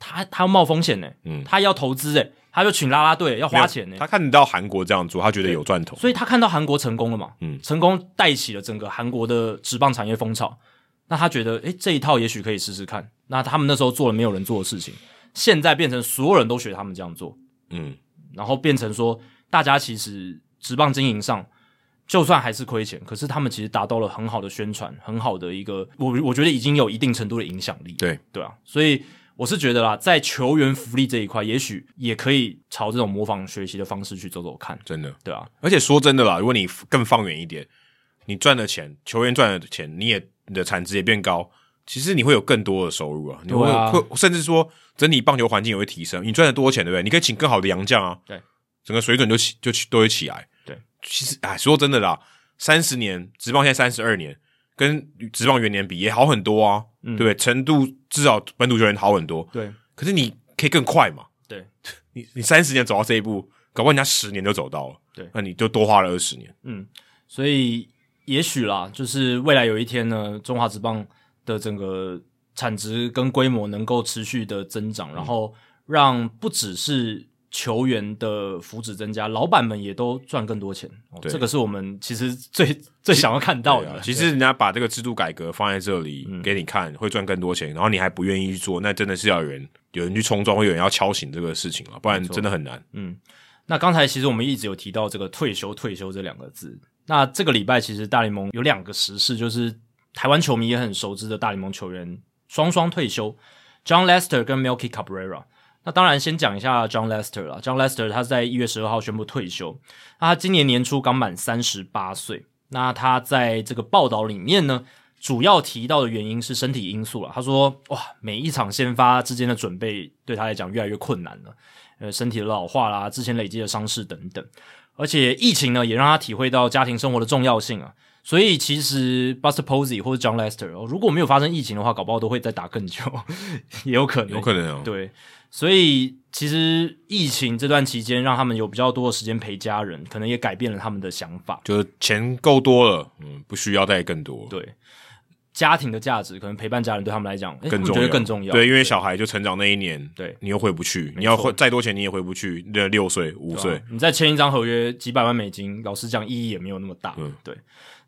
他他要冒风险呢、
嗯
他要投资哎、他就请啦啦队要花钱呢、
他看得到韩国这样做，他觉得有赚头。
所以他看到韩国成功了嘛，
嗯
成功带起了整个韩国的职棒产业风潮。那他觉得，诶、这一套也许可以试试看。那他们那时候做了没有人做的事情，现在变成所有人都学他们这样做，
嗯，
然后变成说，大家其实职棒经营上，就算还是亏钱，可是他们其实达到了很好的宣传，很好的一个，我我觉得已经有一定程度的影响力。
对
对啊，所以我是觉得啦，在球员福利这一块，也许也可以朝这种模仿学习的方式去走走看，
真的。
对啊，
而且说真的啦，如果你更放远一点，你赚的钱，球员赚的钱，你也你的产值也变高，其实你会有更多的收入啊。你会、
对啊
会甚至说整体棒球环境也会提升，你赚的多钱，对不对？你可以请更好的洋将啊，
对，
整个水准就起就起都会起来。
对，
其实哎，说真的啦，三十年职棒现在三十二年，跟职棒元年比也好很多啊，
嗯
对不对？程度至少本土球员好很多，
对
可是你可以更快嘛。
对，
你你三十年走到这一步，搞不好人家十年就走到了，
对
那你就多花了二十年。
嗯，所以也许啦，就是未来有一天呢，中华职棒的整个产值跟规模能够持续的增长，
嗯
然后让不只是球员的福祉增加，老板们也都赚更多钱。哦、
对
这个是我们其实最 最想要看到
对
的
啊。其实人家把这个制度改革放在这里给你
嗯
看，会赚更多钱，然后你还不愿意去做，那真的是要有人有人去冲撞，会有人要敲醒这个事情了，啊不然真的很难。
嗯那刚才其实我们一直有提到这个“退休”“退休”这两个字。那这个礼拜其实大联盟有两个时事，就是台湾球迷也很熟知的大联盟球员双双退休，John Lester 跟 Melky Cabrera。那当然先讲一下 John Lester 啦，John Lester 他在一月十二号宣布退休，那他今年年初刚满三十八岁。那他在这个报道里面呢，主要提到的原因是身体因素了。他说：“哇，每一场先发之间的准备对他来讲越来越困难了。”呃身体的老化啦，之前累积的伤势等等。而且疫情呢，也让他体会到家庭生活的重要性啊。所以其实 Buster Posey 或者 John Lester，哦如果没有发生疫情的话，搞不好都会再打更久， 也有可能，
有可能哦、
对，所以其实疫情这段期间，让他们有比较多的时间陪家人，可能也改变了他们的想法。
就是钱够多了，嗯，不需要再更多，
对，家庭的价值，可能陪伴家人对他们来讲，诶他
更
们
重
觉
要，
得更重要。
对，因为小孩就成长那一年，
对
你又回不去，
错
你要回再多钱你也回不去，那六岁、五
对啊
岁，
你再签一张合约几百万美金，老实讲意义也没有那么大。
嗯
对。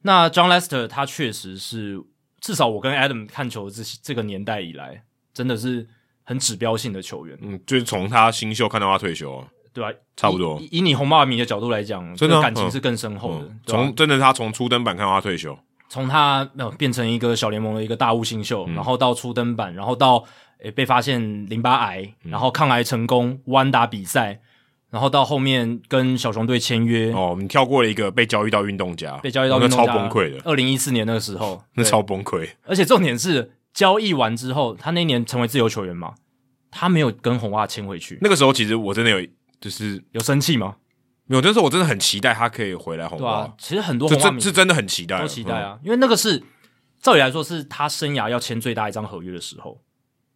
那 John Lester 他确实是，至少我跟 Adam 看球这这个年代以来，真的是很指标性的球员，
嗯，就是从他新秀看到他退休啊，
对吧、
差不多
以以以你红帽迷的角度来讲，
真的
这个
啊
感情是更深厚的
嗯，
对吧啊
从真的他从初登板看到他退休，
从他呃变成一个小联盟的一个大物新秀，
嗯
然后到初登板，然后到诶、被发现淋巴癌，
嗯
然后抗癌成功，弯打比赛，然后到后面跟小熊队签约，
哦，我们跳过了一个被交易到运动家，
被交易到
那
运动
超
家
崩溃的，
二零一四年那个时候，
那
对
超崩溃。
而且重点是交易完之后，他那一年成为自由球员嘛，他没有跟红袜签回去，
那个时候其实我真的有，就是
有生气吗？
没有，那时候我真的很期待他可以回来红
对啊
袜，，
其实很多
这嗯
红袜
真
迷
是真的很期待，
都期待啊，因为那个是照理来说是他生涯要签最大一张合约的时候，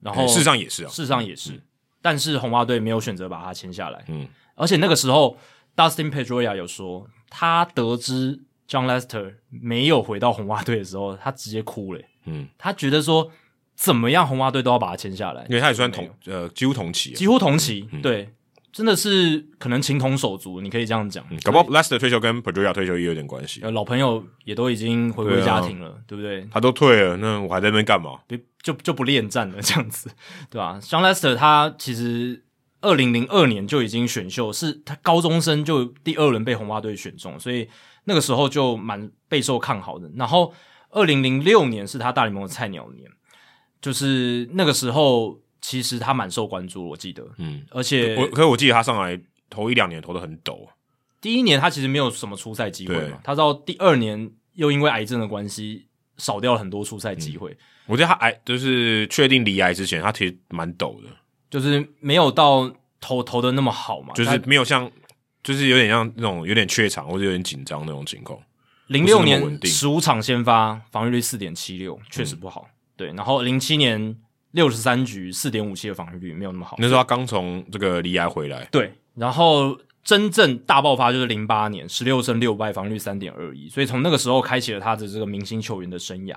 然
嗯。
后
哎事实上也是啊，
事实上也是，但是红袜队没有选择把他签下来。
嗯，
而且那个时候，Dustin Pedroia 有说，他得知 John Lester 没有回到红袜队的时候，他直接哭了欸、
嗯，
他觉得说，怎么样红袜队都要把他签下来
因，为他也算
没
同呃几乎同期啊，
几乎同期。对，真的是可能情同手足，你可以这样讲。
嗯搞不好 Lester 退休跟 Pedroia 退休也有点关系，
呃，老朋友也都已经回归
对啊
家庭了，对不对？
他都退了，那我还在那边干嘛？
别就就不恋战了，这样子，对吧、s h a n Lester 他其实二零零二年就已经选秀，是他高中生就第二轮被红袜队选中，所以那个时候就蛮备受看好的。然后二零零六年是他大联盟的菜鸟年，就是那个时候其实他蛮受关注，我记得，
嗯，
而且
我可是我记得他上来头一两年投的很抖，
第一年他其实没有什么出赛机会
对
嘛，他到第二年又因为癌症的关系少掉了很多出赛
嗯
机会。
我觉得他癌就是确定离癌之前，他其实蛮抖的，
就是没有到投投的那么好嘛，
就是没有像。就是有点像那种有点怯场或者有点紧张那种情况，
零
不是
六
那么
年
稳定嗯
十五场先发，防御率四点七六，确实不好。对，然后零七年六十三局四点五七的防御率，没有那么好。
那时候他刚从这个离牙回来，
对，然后真正大爆发就是零八年，十六胜六败，防率三点二一，所以从那个时候开启了他的这个明星球员的生涯。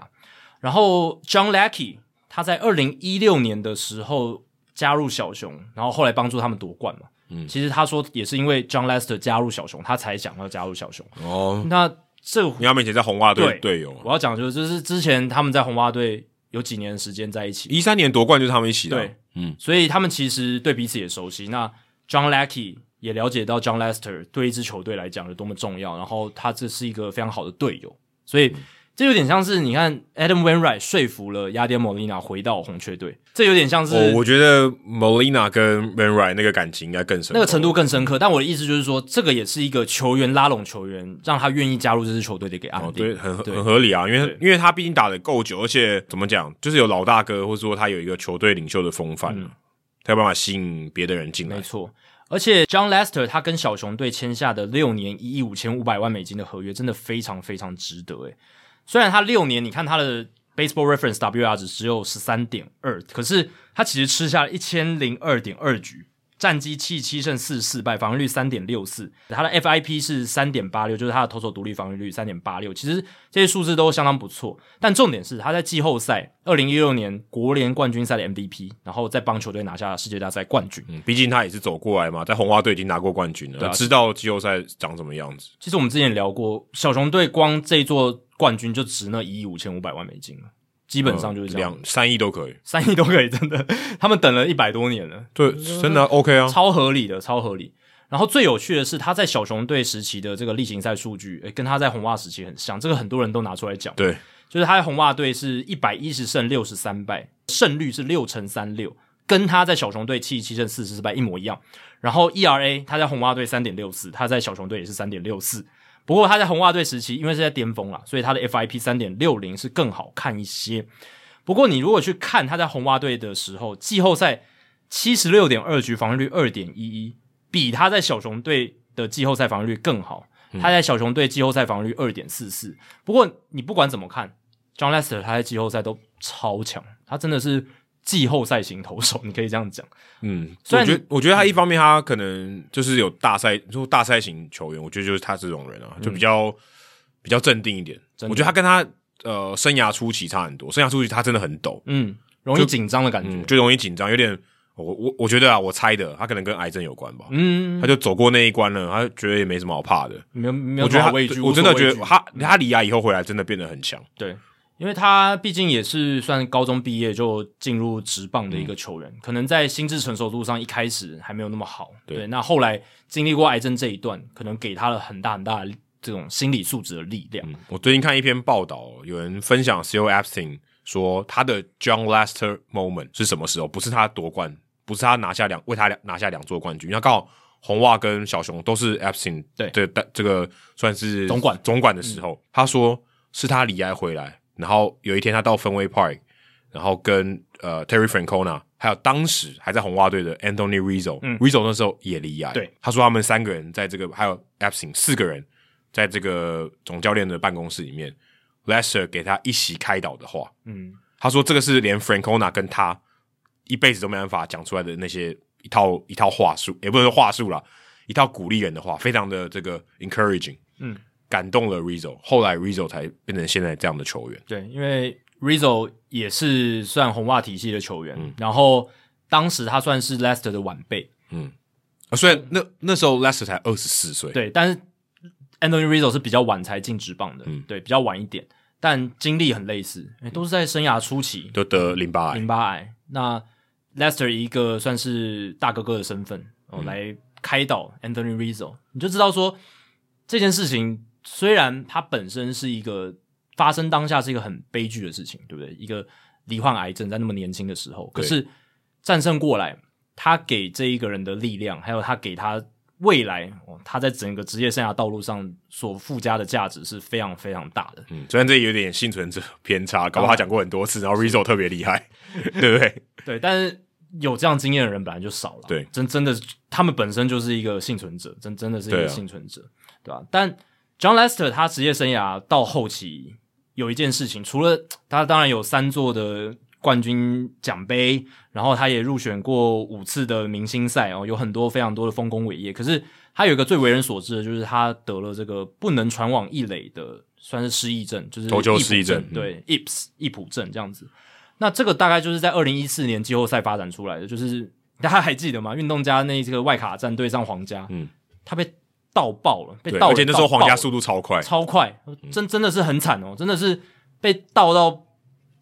然后 John Lackey 他在二零一六年的时候加入小熊，然后后来帮助他们夺冠嘛。嗯，其实他说也是因为 John Lester 加入小熊，他才想要加入小熊。
哦，
那这个
因为他们以前在红袜队
对
队友啊，
我要讲的就是，就是之前他们在红袜队有几年的时间在一起，
一三年夺冠就是他们一起的啊，
对
嗯，
所以他们其实对彼此也熟悉。那 John Lackey 也了解到 John Lester 对一支球队来讲有多么重要，然后他这是一个非常好的队友，所以这有点像是你看 Adam Wainwright 说服了雅典莫利娜回到红雀队，这有点像是、
哦，我觉得 Molina 跟 Van r y 那个感情应该更深，
那个程度更深刻。但我的意思就是说，这个也是一个球员拉拢球员，让他愿意加入这支球队的一个案例。
哦，对，很合
对
很合理啊，因为
对
因为他毕竟打的够久，而且怎么讲，就是有老大哥，或者说他有一个球队领袖的风范啊，才有办法吸引别的人进
嗯
来
没。错。而且 John Lester 他跟小熊队签下的六年一亿五千五百万美金的合约，真的非常非常值得诶。虽然他六年，你看他的 Baseball Reference WR 值只有十三点二，可是他其实吃下了一千零二点二局，战绩七七胜四四败，防御率三点六四，他的 FIP 是三点八六，就是他的投手独立防御率三点八六，其实这些数字都相当不错。但重点是他在季后赛二零一六年国联冠军赛的 MVP，然后在帮球队拿下世界大赛冠军。
嗯，毕竟他也是走过来嘛，在红花队已经拿过冠军了，
对啊
知道季后赛长什么样子。
其实我们之前也聊过，小熊队光这一座冠军就值那一亿五千五百万美金了，基本上就是这样，
嗯呃两三亿都可以，
三亿都可以，真的，他们等了一百多年了，
对，真的啊 OK 啊。
超合理的，超合理。然后最有趣的是，他在小熊队时期的这个例行赛数据，诶，跟他在红袜时期很像，这个很多人都拿出来讲。
对，
就是他在红袜队是一百一十胜六十三败，胜率是六乘三六，跟他在小熊队七十七胜四十四败一模一样。然后 ERA 他在红袜队三点六四，他在小熊队也是三点六四。不过他在红袜队时期，因为是在巅峰啦，所以他的 FIP 三点六零是更好看一些。不过你如果去看他在红袜队的时候，季后赛七十六点二局，防御率二点一一，比他在小熊队的季后赛防御率更好。他在小熊队季后赛防御率二点四四，不过你不管怎么看，John Lester 他在季后赛都超强，他真的是季后赛型投手，你可以这样讲。
嗯，
虽
我
然
觉得我觉得他一方面他可能就是有大赛，就是大赛型球员，我觉得就是他这种人啊，
嗯
就比较、比较镇定一点。
真的
我觉得他跟他呃生涯初期差很多，生涯初期他真的很抖，
嗯，容易紧张的感
嗯，
觉。
就容易紧张，有点我我我觉得啊，我猜的，他可能跟癌症有关吧。
嗯，
他就走过那一关了，他觉得也没什么好怕的。
没有没有
我觉
什
得
么好
他
畏惧，，
我
无
真
所
的
畏
觉得
惧
他他离牙以后回来真的变得很强。
对，因为他毕竟也是算高中毕业就进入职棒的一
嗯
个球员，可能在心智成熟度上一开始还没有那么好。
对
那后来经历过癌症这一段，可能给他了很大很大的这种心理素质的力量。
嗯，我最近看一篇报道，有人分享 c e o Epstein 说他的 John Lester moment 是什么时候？不是他夺冠，不是他拿下两为他两拿下两座冠军，因为他刚好红袜跟小熊都是 Epstein
对
这这个算是
总管嗯
总管的时候，他说是他离开回来，然后有一天他到分威 Park，然后跟呃 Terry Francona 还有当时还在红袜队的 Anthony Rizzo，Rizzo、Rizzo 那时候也离开，
嗯对，
他说他们三个人在这个还有 Epstein 四个人在这个总教练的办公室里面，Lester 给他一席开导的话，
嗯，
他说这个是连 Francona 跟他一辈子都没办法讲出来的那些一套一套话术，也不能说话术啦，一套鼓励人的话，非常的这个 encouraging，
嗯，
感动了 Rizzo，后来 Rizzo 才变成现在这样的球员，
对，因为 Rizzo 也是算红袜体系的球员，然后当时他算是 Lester 的晚辈，
啊，虽然那那时候 Lester 才二十四岁，
对，但是 Anthony Rizzo 是比较晚才进职棒的，对，比较晚一点，但经历很类似，诶都是在生涯初期
就得淋巴癌
淋，巴癌。那 Lester 以一个算是大哥哥的身份哦、来开导 Anthony Rizzo，你就知道说这件事情虽然它本身是一个发生当下是一个很悲剧的事情，对不对？一个罹患癌症在那么年轻的时候，可
对
是战胜过来，他给这一个人的力量，还有他给他未来、哦、他在整个职业生涯道路上所附加的价值是非常非常大的。
嗯，虽然这有点幸存者偏差，搞不好他讲过很
嗯
多次，然后 Rizzo 特别 厉害，对不对？
对，但是有这样经验的人本来就少了。
对
真真的，他们本身就是一个幸存者，真真的是一
对
个
啊
幸存者，对吧、但 John Lester 他职业生涯到后期有一件事情，除了他当然有三座的冠军奖杯，然后他也入选过五次的明星赛哦，有很多非常多的丰功伟业。可是他有一个最为人所知的，就是他得了这个不能传往一垒的，算是失忆症，就是
投球
易谱
失忆症嗯
对，ips 易普症这样子。那这个大概就是在二零一四年季后赛发展出来的，就是大家还记得吗？运动家那这个外卡战对上皇家，
嗯，
他被倒爆了，被
对，
倒，
而且那时候皇家嗯
速。
速度超快，
超快，真真的是很惨哦，真的是被倒到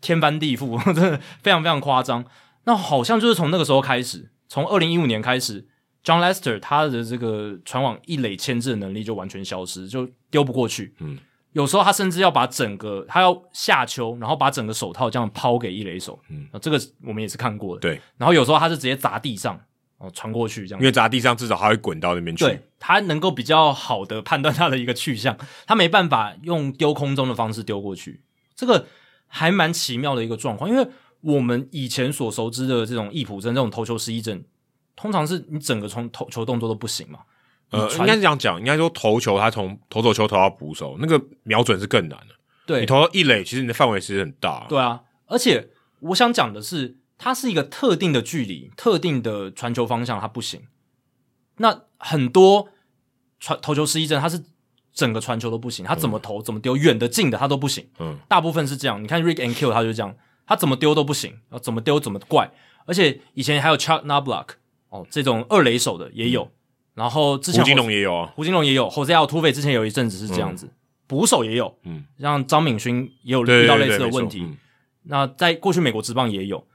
天翻地覆， 真的非常非常夸张。那好像就是从那个时候开始，从二零一五年开始，John Lester 他的这个传往一垒牵制的能力就完全消失，就丢不过去。
嗯，
有时候他甚至要把整个他要下球，然后把整个手套这样抛给一垒手。
嗯，
这个我们也是看过的。
对，
然后有时候他是直接砸地上，哦，传过去这样
因。为砸地上至少它会滚到那边去。
对他能够比较好的判断他的一个去向，他没办法用丢空中的方式丢过去，这个还蛮奇妙的一个状况。因为我们以前所熟知的这种易普症、这种投球失忆症，通常是你整个从投球动作都不行嘛。
呃
你，
应
传
该是这样讲，应该说投球它从投手球投到捕手，那个瞄准是更难的。
对
你投到一垒，其实你的范围其实很大。
对啊，而且我想讲的是，它是一个特定的距离、特定的传球方向，它不行。那很多传投球失忆症，它是整个传球都不行，它怎么投、怎么丢，远的、近的，它都不行。
嗯，
大部分是这样。你看 Rick and Kill，他就这样，他怎么丢都不行，然后怎么丢怎么怪。而且以前还有 Chuck Nablock 哦，这种二垒手的也有。然后之前
嗯胡金龙也有啊，
胡金龙也有，Jose Altuve 之前有一阵子是这样子，捕手也有，
嗯，
像张敏勋也有
对
遇到
对
类
对，
似的
没错
问题。
嗯
那在过去美国职棒也有，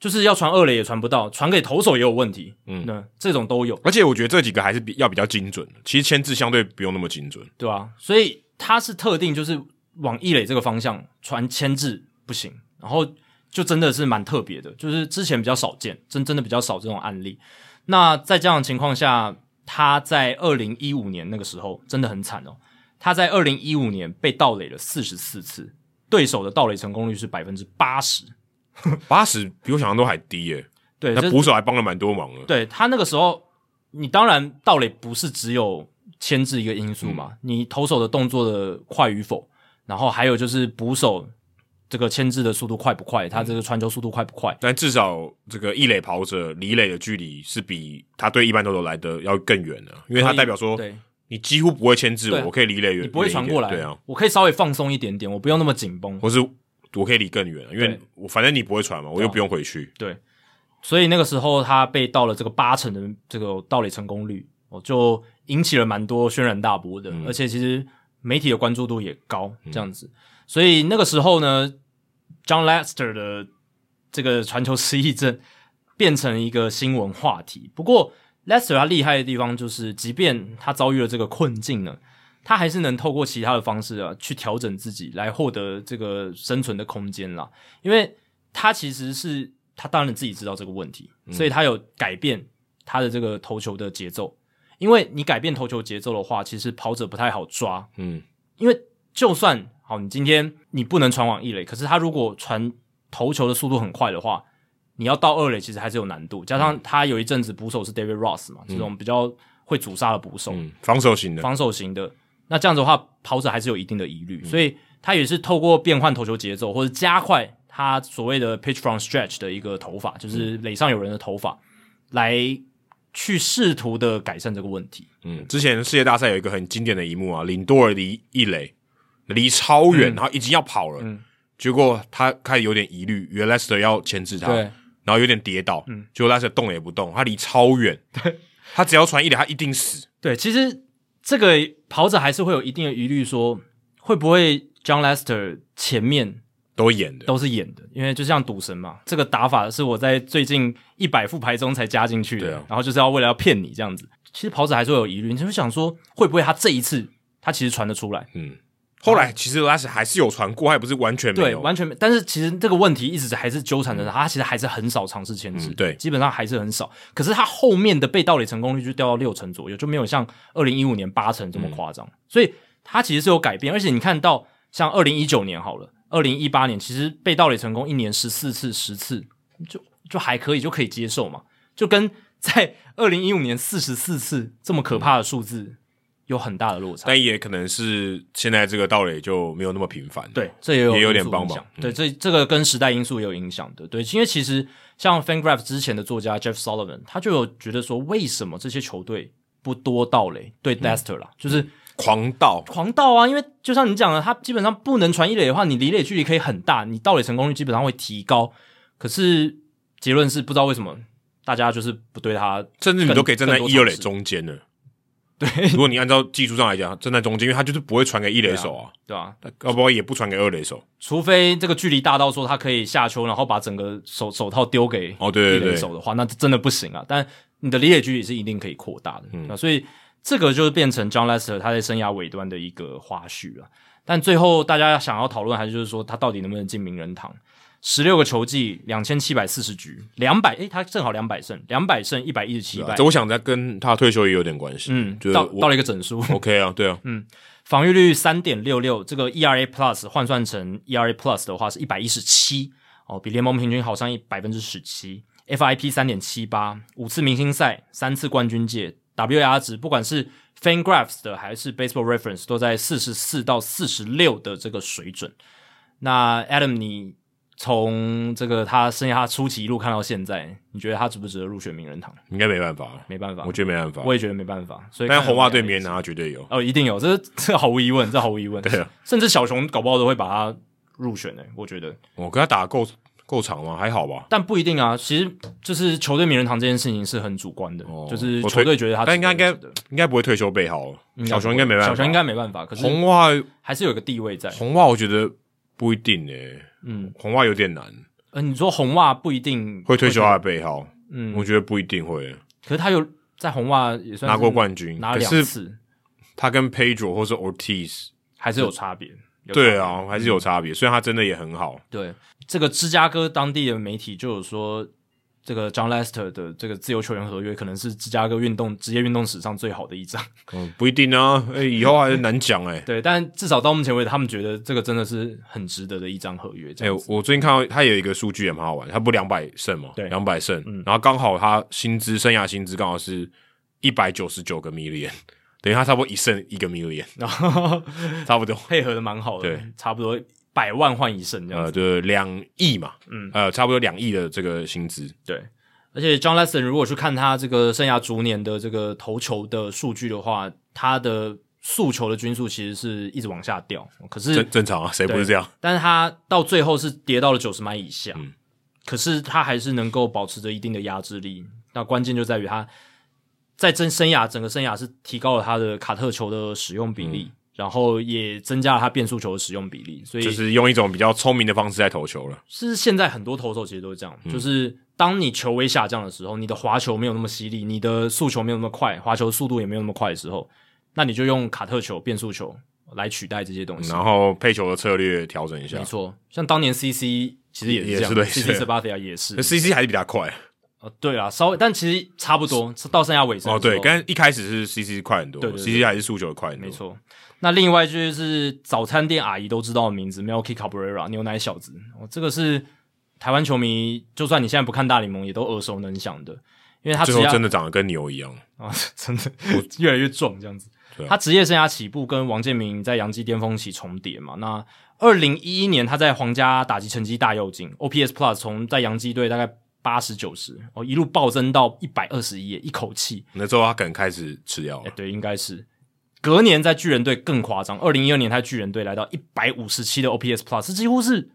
就是要传二垒也传不到，传给投手也有问题。嗯，那这种都有，
而且我觉得这几个还是比要比较精准的，其实签字相对不用那么精准。
对啊，所以他是特定就是往一垒这个方向传牵制不行，然后就真的是蛮特别的，就是之前比较少见，真真的比较少这种案例。那在这样的情况下，他在二零一五年那个时候真的很惨哦，他在二零一五年被盗垒了四十四次，对手的盗垒成功率是百分之八十。
八十比我想象中还低耶、
对，这
那捕手还帮了蛮多忙的。
对他那个时候，你当然盗垒不是只有牵制一个因素
嗯
嘛，你投手的动作的快与否，然后还有就是捕手这个牵制的速度快不快，他这个传球速度快不快，
但至少这个一垒跑者离垒的距离是比他对一般投手来的要更远的、因为他代表说
对，
你几乎不会牵制
对
我，
啊
我可以离垒远，
你不会
远一
传
点
过来，
对啊，
我可以稍微放松一点点，我不用那么紧绷，
或是我可以离更远，因为
对
我反正你不会传嘛，我又不用回去。
对，啊所以那个时候他被盗了这个八成的这个盗垒成功率，哦，就引起了蛮多轩然大波的，而且其实媒体的关注度也高，这样子。所以那个时候呢，John Lester 的这个传球失忆症变成一个新闻话题。不过 Lester 他厉害的地方就是，即便他遭遇了这个困境呢。他还是能透过其他的方式啊，去调整自己，来获得这个生存的空间啦。因为他其实是他当然自己知道这个问题，所以他有改变他的这个投球的节奏。因为你改变投球节奏的话，其实跑者不太好抓，
嗯，
因为就算好，你今天你不能传往一垒，可是他如果传投球的速度很快的话，你要到二垒其实还是有难度。加上他有一阵子捕手是 David Ross 嘛，这种比较会阻杀的捕手，
嗯，防守型的，
防守型的。那这样子的话，跑者还是有一定的疑虑，所以他也是透过变换投球节奏或者加快他所谓的 pitch from stretch 的一个投法，就是垒上有人的投法，来去试图的改善这个问题。
嗯，之前世界大赛有一个很经典的一幕啊，领多尔离一垒离超远，然后已经要跑了，
嗯
结果他开始有点疑虑，原来 Lester 要牵制他，
对嗯
然后有点跌倒，结果 Lester 动也不动，他离超 远，他只要传一垒，他一定死。
对，其实这个跑者还是会有一定的疑虑，说会不会 John Lester 前面
都演的，
都是演的，因为就像赌神嘛，这个打法是我在最近一百副牌中才加进去的，
对啊
然后就是要为了要骗你这样子。其实跑者还是会有疑虑，你就会想说，会不会他这一次他其实传得出来？
嗯。后来其实 Lester 还是有传过，他也不是完全没
对，
有，
完全没。但是其实这个问题一直还是纠缠着他，他其实还是很少尝试牵制、
嗯对
基本上还是很少。可是他后面的被盗垒成功率就掉到六成左右，就没有像二零一五年八成这
嗯
么夸张、所以他其实是有改变，而且你看到像二零一九年好了，二零一八年其实被盗垒成功一年十四次、十次，就就还可以，就可以接受嘛，就跟在二零一五年四十四次这么可怕的数字。有很大的落差。
但也可能是现在这个盗垒就没有那么频繁。
对，这也有
也有点
因素影
帮忙嗯
响对，这这个跟时代因素也有影响的。对，因为其实像 FanGraph 之前的作家 Jeff Sullivan，他就有觉得说，为什么这些球队不多盗垒？
嗯
对 Nester 啦，就是
狂盗，
狂盗啊！因为就像你讲的，他基本上不能传一垒的话，你离垒距离可以很大，你盗垒成功率基本上会提高。可是结论是，不知道为什么大家就是不对他
甚至你都可以站在
更多
一二垒
尝试
中间呢。对，如果你按照技术上来讲，站在中间，因为他就是不会传给一垒手啊，
对吧、啊？
要不然也不传给二垒手。
除非这个距离大到说他可以下球，然后把整个手手套丢给
哦对对对
一垒手的话，那真的不行啊。但你的理解距离是一定可以扩大的，
嗯
那所以这个就变成 John Lester 他在生涯尾端的一个花絮了。但最后大家想要讨论还是就是说他到底能不能进名人堂？十六个球季，两千七百四十局，两百诶，他正好两百胜，两百胜一百一十七败，
啊这我想在跟他退休也有点关系。
嗯
就，是
到嗯
我
到了一个整数，
OK 啊，对啊，
防御率三点六六，这个 ERA Plus 换算成 ERA Plus 的话是一百一十七哦，比联盟平均好上一百分之十七。FIP 三点七八，五次明星赛，三次冠军界，WAR 值不管是 FanGraphs 的还是 Baseball Reference 都在四十四到四十六的这个水准。那 Adam，你从这个他生涯初期一路看到现在，你觉得他值不值得入选名人堂？
应该没办法，
没办法，
我觉得没办法。
我也觉得没办法。所以看
但
了
红袜队
两年
明年拿绝对有。
哦，一定有，这 这毫无疑问，这毫无疑问。
对啊，
甚至小熊搞不好都会把他入选呢、我觉得。
我哦跟他打够够长吗？还好吧。
但不一定啊，其实就是球队名人堂这件事情是很主观的，
哦
就是
我
球
推
队觉得他值得，
但应该
不
应该
值得
应该不会退休背号了，小熊应该没办法。
嗯小熊应该没办法，可是
红袜
还是有个地位在。
红袜，我觉得不一定诶、欸
嗯，
红袜有点难，
呃，你说红袜不一定
会退休他的背号，
嗯，
我觉得不一定会
可是他有在红袜也算是
拿过，冠军。
拿了
可
两
是
次，
他跟 Pedro 或是 Ortiz，
还是有差别。有差别嗯
对啊，还是有差别。虽然他真的也很好，
对，这个芝加哥当地的媒体就有说，这个 John Lester 的这个自由球员合约可能是芝加哥运动职业运动史上最好的一张。
嗯，不一定啊。哎，以后还是难讲 哎。
对，但至少到目前为止，他们觉得这个真的是很值得的一张合约。这
哎、
样子，
我最近看到他有一个数据也蛮好玩，他不两百胜嘛，
对嗯
两百胜，然后刚好他薪资生涯薪资刚好是一百九十九个 million，等于 他差不多一胜一个 million，
然后
差不多，
配合的蛮好的，
哎对，
差不多百万换一胜这样
呃，
子。
就是两亿嘛，嗯，呃，差不多两亿的这个薪资，
对，而且 John Lester 如果去看他这个生涯逐年的这个投球的数据的话，他的速球的均速其实是一直往下掉，可是
正正常啊，谁不是这样？
但是他到最后是跌到了九十迈以下，
嗯
可是他还是能够保持着一定的压制力。那关键就在于他在真生涯整个生涯是提高了他的卡特球的使用比例，然后也增加了他变速球的使用比例，所以
嗯就是用一种比较聪明的方式在投球了，
是现在很多投手其实都是这样，
嗯
就是当你球威下降的时候，你的滑球没有那么犀利，你的速球没有那么快，滑球速度也没有那么快的时候，那你就用卡特球、变速球来取代这些东西。
然后配球的策略调整一下
没错，像当年 CC 其实也是
也
这样
是类似
，CC
的
s a b a t i a 也是。
，CC 还是比他快
呃，对啊，稍微，但其实差不多，到生涯尾声
哦，
的时候
对，跟一开始是 CC 快很多
对对对
，CC 还是速球快很多，
没，错。那另外就是早餐店阿姨都知道的名字 Melky Cabrera 牛奶小子，哦，这个是台湾球迷，就算你现在不看大联盟，也都耳熟能详的，因为他
最
只
后
要
真的长得跟牛一样，
啊、 真的越来越壮这样子。
对啊
他职业生涯起步跟王建民在洋基巅峰期重叠嘛。那二零一一年他在皇家打击成绩大跃进，OPS Plus 从在洋基队大概八十九十哦一路暴增到一百二十一，一口气。
那之后他可能开始吃药
哎、
了。
对，应该是。隔年在巨人队更夸张，二零一二年他在巨人队来到一百五十七的 OPS Plus，这几乎是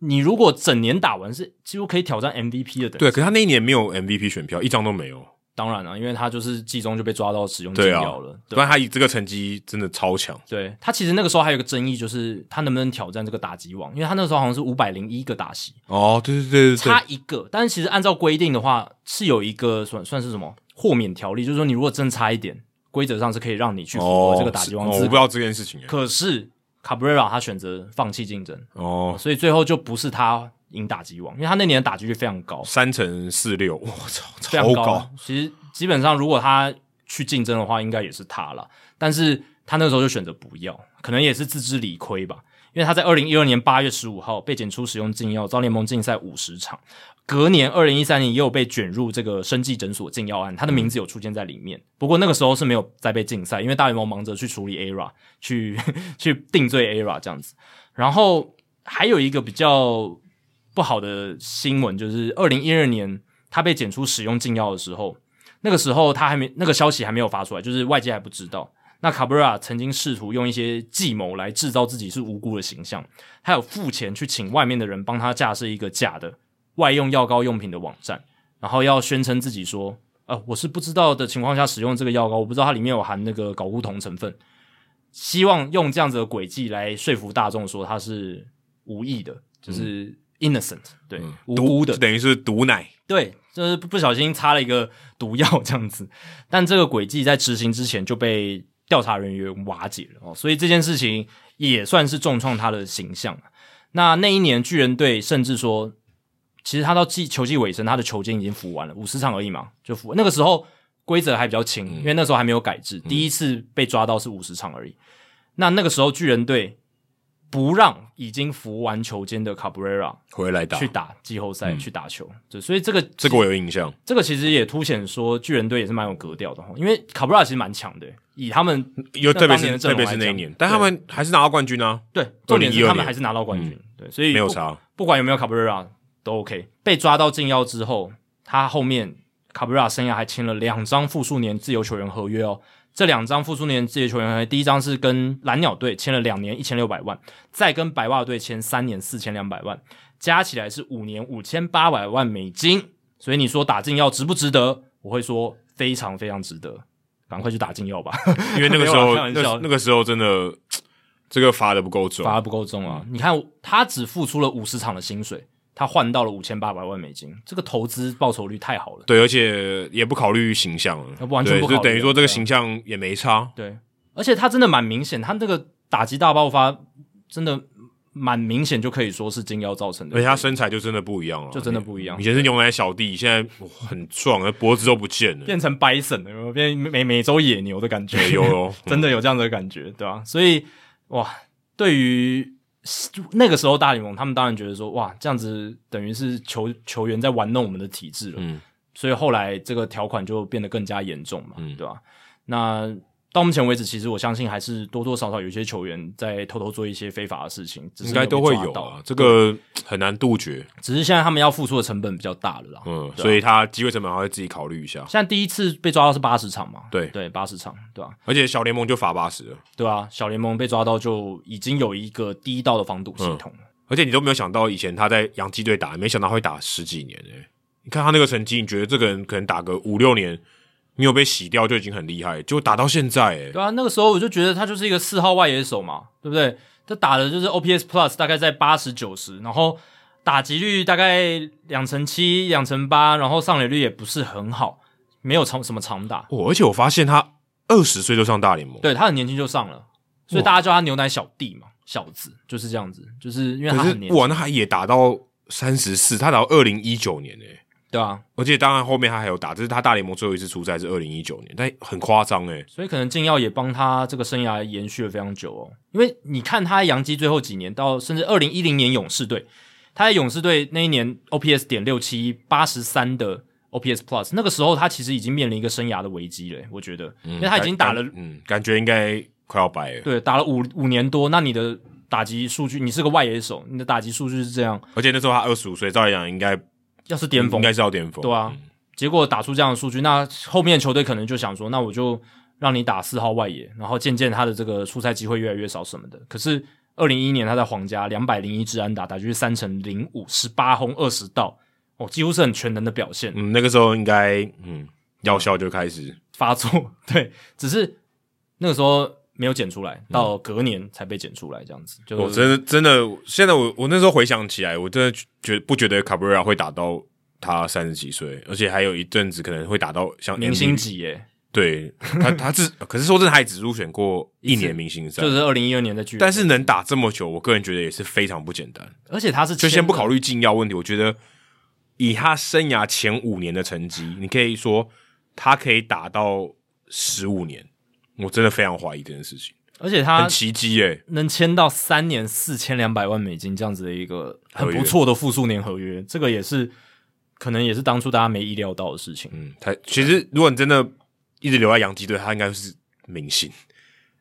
你如果整年打完是几乎可以挑战 MVP 的等级。
对，可是他那一年没有 MVP 选票，一张都没有。
当然了、啊因为他就是季中就被抓到使用禁
对啊
药了，
不然他以这个成绩真的超强，
对他其实那个时候还有一个争议，就是他能不能挑战这个打击王，因为他那个时候好像是五百零一个打席，
哦，对对对对
差一个。但是其实按照规定的话，是有一个算算是什么豁免条例，就是说你如果真差一点，规则上是可以让你去符合
哦，
这个打击王
是哦
资
我不
格。
知道这件事情欸
可是 Cabrera 他选择放弃竞争，
哦，
所以最后就不是他赢打击王，因为他那年的打击率非常高，
三乘四六，我操，
非常
超
高啊。其实基本上，如果他去竞争的话，应该也是他了。但是他那时候就选择不要，可能也是自知理亏吧。因为他在二零一二年八月十五号被检出使用禁药，遭联盟禁赛五十场。隔年二零一三年也有被卷入这个生技诊所禁药案，他的名字有出现在里面。不过那个时候是没有再被禁赛，因为大联盟忙着去处理 ERA，去 去定罪 ERA 这样子。然后还有一个比较不好的新闻，就是二零一二年他被检出使用禁药的时候，那个时候他还没那个消息还没有发出来，就是外界还不知道。那卡布拉曾经试图用一些计谋来制造自己是无辜的形象，他有付钱去请外面的人帮他架设一个假的外用药膏用品的网站，然后要宣称自己说，呃，我是不知道的情况下使用这个药膏，我不知道它里面有含那个睾固酮成分，希望用这样子的轨迹来说服大众说他是无意的，就是 innocent，、对，无辜的
嗯毒，等于是毒奶，
对，就是不小心擦了一个毒药这样子。但这个轨迹在执行之前就被调查人员瓦解了哦，所以这件事情也算是重创他的形象。那那一年巨人队甚至说，其实他到季球季尾声，他的球监已经服完了五十场而已嘛，就服完。那个时候规则还比较轻，
嗯
因为那时候还没有改制，第一次被抓到是五十场而已。那那个时候巨人队不让已经服完球监的 Cabrera
回来打嗯
去打季后赛、去打球，对，所以这个
这个我有印象。
这个其实也凸显说巨人队也是蛮有格调的哈，因为卡布拉其实蛮强的，以他们
有
那
特别
当年
是
的阵
特
容
别
来
是那一
讲
年，但他们还是拿到冠军啊，
对重点是
2012
他们
年嗯
还是拿到冠军，对，所以
没 有
不
差。
不管有没有卡布拉都 OK。被抓到禁药之后，他后面卡布拉生涯还签了两张复数年自由球员合约哦。这两张复数年自由球员合约，第一张是跟蓝鸟队签了两年一千六百万，再跟白袜队签三年四千两百万，加起来是五年五千八百万美金。所以你说打禁药值不值得？我会说非常非常值得，赶快去打禁药吧。
因为那个时
没有
候
啦开玩
那
笑
那个时候真的这个罚的不够准
罚，得不够重啊！你看他只付出了五十场的薪水，他换到了五千八百万美金，这个投资报酬率太好了。
对，而且也不考虑形象了，
啊完全
对
不考虑
就等于说这
对
个
啊
形象也没差，
对，而且他真的蛮明显，他那个打击大爆发真的蛮明显，就可以说是金腰造成的。
而且他身材就真的不一样了，
就真的不一样
以前是牛奶小弟，现在哇很壮，那脖子都不见了，
变成 bison 了，有没有变美美洲野牛的感觉，
有有
真的有这样的感觉，对吧、所以哇，对于那个时候大联盟，他们当然觉得说，哇，这样子等于是球球员在玩弄我们的体制了。
嗯，
所以后来这个条款就变得更加严重嘛，
嗯
对吧、那到目前为止，其实我相信还是多多少少有一些球员在偷偷做一些非法的事情， 只是
应该都会
没
有
抓到
啊，这个很难杜绝，
只是现在他们要付出的成本比较大了啦。
嗯，
对啊
所以他机会成本还会自己考虑一下，
现在第一次被抓到是八十场嘛，
对
对，八十场，对吧、
而且小联盟就罚八十了，
对啊，小联盟被抓到就已经有一个第一道的防堵系统了。
而且你都没有想到以前他在洋基队打，没想到会打十几年诶、你看他那个成绩，你觉得这个人可能打个五六年没有被洗掉就已经很厉害，就打到现在欸诶、
对啊，那个时候我就觉得他就是一个四号外野手嘛，对不对？他打的就是 OPS Plus 大概在八十九十，然后打击率大概两成七、两成八，然后上垒率也不是很好，没有长什么长打。
哦，而且我发现他二十岁就上大联盟，
对，他很年轻就上了，所以
哇
大家叫他牛奶小弟嘛，小子就是这样子，就是因为他
可
很
是
年轻，
哇，那他也打到三十四，他打到二零一九年诶、
对啊，
而且当然后面他还有打，这是他大联盟最后一次出赛是二零一九年，但很夸张欸诶。
所以可能禁药也帮他这个生涯延续了非常久哦。因为你看他杨基最后几年，到甚至二零一零年勇士队，他在勇士队那一年 OPS 点六七八十三的 OPS Plus，那个时候他其实已经面临一个生涯的危机了，我觉得，因为他已经打了
感嗯，感觉应该快要白了，
对打了五五年多，那你的打击数据，你是个外野手，你的打击数据是这样，
而且那时候他二十五岁，照理讲应该
要是巅峰
应该是要巅峰，
对啊，结果打出这样的数据，那后面球队可能就想说，那我就让你打四号外野，然后渐渐他的这个出赛机会越来越少什么的。可是二零一一年他在皇家两百零一支安打，打进三成零五，十八轰二十盗，哦，几乎是很全能的表现，
嗯，那个时候应该嗯药效就开始，
发作。对，只是那个时候没有检出来，到隔年才被检出来，这样子。就
我真的真的，现在我我那时候回想起来，我真的觉不觉得卡布瑞拉会打到他三十几岁，而且还有一阵子可能会打到像
明星
MVP
级耶，
对 他他只可是说真的，他也只入选过一年明星赛，
就是二零一二年的巨人，
但是能打这么久，我个人觉得也是非常不简单。
而且他是
就先不考
虑，
虑禁药问题，我觉得以他生涯前五年的成绩，你可以说他可以打到十五年，我真的非常怀疑这件事情。
而且他
很奇迹耶、
能签到三年四千两百万美金这样子的一个很不错的复数年合约，这个也是可能也是当初大家没意料到的事情。
嗯，他其实如果你真的一直留在洋基队，他应该是明星。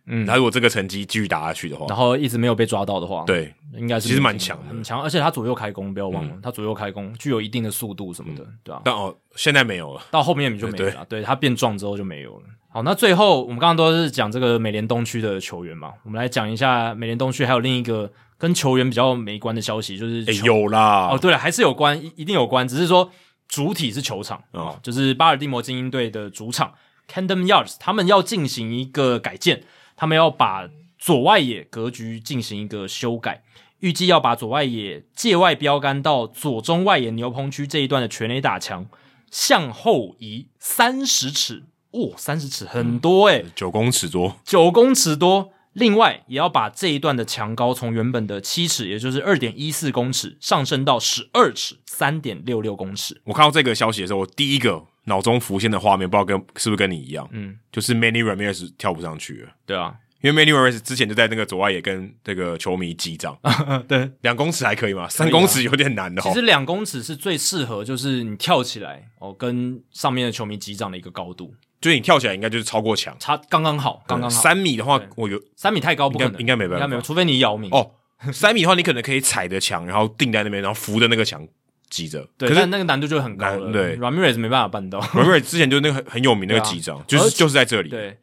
嗯哦
他如果这个成绩继续打下去的话，
然后一直没有被抓到的话，，
对，
应该是
其实蛮
明星
强的嗯
很强，而且他左右开弓，不要忘了，他左右开弓具有一定的速度什么的，对吧、
但哦，现在没有了。
到后面你就没了啦，对他变壮之后就没有了。好，那最后我们刚刚都是讲这个美联东区的球员嘛，我们来讲一下美联东区还有另一个跟球员比较没关的消息，就是
哎、
球
有啦，
哦，对了，还是有关，一一定有关，只是说主体是球场
哦
哦，就是巴尔的摩精英队的主场 Camden Yards，他们要进行一个改建，他们要把左外野格局进行一个修改，预计要把左外野界外标杆到左中外野牛棚区这一段的全垒打墙向后移三十尺，哦，三十尺很多诶、
九公尺多，
九公尺多。另外，也要把这一段的墙高从原本的七尺，也就是二点一四公尺，上升到十二尺，三点六六公尺。
我看到这个消息的时候，我第一个脑中浮现的画面，不知道跟是不是跟你一样，
嗯，
就是 Many Ramirez 跳不上去了，
对啊，
因为 Many Ramirez 之前就在那个左外野跟这个球迷击掌，
啊对。
两公尺还可以吗？三公尺有点难的
啊其
哦
实。两公尺是最适合，就是你跳起来哦，跟上面的球迷击掌的一个高度，
就是你跳起来应该就是超过墙，
差刚刚好，刚刚好。
三米的话
对，
我有
三米太高不可
应
能，
该应该没办法
应该没有，除非你姚明。
哦，三米的话，你可能可以踩着墙，然后定在那边，然后扶着那个墙击着。
对，
可
但
是
那个难度就很高了。
难对
，Ramirez 没办法办到。
Ramirez 之前就那个很很有名那个
对啊
击掌，就
而
是
且
就是在这里。
对，啊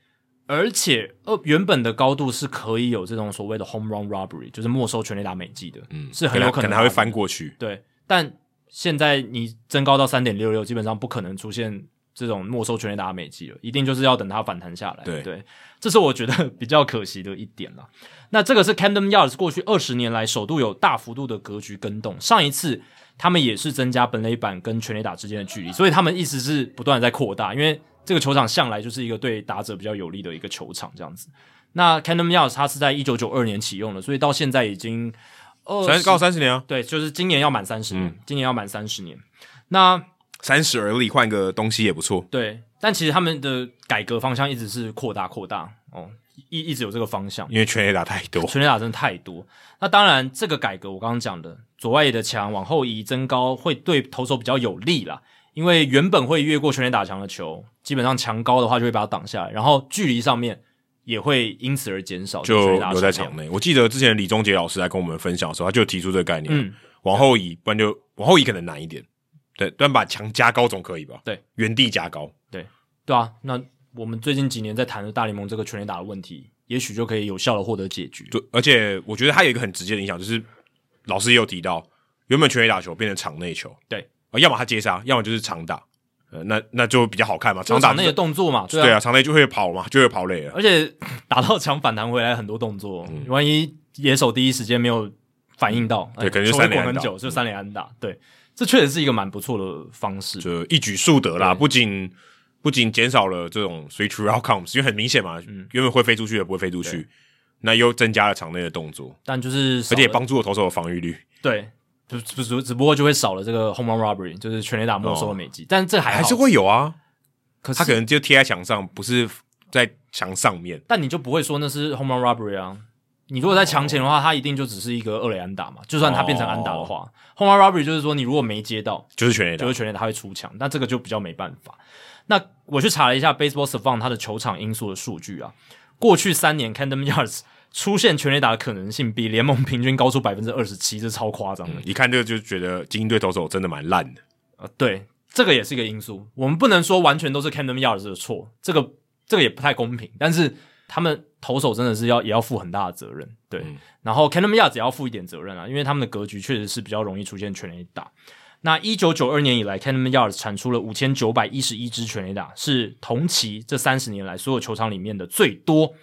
而且呃，原本的高度是可以有这种所谓的 home run robbery，就是没收全垒打美记的，
嗯
是很有可
可能
能啊
还会
发生
翻过去。
对，但现在你增高到三点六六，基本上不可能出现这种没收全垒打的美记了，一定就是要等它反弹下来。
对
这是我觉得 比较可惜的一点啦。那这个是 Camden Yards 过去二十年来首度有大幅度的格局跟动，上一次他们也是增加本垒板跟全垒打之间的距离，所以他们一直是不断的在扩大，因为这个球场向来就是一个对打者比较有利的一个球场这样子。那 Camden Yards 它是在一九九二年启用的，所以到现在已经呃
三高三十年啊，
对，就是今年要满三十
嗯
年，今年要满三十年。那
三十而立，换个东西也不错。
对，但其实他们的改革方向一直是扩大扩大哦，一一直有这个方向。
因为全垒打太多，
全垒打真的太多。那当然，这个改革我刚刚讲的，左外野的墙往后移增高，会对投手比较有利啦。因为原本会越过全垒打墙的球，基本上墙高的话就会把它挡下来，然后距离上面也会因此而减少。
就
全垒打
留在
场
场
面。
内。我记得之前李宗杰老师来跟我们分享的时候，他就提出这个概念，
嗯
往后移，不然就往后移可能难一点。对，但把墙加高总可以吧？
对，
原地加高。
对啊，那我们最近几年在谈的大联盟这个全垒打的问题，也许就可以有效的获得解决。
对，而且我觉得它有一个很直接的影响，就是老师也有提到，原本全垒打球变成场内球，
对
呃，要么他接杀，要么就是场打，呃，那那就比较好看嘛，
就
场
是
打
场
就
内
是、
的动作嘛，对啊，
对啊，场内就会跑嘛，就会跑垒了。
而且打到墙反弹回来很多动作，万一野手第一时间没有反应到，
嗯对
哎
可能就
球会
三垒
滚
安
很
打嗯
久，就三连安打。对，这确实是一个蛮不错的方式。
就一举数得啦，
对
不仅不仅减少了这种 three true outcomes，因为很 明显嘛，
嗯
原本会飞出去的不会飞出去，那又增加了场内的动作，
但就是少
而且也
了
帮助了投手的防御率，
对，就只只只不过就会少了这个 home run robbery，就是全垒打没收的美记，但这还好
哦还是，会有啊，
可
他可
是
能就贴在墙上，不是在墙上面，
但你就不会说那是 home run robbery 啊。你如果在墙前的话，它一定就只是一个二垒安打嘛。就算它变成安打的话、h
哦
o m e run robbery 就是说你如果没接到，
就是全垒
就
打
是。全垒打他会出墙，那这个就比较没办法。那我去查了一下 Baseball Savant 它的球场因素的数据啊，过去三年 Camden Yards 出现全垒打的可能性比联盟平均高出百分之二十七，这超夸张的、
嗯一看这个就觉得精英队投手真的蛮烂的，
呃。对，这个也是一个因素，我们不能说完全都是 Camden Yards 的错，这个这个也不太公平。但是他们投手真的是要也要负很大的责任，对。
嗯
然后 Camden Yards 也要负一点责任啊，因为他们的格局确实是比较容易出现全垒打。那一九九二年以来，Camden Yards 产出了五千九百一十一支全垒打，是同期这三十年来所有球场里面的最多。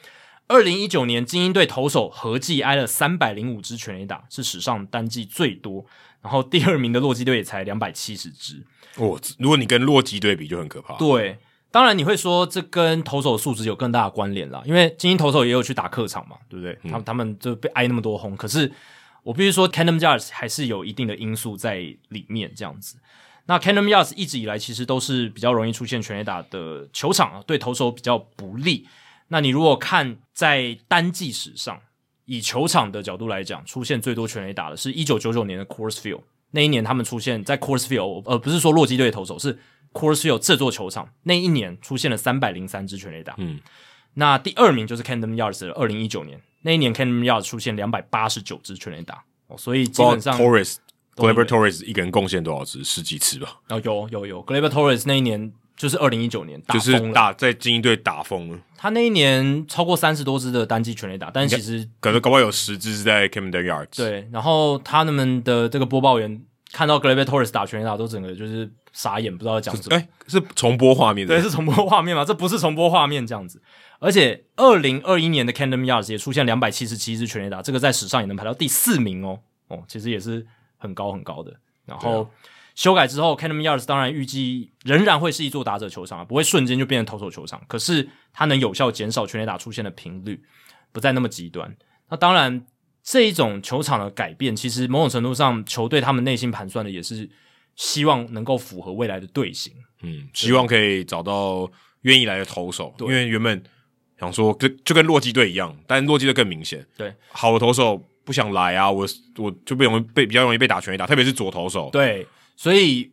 二零一九年，精英队投手合计挨了三百零五支全垒打，是史上单季最多。然后第二名的洛基队也才两百七十支。
哦，如果你跟洛基对比就很可怕。
对，当然你会说这跟投手素质有更大的关联啦，因为精英投手也有去打客场嘛，对不对？
嗯
他们他们就被挨那么多轰，可是我必须说 c a n d o m Yards 还是有一定的因素在里面这样子。那 c a n d o m Yards 一直以来其实都是比较容易出现全垒打的球场啊，对投手比较不利。那你如果看在单季史上，以球场的角度来讲，出现最多全垒打的是一九九九年的 Coors Field。那一年他们出现在 Coors Field，呃，不是说洛基队的投手，是 Coors Field 这座球场那一年出现了三百零三支全垒打。
嗯，
那第二名就是 Camden Yards 的二零一九年，那一年 Camden Yards 出现两百八十九支全垒打，哦，所以基本上
Torres
都没
Gleyber Torres 一个人贡献多少支？十几次吧，
哦有有有 g l a b e r Torres 那一年就是二零一九年打
就是
疯了，
打在精英队打疯了，
他那一年超过三十多支的单季全垒打，但是其实
可能搞不好有十支是在 Camden Yards。，
对，然后他们的这个播报员看到 g l a b e r Torres 打全垒打，都整个就是傻眼，不知道在讲什么。
哎，是重播画面的
对，，是重播画面嘛？这不是重播画面这样子。而且，二零二一年的 Camden Yards 也出现两百七十七支全垒打，这个在史上也能排到第四名哦。哦，其实也是很高很高的。然后、
啊
修改之后，Camden Yards 当然预计仍然会是一座打者球场啊，不会瞬间就变成投手球场。可是它能有效减少全垒打出现的频率，不再那么极端。那当然，这一种球场的改变，其实某种程度上，球队他们内心盘算的也是希望能够符合未来的队形。
嗯，希望可以找到愿意来的投手，因为原本想说就就跟洛基队一样，但洛基队更明显，
对，
好的投手不想来啊，我我就被容易被比较容易被打全垒打，特别是左投手，
对，所以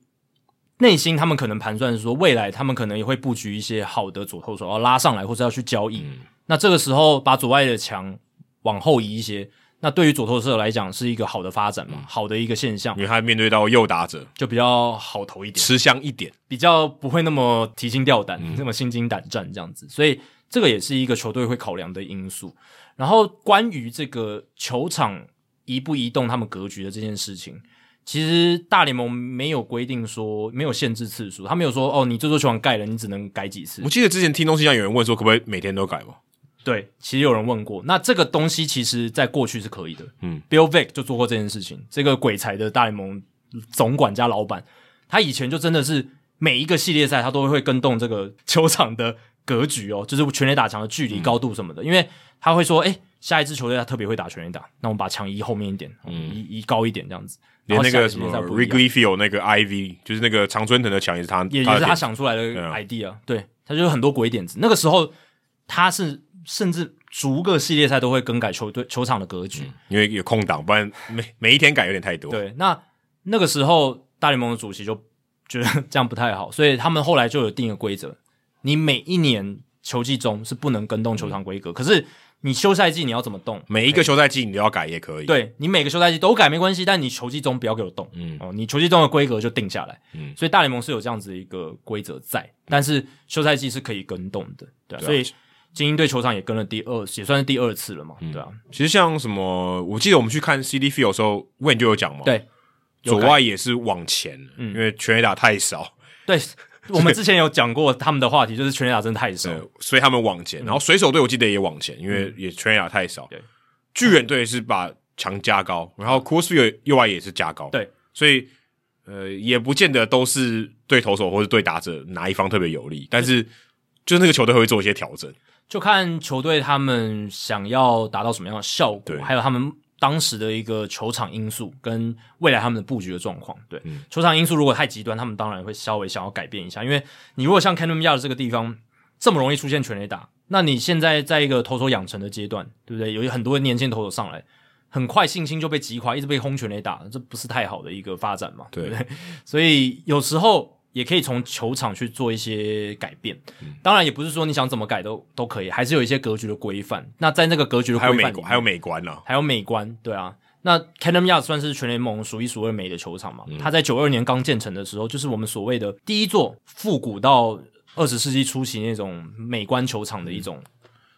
内心他们可能盘算是说，未来他们可能也会布局一些好的左后手要拉上来，或者要去交易。那这个时候把左外的墙往后移一些，那对于左投手来讲是一个好的发展嘛，好的一个现象
因，为他面对到右打者
就比较好投一点，
吃香一点，
比较不会那么提心吊胆，那么心惊胆战这样子。所以这个也是一个球队会考量的因素。然后关于这个球场移不移动他们格局的这件事情，其实大联盟没有规定说没有限制次数，他没有说哦，你这座球场盖了，你只能改几次
我。记得之前听东西上有人问说，可不可以每天都改嘛？
对，其实有人问过，那这个东西其实在过去是可以的。
嗯
，Bill Vick 就做过这件事情，这个鬼才的大联盟总管加老板，他以前就真的是每一个系列赛他都会跟动这个球场的格局哦， 就是全垒打墙的距离、高度什么
嗯
的，因为他会说，哎、下一支球队他特别会打全垒打，那我们把墙移后面一点，嗯，移移高一点这样子。
连那
然后
个
下
什
一
么
季赛不一样
Wrigley Field 那个 IV，就是那个常春藤的墙也是他，
也也
他
是
的
他
点
想出来的
啊
idea，、对，他就有很多鬼点子。那个时候他是甚至逐个系列赛都会更改球队球场的格局，
因为有空档，不然每每一天改有点太多。，
对，那那个时候大联盟的主席就觉得 这样不太好，所以他们后来就有定一个规则：你每一年球季中是不能跟动球场规格，可是你休赛季你要怎么动？
每一个球赛季你都要改也可以。，
对你每个休赛季都改没关系，但你球季中不要给我动。
嗯，
哦，你球季中的规格就定下来，
嗯
所以大联盟是有这样子的一个规则在，但是休赛季是可以跟动的，对、啊，
对啊
所以精英队球场也跟了第二，也算是第二次了嘛，对啊，
其实像什么，我记得我们去看 CD Field 的时候，Wayne 就有讲嘛，，
对
左
有改嗯
外也是往前，因为全垒打太少，
对，我们之前有讲过他们的话题，就是全垒打真的太少，
对，所以他们往前。然后水手队我记得也往前，因为也全垒打太少。
嗯对，嗯
巨人队是把墙加高，然后 c o r s f i e l 右外也是加高。
对，
所以呃，也不见得都是对投手或是对打者哪一方特别有利，但是就是那个球队会做一些调整。
就看球队他们想要达到什么样的效果
对，
还有他们当时的一个球场因素跟未来他们的布局的状况。对，球场因素如果太极端，他们当然会稍微想要改变一下，因为你如果像 Canon Yard 这个地方这么容易出现全垒打，那你现在在一个投手养成的阶段，对不对？有很多年轻投手上来。很快信心就被击垮，一直被轰全垒打，这不是太好的一个发展嘛？
对
不对？所以有时候也可以从球场去做一些改变。
嗯
当然也不是说你想怎么改都都可以，还是有一些格局的规范。那在那个格局的
还有
规
美
范
国，啊
里面，
还有美观啦、
还有美观，对啊。那 c a n a m y a 算是全联盟数一数二美的球场嘛？
嗯
它在九二年刚建成的时候，就是我们所谓的第一座复古到二十世纪初期那种美观球场的一种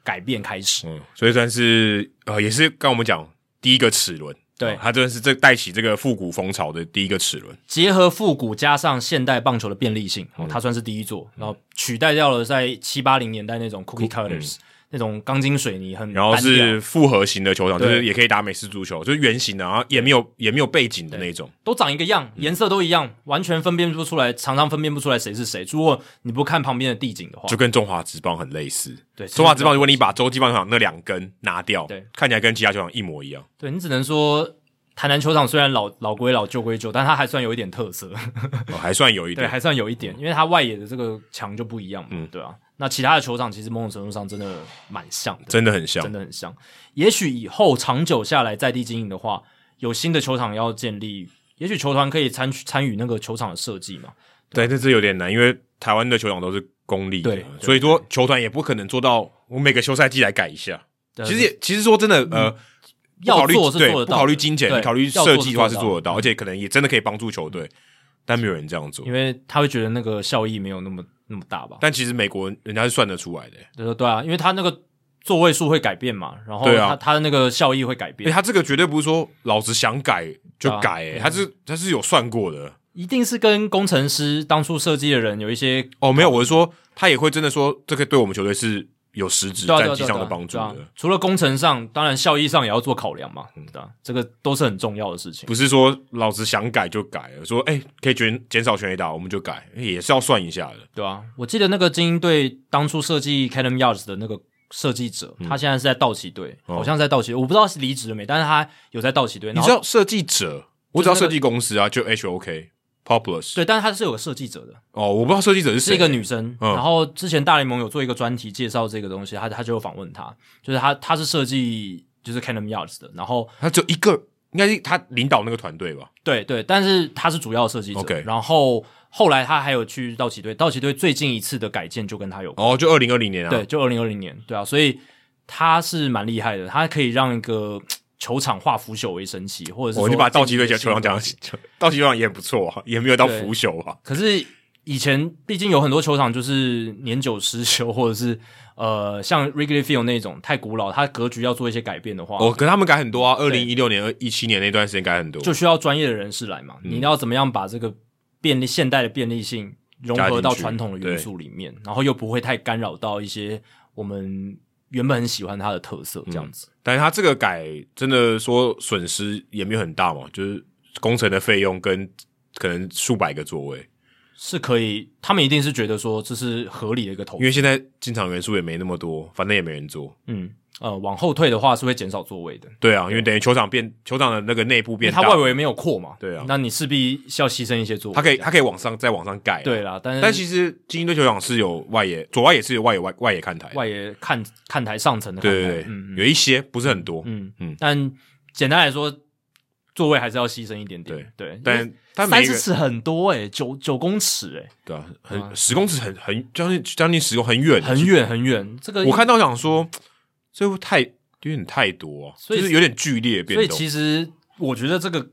改变开始。
嗯，所以算是呃，也是刚我们讲第一个齿轮，
对
哦他真的是这带起这个复古风潮的第一个齿轮。
结合复古加上现代棒球的便利性，
嗯
哦、它算是第一座，然后取代掉了在七八零年代那种 cookie cutters、那种钢筋水泥很
然后
单调
是复合型的球场，就
对
是也可以打美式足球，就是圆形的，然后也没有也没有背景的那种。
都长一个样，
嗯
颜色都一样，完全分辨不出来，常常分辨不出来谁是谁。如果你不看旁边的地景的话，
就跟中华职棒很类似。
对
中华职棒，如果你把洲际棒球场那两根拿掉，
对
看起来跟其他球场一模 一样。
对你只能说，台南球场虽然老老归老，旧归旧，但它还算有一点特色，
哦还算有一
对，
嗯点。嗯
还算有一点，因为它外野的这个墙就不一样嘛，对啊。那其他的球场其实某种程度上真的蛮像的，
真的很像
真。的很像。也许以后长久下来在地经营的话，有新的球场要建立，也许球团可以参参与那个球场的设计嘛。
对，这是有点难，因为台湾的球场都是公立的，
对对
所以说球团也不可能做到我每个休赛季来改一下。
对嗯
其实也，其实说真的，呃，不
要
考虑
做是
对
做得
不
到
考虑
的
金钱，
对
你考虑
要做
设
是
计的
做
话
得
是
到嗯
做得到，而且可能也真的可以帮助球队，但没有人这样做
因。为他会觉得那个效益没有那么那么大吧？
但其实美国人家是算得出来的，
对对啊，因为他那个座位数会改变嘛，然后他、
对啊
他的那个效益会改
因为
变，
他这个绝对不是说老子想改就
对啊
改，欸他是他是有算过的。
一定是跟工程师当初设计的人有一些啊
哦，没有，我是说他也会真的说这个对我们球队是有实质
对啊对
战
啊
绩
对啊
上的
对啊
帮助
对啊
的，嗯
除了工程上，当然效益上也要做考量嘛，对啊，这个都是很重要的事情。
不是说老子想改就改了，说哎、可以减减少全垒打我们就改，也是要算一下的。
对啊，我记得那个精英队当初设计 Callum Yards 的那个设计者，他现在是在道奇队，
嗯哦
好像是在道奇，我不知道是离职了没，但是他有在道奇队。
你
然
知
后
道设计者，我只要设计公司啊，就 H O K Populous。
对，但是他是有个设计者的，
哦，我不知道设计者是
是
谁，
一个女生。
嗯
然后之前大联盟有做一个专题介绍这个东西，他他就有访问她，就是她她是设计就是 Callum Yards 的，然后
他只有一个，应该是他领导那个团队吧？
对对，但是他是主要设计者。
OK
然后后来他还有去道奇队，道奇队最近一次的改建就跟他有关，
哦，就二零二零年啊，
对，，就二零二零年，对啊，所以他是蛮厉害的，他可以让一个球场化腐朽为神奇，或者是说
我、哦、你把道奇队
建立
球
一些新
场
的
讲
东西，，
道奇球场也不错啊，也没有到
对
腐朽啊。
可是以前毕竟有很多球场就是年久失修， 或者是呃像 Wrigley Field 那种太古老，它格局要做一些改变的话，
哦，可是他们改很多啊，二
对
零一六年、二一七年那段时间改很多，
就需要专业的人士来嘛。
嗯
你要怎么样把这个便利现代的便利性融合到传统的元素里面，然后又不会太干扰到一些我们原本很喜欢它的特色，这样子。
但是他这个改真的说损失也没有很大嘛，就是工程的费用跟可能数百个座位，
是可以，他们一定是觉得说这是合理的一个投
因
资。
为现在进场人数也没那么多，反正也没人做。
嗯，呃，往后退的话是会减少座位的，
对啊，因为等于球场变球场的那个内部
因为
变
它
大，
外围没有扩嘛。
对啊
那你势必是要牺牲一些座位。
它可以它可以往上再往上啊盖。，
对啦，但是
但其实精英队球场是有外野左外野是有外野外外野看台，
外野看看台上层的看
对
台，
对对，
嗯
有一些不是很多，
嗯嗯
嗯。
但简单来说，座位还是要牺牲一点点。对，
但但每
三
一个
十尺很多诶、九九公尺欸诶、
对啊，很十公尺很很将近将近十公很远
很远很远。这个
我看到想说，这会不会太有点太多、啊，
所以
就是有点剧烈变
所
动。
以其实我觉得这个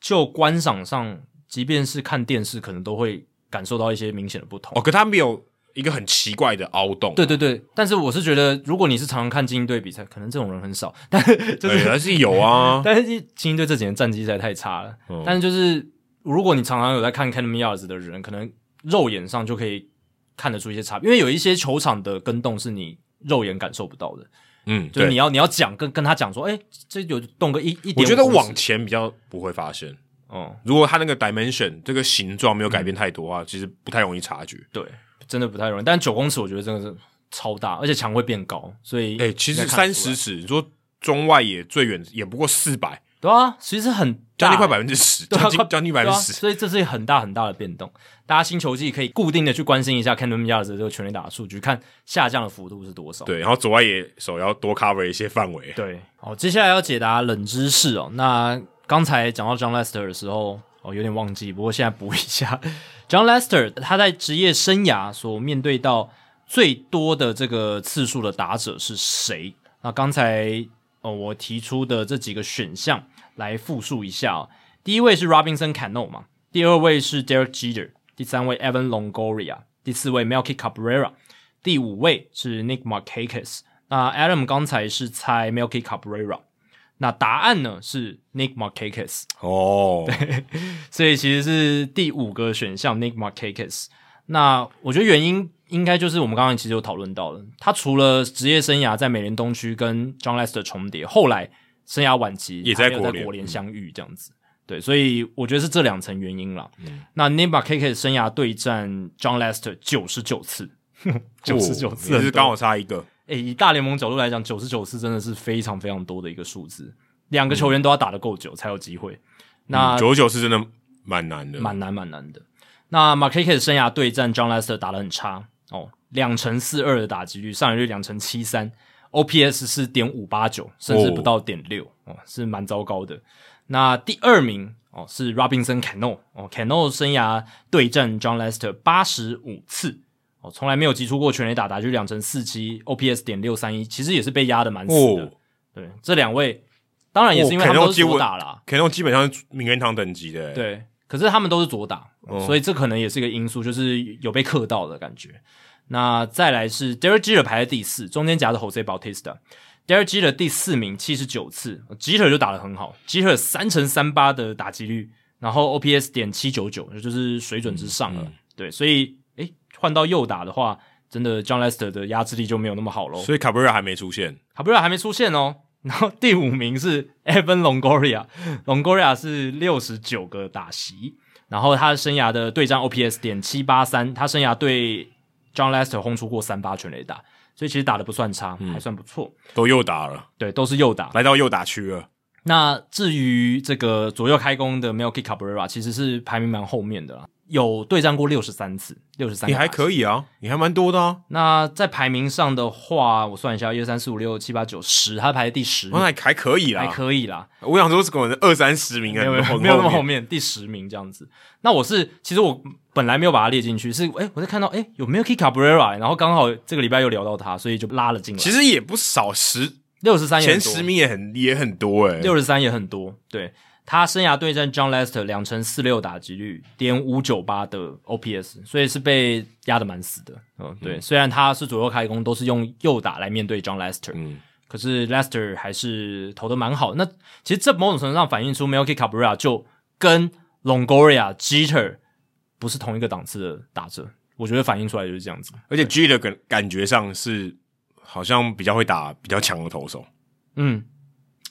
就观赏上，即便是看电视，可能都会感受到一些明显的不同。
哦，可他没有一个很奇怪的凹洞、
对对对，但是我是觉得，如果你是常常看精英队比赛，可能这种人很少， 但是就
对，
是。
还是有啊
但是精英队这几年战绩实在太差了。
嗯
但是就是，如果你常常有在看 Academy Yards 的人，可能肉眼上就可以看得出一些差别，因为有一些球场的跟动是你肉眼感受不到的，
嗯，
就是
对，
你要你要讲跟跟他讲说，哎、这有动个一一点，
我觉得往，前比较不会发现。
嗯，
如果它那个 dimension 这个形状没有改变太多的话，其实不太容易察觉。
对，真的不太容易。但九公尺我觉得真的是超大，而且墙会变高，所以
哎、其
应
实
该看
三
得出来
十尺，你说中外野最远也不过四百，
对啊，其实很大
将近快百分之十，
对啊
将近
快
将近百分
对啊
之十。
所以这是很大很大的变动。大家新球季可以固定的去关心一下 Canon y a r d 这个全垒打的数据，看下降的幅度是多少。
对，然后左外野手要多 cover 一些范围。
对，好，接下来要解答冷知识哦。那刚才讲到 John Lester 的时候，哦，有点忘记，不过现在补一下 ，John Lester 他在职业生涯所面对到最多的这个次数的打者是谁？那刚才哦，我提出的这几个选项来复述一下、哦。第一位是 Robinson Cano 嘛，第二位是 Derek Jeter，第三位 Evan Longoria，第四位 Melky Cabrera，第五位是 Nick Markakis。那 Adam 刚才是猜 Melky Cabrera，那答案呢是 Nick Markakis，
哦，
所以其实是第五个选项 Nick Markakis。那我觉得原因应该就是我们刚刚其实有讨论到了，他除了职业生涯在美联东区跟 John Lester 重叠，后来生涯晚期
也
他
在
没有
国
在
联
国联相遇这样子。对，所以我觉得是这两层原因啦。
嗯
那 Nick Markakis 生涯对战 John Lester 九十九 次，九十九次
哦
很
你是
多
刚好差一个。
诶，以大联盟角度来讲，九十九次真的是非常非常多的一个数字，两个球员都要打得够久才有机会，那
嗯九十九是真的蛮难的，
蛮难蛮难的。那 m a r k e 生涯对战 John Lester 打得很差哦，两成四二的打击率，上垒率两成七三，OPS 是点五八九，甚至不到点六哦，是蛮糟糕的。那第二名哦是 Robinson Cano 哦，Cano 生涯对战 John Lester 八十五次哦，从来没有击出过全垒打，打击两成四七，OPS 点六三一，其实也是被压的蛮死的。
哦
对，这两位当然也是因为他们都是左打啦，
，Cano 基本上是名人堂等级的、欸，，
对，可是他们都是左打，
哦
所以这可能也是一个因素，就是有被克到的感觉。那再来是 Derek Jeter 排在第四，中间夹着 Jose Bautista。Derek Jeter 第四名，七十九次，Jeter 就打得很好，Jeter 三乘三八的打击率，然后 OPS 点七九九，就是水准之上了。对，所以诶换到右打的话，真的 John Lester 的压制力就没有那么好喽。
所以 Cabrera 还没出现，
卡布瑞还没出现哦。然后第五名是 Evan Longoria，Longoria 是六十九个打席，然后他生涯的对战 OPS 点七八三，他生涯对 John Lester 轰出过三八全垒打，所以其实打的不算差，
嗯
还算不错。
都右打了，
对，都是右打。
来到右打区了。
那至于这个左右开弓的 Melky Cabrera，其实是排名蛮后面的啦，有对战过六十三次，六十三
你还
以。
可以啊，你还蛮多的啊，
那在排名上的话，我算一下，一二三四五六七八九十，他排在第十
哦那啊
名，
还还可以
嗯还
啦。
可以啦。
我想说，可能二三十名啊，
没有没有
很
没有那么后
后面。
面，第十名这样子。那我是其实我本来没有把它列进去，是诶、我在看到诶、有没有 Key Cabrera，然后刚好这个礼拜又聊到他，所以就拉了进来。
其实也不少，十
六十三也
前
很多
十名也很也很多哎、欸。
六十三也很多。对他生涯对战 John Lester 两成四六打击率，点五九八的 OPS，所以是被压得蛮死的。嗯，对，虽然他是左右开弓，都是用右打来面对 John Lester，
嗯，
可是 Lester 还是投的蛮好。那其实这某种程度上反映出 Melky Cabrera 就跟 Longoria、Jeter 不是同一个档次的打者，我觉得反映出来就是这样子。
而且 G 的感感觉上是好像比较会打比较强的投手。
嗯，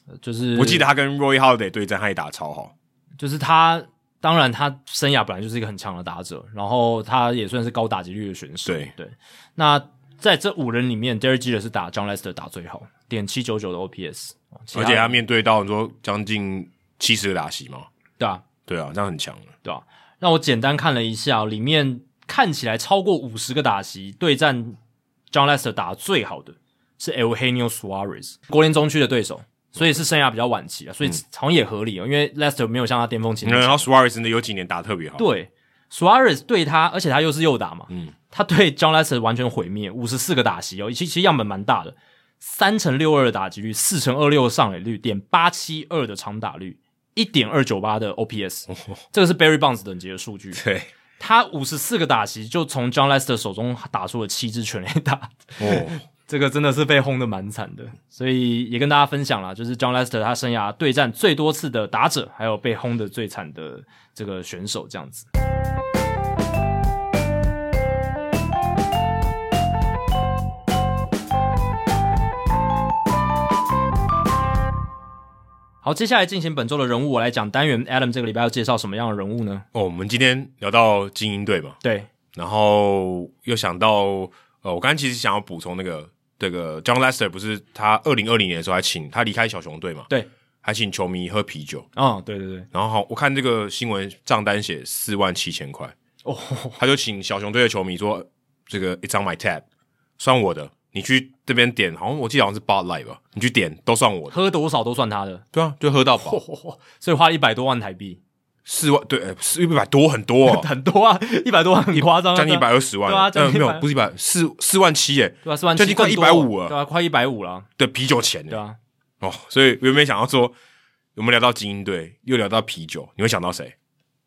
呃就是
我记得，他跟 Roy Holiday 对战，他也打超好。
就是他，当然他生涯本来就是一个很强的打者，然后他也算是高打击率的选手。
对
对，那在这五人里面，Derek Jeter 是打 John Lester 打最好，点七九九的 OPS，其哦
而且他
人
面对到你说将近七十个打席嘛，
对啊，
对啊，这样很强了。
对吧、让我简单看了一下哦，里面看起来超过五十个打席，对战 John Lester 打得最好的是 El Genio Suarez，国联中区的对手，所以是生涯比较晚期啊，所以好像也合理哦，因为 Lester 没有像他巅峰期那么
然
强。
后 Suarez 真的嗯有几年打得特别好，
对，Suarez 对他，而且他又是右打嘛，
嗯
他对 John Lester 完全毁灭，五十四个打席哦，其实其实样本蛮大的，三乘六二的打击率，四乘二六上垒率，点八七二的长打率，一点二九八的 OPS，、这
哦
个是 Barry Bonds 等级的数据。
对，
他五十四个打席就从 John Lester 手中打出了七支全垒打，
哦，
这个真的是被轰的蛮惨的，所以也跟大家分享啦，就是 John Lester 他生涯对战最多次的打者，还有被轰的最惨的这个选手这样子。好，接下来进行本周的人物，我来讲单元 Adam 这个礼拜要介绍什么样的人物呢？
哦，我们今天聊到精英队嘛，
对，
然后又想到呃，我刚才其实想要补充那个这个 John Lester 不是他二零二零年的时候还请他离开小熊队嘛，
对，
还请球迷喝啤酒，
嗯，对对对，
然后好我看这个新闻账单写四万七千块，
哦，
他就请小熊队的球迷说这个 It's on my tab，算我的，你去这边点，好像我记得好像是 Bud Light 吧，你去点都算我的，
喝多少都算他的，
对啊，就喝到饱，
所以花了一百多万台币，。
四万对，呃四一百多很多、 哦
很多啊，一百多 万很夸张啊，
将近一百二十万，
对啊将
呃，
近
没
100
有，不是一百，四四万七耶，
对啊，四万
将近快
更多啊
150了
对啊，快一百五了，
的啤酒钱耶
对啊，
哦，所以原本想要说，我们聊到精英队，又聊到啤酒，你会想到谁？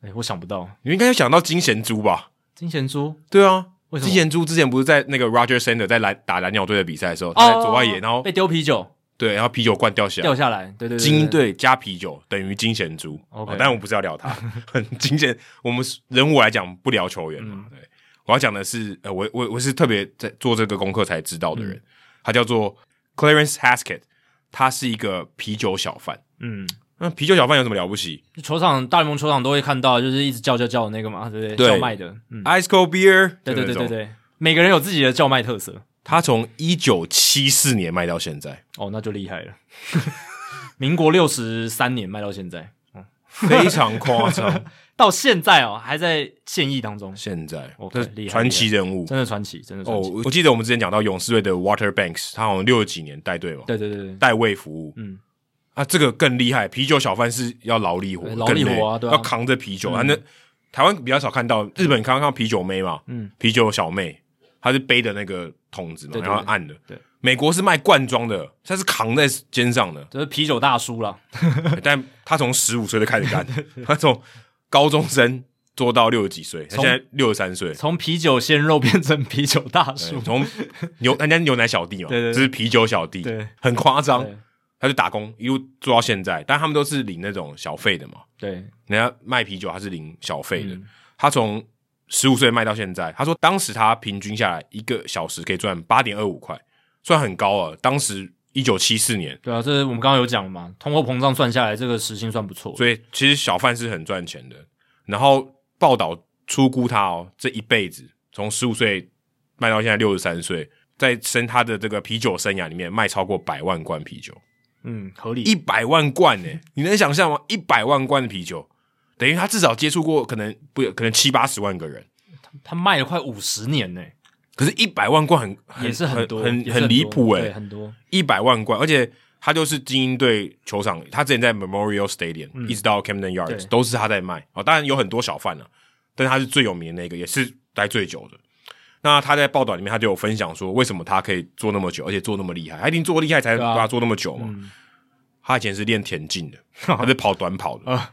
哎，我想不到
你应该想到金贤珠吧？
金贤珠
对啊，
为什么
金贤珠之前不是在那个 Roger Sander 在蓝打蓝鸟队的比赛的时候，他在左外野，然后
被丢啤酒
对，然后啤酒罐掉下来
哦掉，下来，对对对，
精英
对对
队加啤酒等于金贤珠。
OK
哦但我不是要 聊他，很金贤，我们人物来讲不聊球员嘛。
嗯
对，我要讲的是，呃，我我我是特别在做这个功课才知道的人，
嗯
他叫做 Clarence Haskett，他是一个啤酒小贩。
嗯，
那啤酒小贩有什么了不起、
就球场大联盟球场都会看到，就是一直叫叫叫的那个嘛，对不对？
对
叫卖的，嗯，
i c e cold beer，
对对对对
就那种。
对，每个人有自己的叫卖特色，
他从一九七四年 卖到现在，
哦，那就厉害了，民国六十三年卖到现在，
非常夸张。
到现在哦，还在现役当中，
现在
OK，
这
厉害
传奇人物
真的传奇，真的传
哦
奇。，
我记得我们之前讲到勇士队的 Water Banks，他好像六十几年带队嘛，
对对对对，
代位服务
嗯，
啊，这个更厉害。啤酒小贩是要劳力活，
对劳力活啊
更累
对啊
要扛着啤酒。啊，那台湾比较少看到，日本刚刚看到啤酒妹嘛，
嗯，
啤酒小妹，她是背的那个桶子嘛，
对对
然后按的。
对，，
美国是卖罐装的，她是扛在肩上的哎
这是啤酒大叔了，
但她从十五岁就开始干，她从高中生做到六十几岁，她
从
现在六十三岁。
从啤酒鲜肉变成啤酒大叔
对，从牛 人家牛奶小弟嘛，
对对对
这是啤酒小弟，
对，
很夸张
对。
他就打工一路做到现在，但他们都是领那种小费的嘛，
对，
人家卖啤酒他是领小费的。
嗯
他从十五岁卖到现在，他说当时他平均下来一个小时可以赚八点二五块，算很高啊。当时一九七四年，
对啊，这是我们刚刚有讲嘛，通货膨胀算下来，这个时薪算不错，
所以其实小贩是很赚钱的。然后报道出估他哦，这一辈子从十五岁卖到现在六十三岁，在生他的这个啤酒生涯里面卖超过百万罐啤酒，
嗯，合理
一，百万罐呢、你能想象吗？一百万罐的啤酒，等于他至少接触过可能不可能七八十万个人，
他卖了快五十年呢，
可是，一百万罐很很
也是
很
多，
很
也是
很离谱
哎，对
哎，
很多，
一百万罐，而且他就是精英队球场，他之前在 Memorial Stadium、一直到 Camden
嗯对
Yards 都是他在卖哦，当然有很多小贩啊，但是他是最有名的那个，也是待最久的。那他在报道里面，他就有分享说，为什么他可以做那么久，而且做那么厉害，他一定做厉害才
对啊
把他做那么久嘛。他以前是练田 径的，他是跑短跑的
啊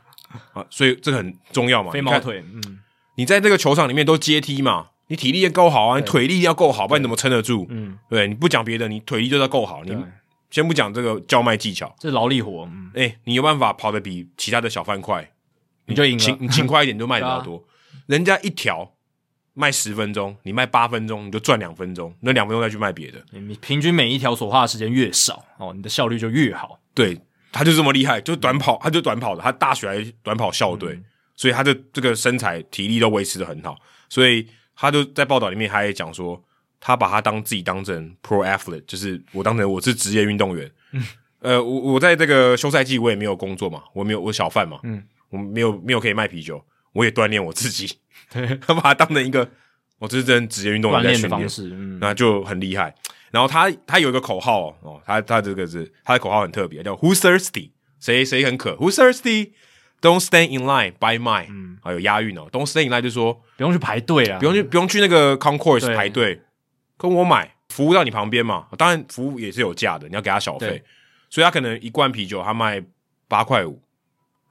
啊所以这个很重要嘛。
飞
你看
毛腿，嗯
你在这个球场里面都阶梯嘛，你体力要够好啊，你
对
腿力要够好，不然你怎么撑得住？
嗯，
对，你不讲别的，你腿力就是要够好。
对
你，先不讲这个叫卖技巧，
这是劳力活，嗯，
哎、你有办法跑得比其他的小贩快，
你就赢
勤
了，啊
你勤快一点就卖 得到多。人家一条卖十分钟，你卖八分钟，你就赚两分钟，那两分钟再去卖别的。
你平均每一条所花的时间越少哦，你的效率就越好，
对，他就这么厉害，就短跑，他就短跑的，他大学还短跑校
嗯
队，所以他的这个身材体力都维持的很好，所以他就在报道里面他也讲说，他把他当自己当成 pro athlete，就是我当成我是职业运动员。
嗯
呃，我我在这个休赛季我也没有工作嘛，我没有我小贩嘛，
嗯，
我没有没有可以卖啤酒，我也锻炼我自己， 他把他当成一个我这是真职业运动
锻
员在
炼
训
的
练
方，式，嗯，
那就很厉害。然后他他有一个口号哦，哦他他这个是他的口号很特别，叫 Who's thirsty？谁谁很渴？Who's thirsty？Don't stand in line, buy mine。嗯，还有押韵哦。Don't stand in line 就说
不用去排队啊，
不用去不用去那个 concourse
对
排队，跟我买，服务到你旁边嘛。当然服务也是有价的，你要给他小费
对，
所以他可能一罐啤酒他卖八块五，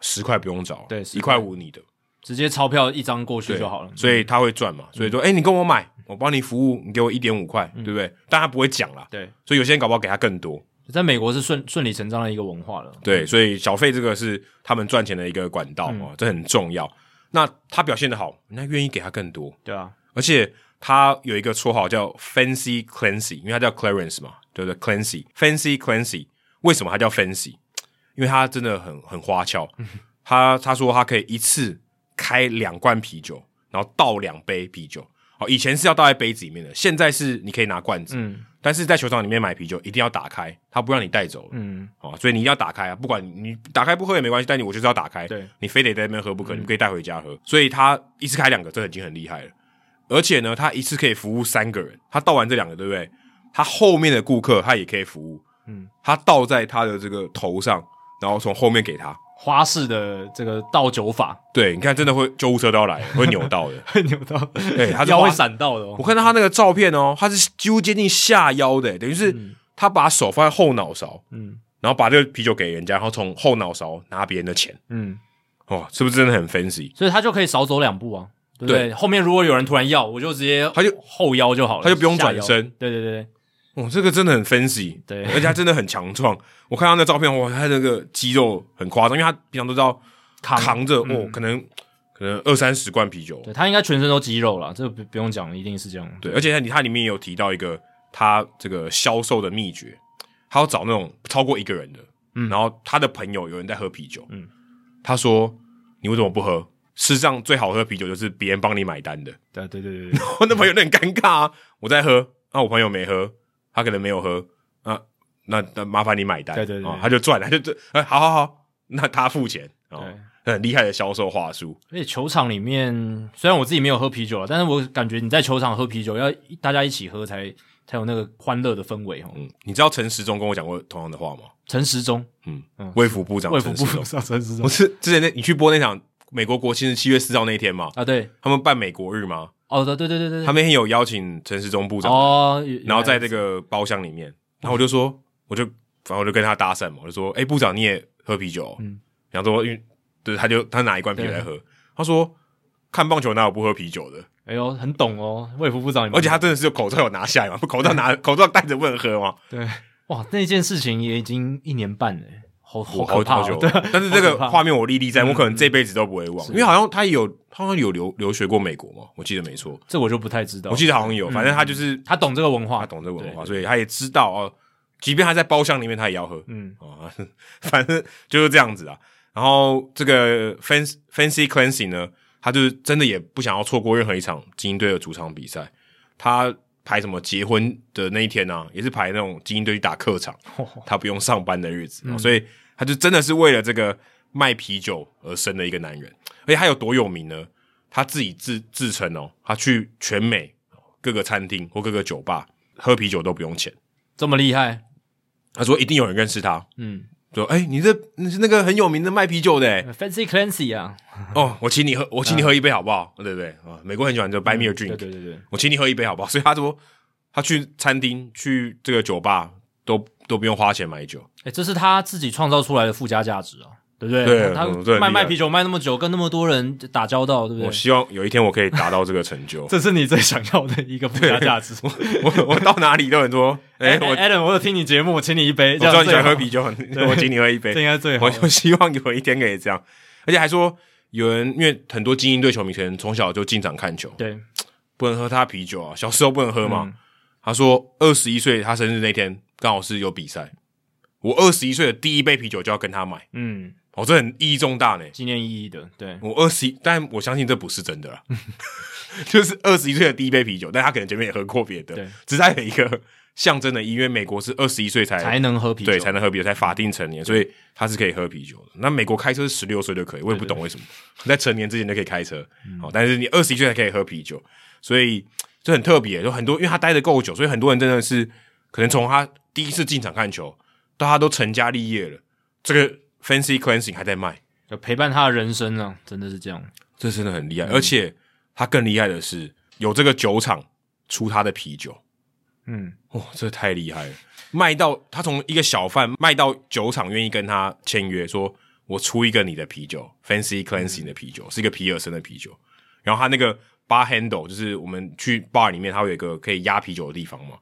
十块不用找，
对
一
10块
块五你的，
直接钞票一张过去
对
就好了，嗯
所以他会赚嘛。所以说，哎、你跟我买，我帮你服务，你给我一点五块，
嗯
对不对？但他不会讲啦，
对，
所以有些人搞不好给他更多。
在美国是顺顺理成章的一个文化了，
对，所以小费这个是他们赚钱的一个管道啊、哦这很重要。那他表现的好，人家愿意给他更多，
对啊，
而且他有一个绰号叫 Fancy Clancy，因为他叫 Clarence 嘛，对不对？Clancy Fancy Clancy，为什么他叫 Fancy？因为他真的很很花俏。他他说他可以一次开两罐啤酒，然后倒两杯啤酒。哦，以前是要倒在杯子里面的，现在是你可以拿罐子，
嗯
但是在球场里面买啤酒一定要打开，他不让你带走了。
嗯，
哦，所以你一定要打开啊，不管你你打开不喝也没关系，但你我就是要打开，
对，嗯
你非得在那边喝不可，你不可以带回家喝。所以他一次开两个，这已经很厉害了。而且呢，他一次可以服务三个人，他倒完这两个，对不对？他后面的顾客他也可以服务，
嗯，
他倒在他的这个头上，然后从后面给他。
花式的这个倒酒法
对，你看，真的会救护车都要来了，会扭到的。
扭到，
对他是
腰
花
会闪到的
我
哦，
看到他那个照片哦，他是几乎接近下腰的，等于是他把手放在后脑勺，
嗯
然后把这个啤酒给人家，然后从后脑勺拿别人的钱。
嗯，
哦，是不是真的很 fancy？
所以他就可以少走两步啊，对不对？后面如果有人突然要，我就直接
他就
后腰就好了，
他就不用转
下腰
身，
对对对
哦，这个真的很 fancy，
对
而且他真的很强壮。我看到那照片，哇，他那个肌肉很夸张，因为他平常都知道
扛嗯
扛着，哦，可能可能二三十罐啤酒，
对，他应该全身都肌肉了，这个不不用讲了，一定是这样，
对，而且他里他里面也有提到一个他这个销售的秘诀，他要找那种超过一个人的，
嗯
然后他的朋友有人在喝啤酒，
嗯，
他说你为什么不喝？世上最好喝的啤酒就是别人帮你买单的，
对对 对对对，
我那朋友就很尴尬啊，我在喝，那、我朋友没喝，他可能没有喝，啊，那那麻烦你买单，
对对对
哦他就赚，他就这，哎、好好好，那他付钱，哦
对，
很厉害的销售话术。
而且球场里面，虽然我自己没有喝啤酒了，啊但是我感觉你在球场喝啤酒要大家一起喝才才有那个欢乐的氛围哦。
嗯，你知道陈时中跟我讲过同样的话吗？
陈时中，
嗯，卫福部长
卫福
陈
部
时中，
长陈时中
不是之前那你去播那场美国国庆是七月四号那一天嘛？
啊，对，
他们办美国日嘛，
哦，对对对对对，
他那天有邀请陈时中部长，
哦，
然后在这
个
个包厢里面，然后我就说，我就反正我就跟他搭讪嘛，我就说，哎、部长你也喝啤酒、哦？
嗯
然后说，因为就是他就他拿一罐啤酒来喝，他说看棒球哪有不喝啤酒的？
哎呦，很懂哦，卫福部长，
而且他真的是有口罩有拿下来嘛，不口罩 拿口罩戴着不能喝嘛，
对，哇，那件事情也已经一年半了，好好
我
可怕
好
哦，
久
对，。
但是这
好可
个
怕嗯
画面我历历在目，我可能这辈子都不会忘，因为好像他也有他好像有留留学过美国嘛，我记得没错，
这我就不太知道，
我记得好像有，反正他就是
他懂这个文
他
化，
懂这个文化，
对
所以他也知道哦，即便他在包厢里面，他也要喝。
嗯，
啊， 反正就是这样子啊。然后这个 fancy fancy cleansing 呢，他就是真的也不想要错过任何一场精英队的主场比赛。他排什么结婚的那一天啊，也是排那种精英队去打客场，他不用上班的日子、啊所以他就真的是为了这个卖啤酒而生的一个男人。而且他有多有名呢？他自己自自称哦，他去全美各个餐厅或各个酒吧喝啤酒都不用钱。
这么厉害，
他说一定有人认识他，
嗯
说：“哎、你这你是那个很有名的卖啤酒 的、欸、
，Fancy Clancy 啊，
哦，我请你喝，我请你喝一杯好不好？对不对啊？美国很喜欢这个 buy me a drink，、
嗯对对对对，
我请你喝一杯好不好？所以他说他去餐厅、去这个酒吧都都不用花钱买酒，
哎，这是他自己创造出来的附加价值啊，对不对？
对
他
嗯这很厉害
卖卖啤酒卖那么久，跟那么多人打交道，对不
我
对？
希望有一天我可以达到这个成 就。
这是你最想要的一个附加 价值。
我我到哪里都很多，哎、我
，Adam，我有听你节目，我请你一杯。这
我知
样
道你喜
最
欢
好
喝啤，酒， 我请你喝一杯
这。应该最好
我。就希望有一天可以这样，而且还说有人因为很多精英队球迷可能从小就进场看球，
对，
不能喝他啤酒啊，小时候不能喝嘛。
嗯
他说二十一岁他生日那天刚好是有比赛，我二十一岁的第一杯啤酒就要跟他买，
嗯，
哦，这很意义重大呢。
纪念意义的，对，
我二十一，但我相信这不是真的啦， 就是二十一岁的第一杯啤酒，但他可能前面也喝过别的
对，
只是他有一个象征的意义，因为美国是二十一岁才
才能喝啤酒，
对才能喝啤酒，才法定成年，所以他是可以喝啤酒的。那美国开车是十六岁就可以，我也不懂 为什么你在成年之前就可以开车，
嗯
好、但是你二十一岁才可以喝啤酒，所以这很特别。就很多，因为他待的够久，所以很多人真的是可能从他第一次进场看球到他都成家立业了，这个 fancy cleansing 还在卖，
就陪伴他的人生啊，真的是这样。
这真的很
嗯
厉害。而且他更厉害的是，有这个酒厂出他的啤酒，
嗯，
哇、哦，这太厉害了！卖到他从一个小贩卖到酒厂，愿意跟他签约，说我出一个你的啤酒，Fancy Cleansing 的啤酒，是一个皮尔森的啤酒。然后他那个 bar handle，就是我们去 bar 里面，它会有一个可以压啤酒的地方嘛，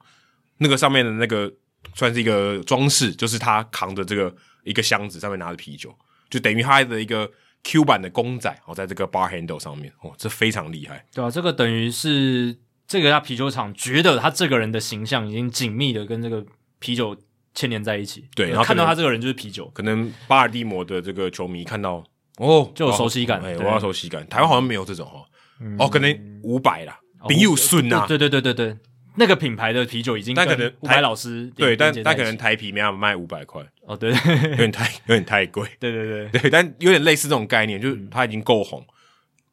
那个上面的那个算是一个装饰，就是他扛着这个一个箱子，上面拿着啤酒，就等于他的一个 Q 版的公仔，哦，在这个 bar handle 上面，哦，这非常厉害。
对啊，这个等于是这个家啤酒厂觉得他这个人的形象已经紧密的跟这个啤酒牵连在一起，
对然后
看到
可
他
能
这个人就是啤酒，
可能巴尔的摩的这个球迷看到哦，
就有熟悉感
哎、
对
我要熟悉感。台湾好像没有这种哦，哦，可能五百啦，林
有
佑顺嗯呐，
哦对对对对对，那个品牌的啤酒已经
但可
跟
能
伍
台
佰老师
对，
连
但
连接在
但
一
可
起
能台啤没办法卖五百块，
哦对 对
有点太有点太贵，
对对对，
对，但有点类似这种概念，就是他已经够红，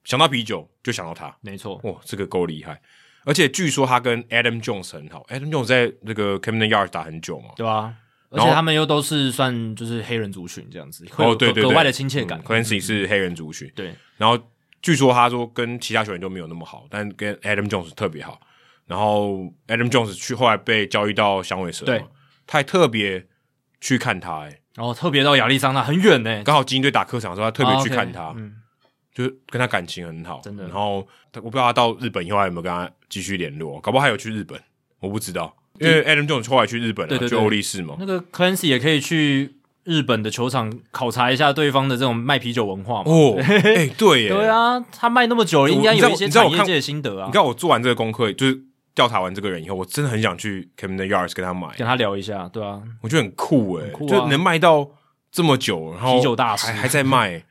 想到啤酒就想到他，
没错，
哇，这个够厉害。而且据说他跟 Adam Jones 很好，Adam Jones 在那个 Camden Yard 打很久嘛，
对吧？而
然后
且他们又都是算就是黑人族群这样子，会有
哦，对
格
对对，
格外的亲切感
嗯。Clancy 是黑人族群，
对，
然后据说他说跟其他球员都没有那么好，但跟 Adam Jones 特别好。然后 Adam Jones 去后来被交易到响尾蛇嘛，
对
他还特别去看他、欸，
然后特别到亚利桑那很远呢，
刚好精英队打客场的时候，他特别去看他，
啊，OK，嗯，
就是跟他感情很好，
真的
然后他我不知道他到日本以后还有没有跟他继续联络，搞不好还有去日本，我不知道，因为 Adam Jones 后来去日本、
嗯
啊，
对对
去
对
欧力士 嘛，
那个 Clancy 也可以去日本的球场考察一下对方的这种卖啤酒文化嘛。
哦，哎、对耶，
对啊，他卖那么久了，
我
应该
你知
有
道
一些
你知道
产
我
业
看
界的心得啊。
你看我做完这个功课，就是调查完这个人以后，我真的很想去 Camden Yards 跟他买，
跟他聊一下，对啊，
我觉得很酷哎、
很酷啊
就能卖到这么久，然后
啤酒大师
还还 在卖、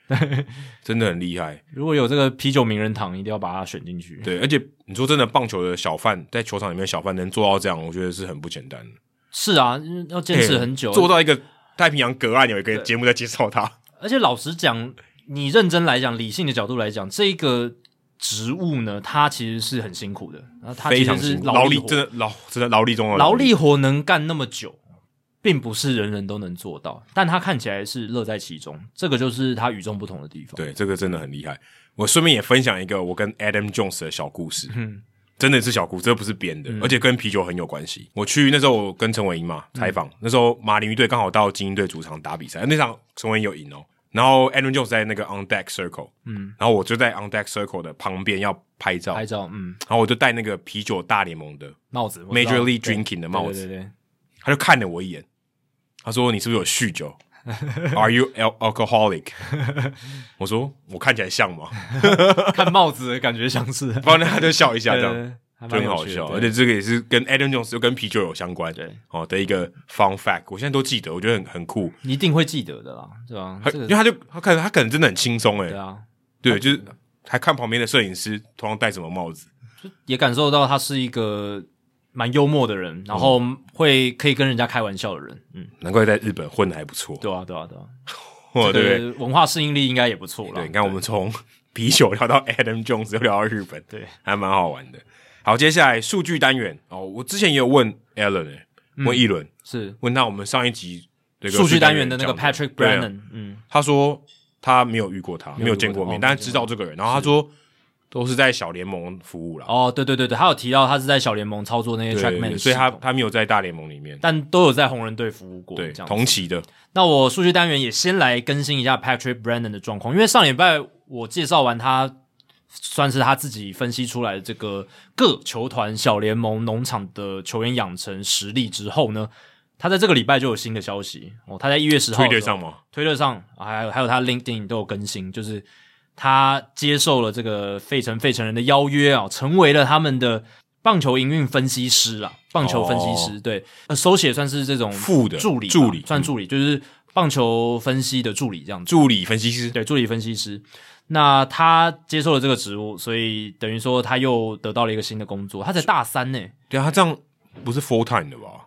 真的很厉害。
如果有这个啤酒名人堂，一定要把它选进去。
对，而且你说真的，棒球的小贩在球场里面的小贩能做到这样，我觉得是很不简单的，
是啊，因为要坚持
哎
很久，
做到一个太平洋隔岸有一个节目在介绍他，
而且老实讲，你认真来讲，理性的角度来讲，这个职务呢，它其实是很辛苦的，然后它
非
其实
常
是
辛苦，劳
力
力
活
真的劳真的劳力中的
劳
力，
力活能干那么久，并不是人人都能做到，但他看起来是乐在其中，这个就是他与众不同的地方。，
对这个真的很厉害。我顺便也分享一个我跟 Adam Jones 的小故事，
嗯
真的是小故，这不是编的，而且跟啤酒很有关系。我去那时候我跟陈伟霆嘛采
嗯
访，那时候马林鱼队刚好到精英队主场打比赛，那场陈伟霆有赢哦。然后 Adam Jones 在那个 on deck circle，
嗯，
然后我就在 on deck circle 的旁边要拍照，
拍
然
照，嗯，
后我就戴那个啤酒大联盟的
帽子我知道
Major League
对
Drinking 的帽子
对，对对对
他就看了我一眼，他说：“你是不是有 酗酒？Are you al alcoholic？” 我说：“我看起来像吗
看帽子的感觉像 是，？”
然后呢他就笑一下，这
对对
样
对还
就
蛮
很
有
好
趣的
笑。
对
而且这个也是跟 Adam Jones 又跟啤酒有相关，
对
哦的一个 fun fact，我现在都记得，我觉得很很酷。
你一定会记得的啦，对吧？
他
这
因
个
为他就他可能他可能真的很轻松
对
诶，
啊，
对，就是还看旁边的摄影师通常戴什么帽子，
也感受到他是一个蛮幽默的人，然后
嗯
会可以跟人家开玩笑的人，嗯，
难怪在日本混的还不错，
对啊，对啊，对啊，
哦对不对？
这个文化适应力应该也不错啦。
对，你看我们从啤酒聊到 Adam Jones，又聊到日本，
对，
还蛮好玩的。好，接下来数据单元哦，我之前也有问 Alan，、欸问一轮，
是
问他我们上一集这个
嗯数据单元
元
的那个
讲
Patrick
对啊
Brennan，嗯，
他说他没有遇过他，
没有遇
没
过
有
他
见过面，
哦
但是知道这个人，然后他说都是在小联盟服务了，
哦，对对对对，他有提到他是在小联盟操作那些
对
Trackman，
对，所以他
系统
他没有在大联盟里面，
哦但都有在红人队服务过，
对，
这样子哦
同期的，
那我数据单元也先来更新一下 Patrick Brennan 的状况，因为上礼拜我介绍完他，算是他自己分析出来的这个各球团小联盟农场的球员养成实力之后呢，他在这个礼拜就有新的消息哦，他在一月十号
推
的时
特
候
上吗？
推特上还有还有他 LinkedIn 都有更新，就是他接受了这个费城费城人的邀约啊，成为了他们的棒球营运分析师啊，棒球分析师、对，呃，手写算是这种
哦副的
助理吧
助理嗯
算助理，就是棒球分析的助理这样子，
助理分析师，
对，助理分析师。那他接受了这个职务，所以等于说他又得到了一个新的工作，他才大三呢、
对啊，他这样不是 full time 的吧？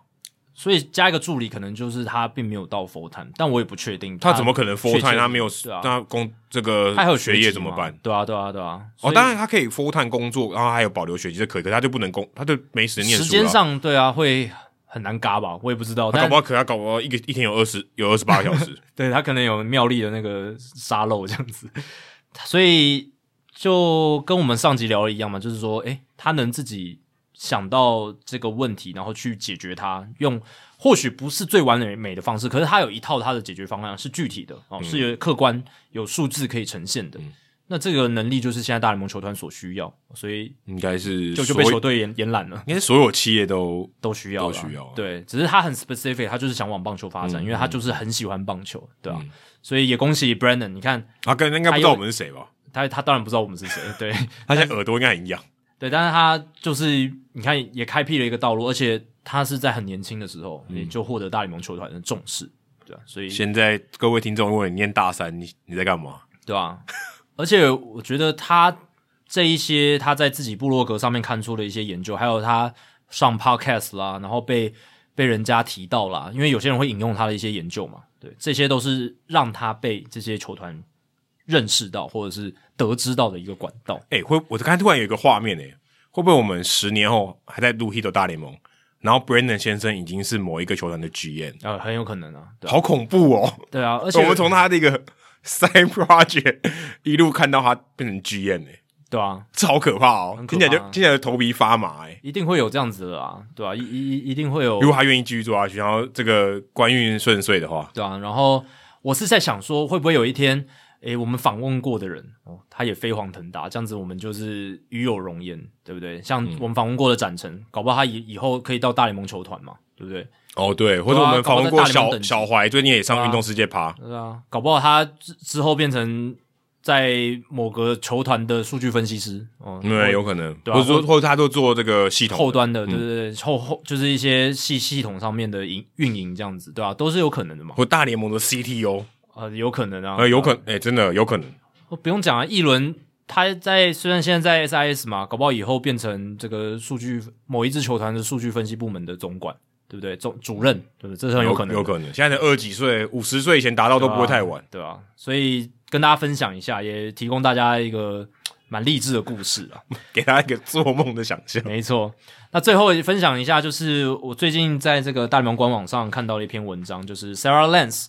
所以加一个助理，可能就是他并没有到 full time，但我也不确定
他怎么可能
确
full
切
time？他没有
对啊，
那工这个
他还有
学业
籍
怎么
嘛
办？？
对啊，对啊，对啊。所
哦，
以
当然他可以 full time 工作，然后还有保留学籍，这可以，可是他就不能工，他就没时间念书
时
了。
间上对啊会很难嘎吧，我也不知道。
他搞
但
不好可他搞不好一个一天有二十有二十八个小时，
对他可能有妙丽的那个沙漏这样子， 所以就跟我们上集聊的一样嘛，就是说，诶、他能自己想到这个问题，然后去解决它，用或许不是最完美的方式，可是他有一套他的解决方案是具体的哦，
嗯
是有客观有数字可以呈现的。那这个能力就是现在大联盟球团所需要，所以
应该是
就就
所
被
有
球队延延揽了。
应该是所有企业都
都需要啦，
都需要啊嗯
对，只是他很 specific，他就是想往棒球发展，因为他就是很喜欢棒球，对啊，所以也恭喜 Brandon，你看
啊，跟应该不知
还有
道我们是谁吧？
他他当然不知道我们是 谁，对
他现在耳朵应该很痒，
对，但是他就是你看也开辟了一个道路，而且他是在很年轻的时候、
嗯
也就获得大联盟球团的重视，对啊，所以
现在各位听众，如果你念大三，你你在干嘛？
对啊， 而且我觉得他这一些他在自己部落格上面看出的一些研究，还有他上 podcast 啦，然后被被人家提到啦，因为有些人会引用他的一些研究嘛，对，这些都是让他被这些球团认识到或者是得知到的一个管道。
哎、会我刚才突然有一个画面哎、会不会我们十年后还在录 Hit 大联盟，然后 Brandon 先生已经是某一个球团的 GM，
呃，很有可能啊，对啊
好恐怖哦！
对啊，而且
我们从他的一个 side project 一路看到他变成 GM 哎、
对啊，
这好可怕哦！
很可
听
怕
起
啊
来就听起来就头皮发麻哎、
一定会有这样子的啊，对啊，一一一定会有
如果他愿意继续做下去，然后这个官运顺遂的话，
对啊，然后我是在想说，会不会有一天，诶，我们访问过的人哦，他也飞黄腾达，这样子我们就是与有荣焉，对不对？像
嗯
我们访问过的展成，搞不好他以以后可以到大联盟球团嘛，对不对？
哦对，或者
对啊
我们访问过
搞不好在大联盟
小
等级
小怀，最近也
对
上
啊
运动世界趴，
对啊，搞不好他之之后变成在某个球团的数据分析师哦，
对，有可嗯能，
对啊
或者说或者他都做这个系统的
后端的，对对对，后后就是一些系系统上面的营运营这样子，对啊，都是有可能的嘛，
或大联盟的 CTO，
呃，有可能啊，
呃，有
对啊
可哎，真的有可能，
哦不用讲啊，一轮他在虽然现在在 SIS 嘛，搞不好以后变成这个数据某一支球团的数据分析部门的总管，对不对？总主任，对不对？这是很有可能的，啊
有可能。现在的二十几岁、五十岁以前达到都不会太晚，
对啊，所以跟大家分享一下，也提供大家一个蛮励志的故事啊。
给他一个做梦的想象。
没错，那最后分享一下，就是我最近在这个大联盟官网上看到了一篇文章，就是 Sarah Lance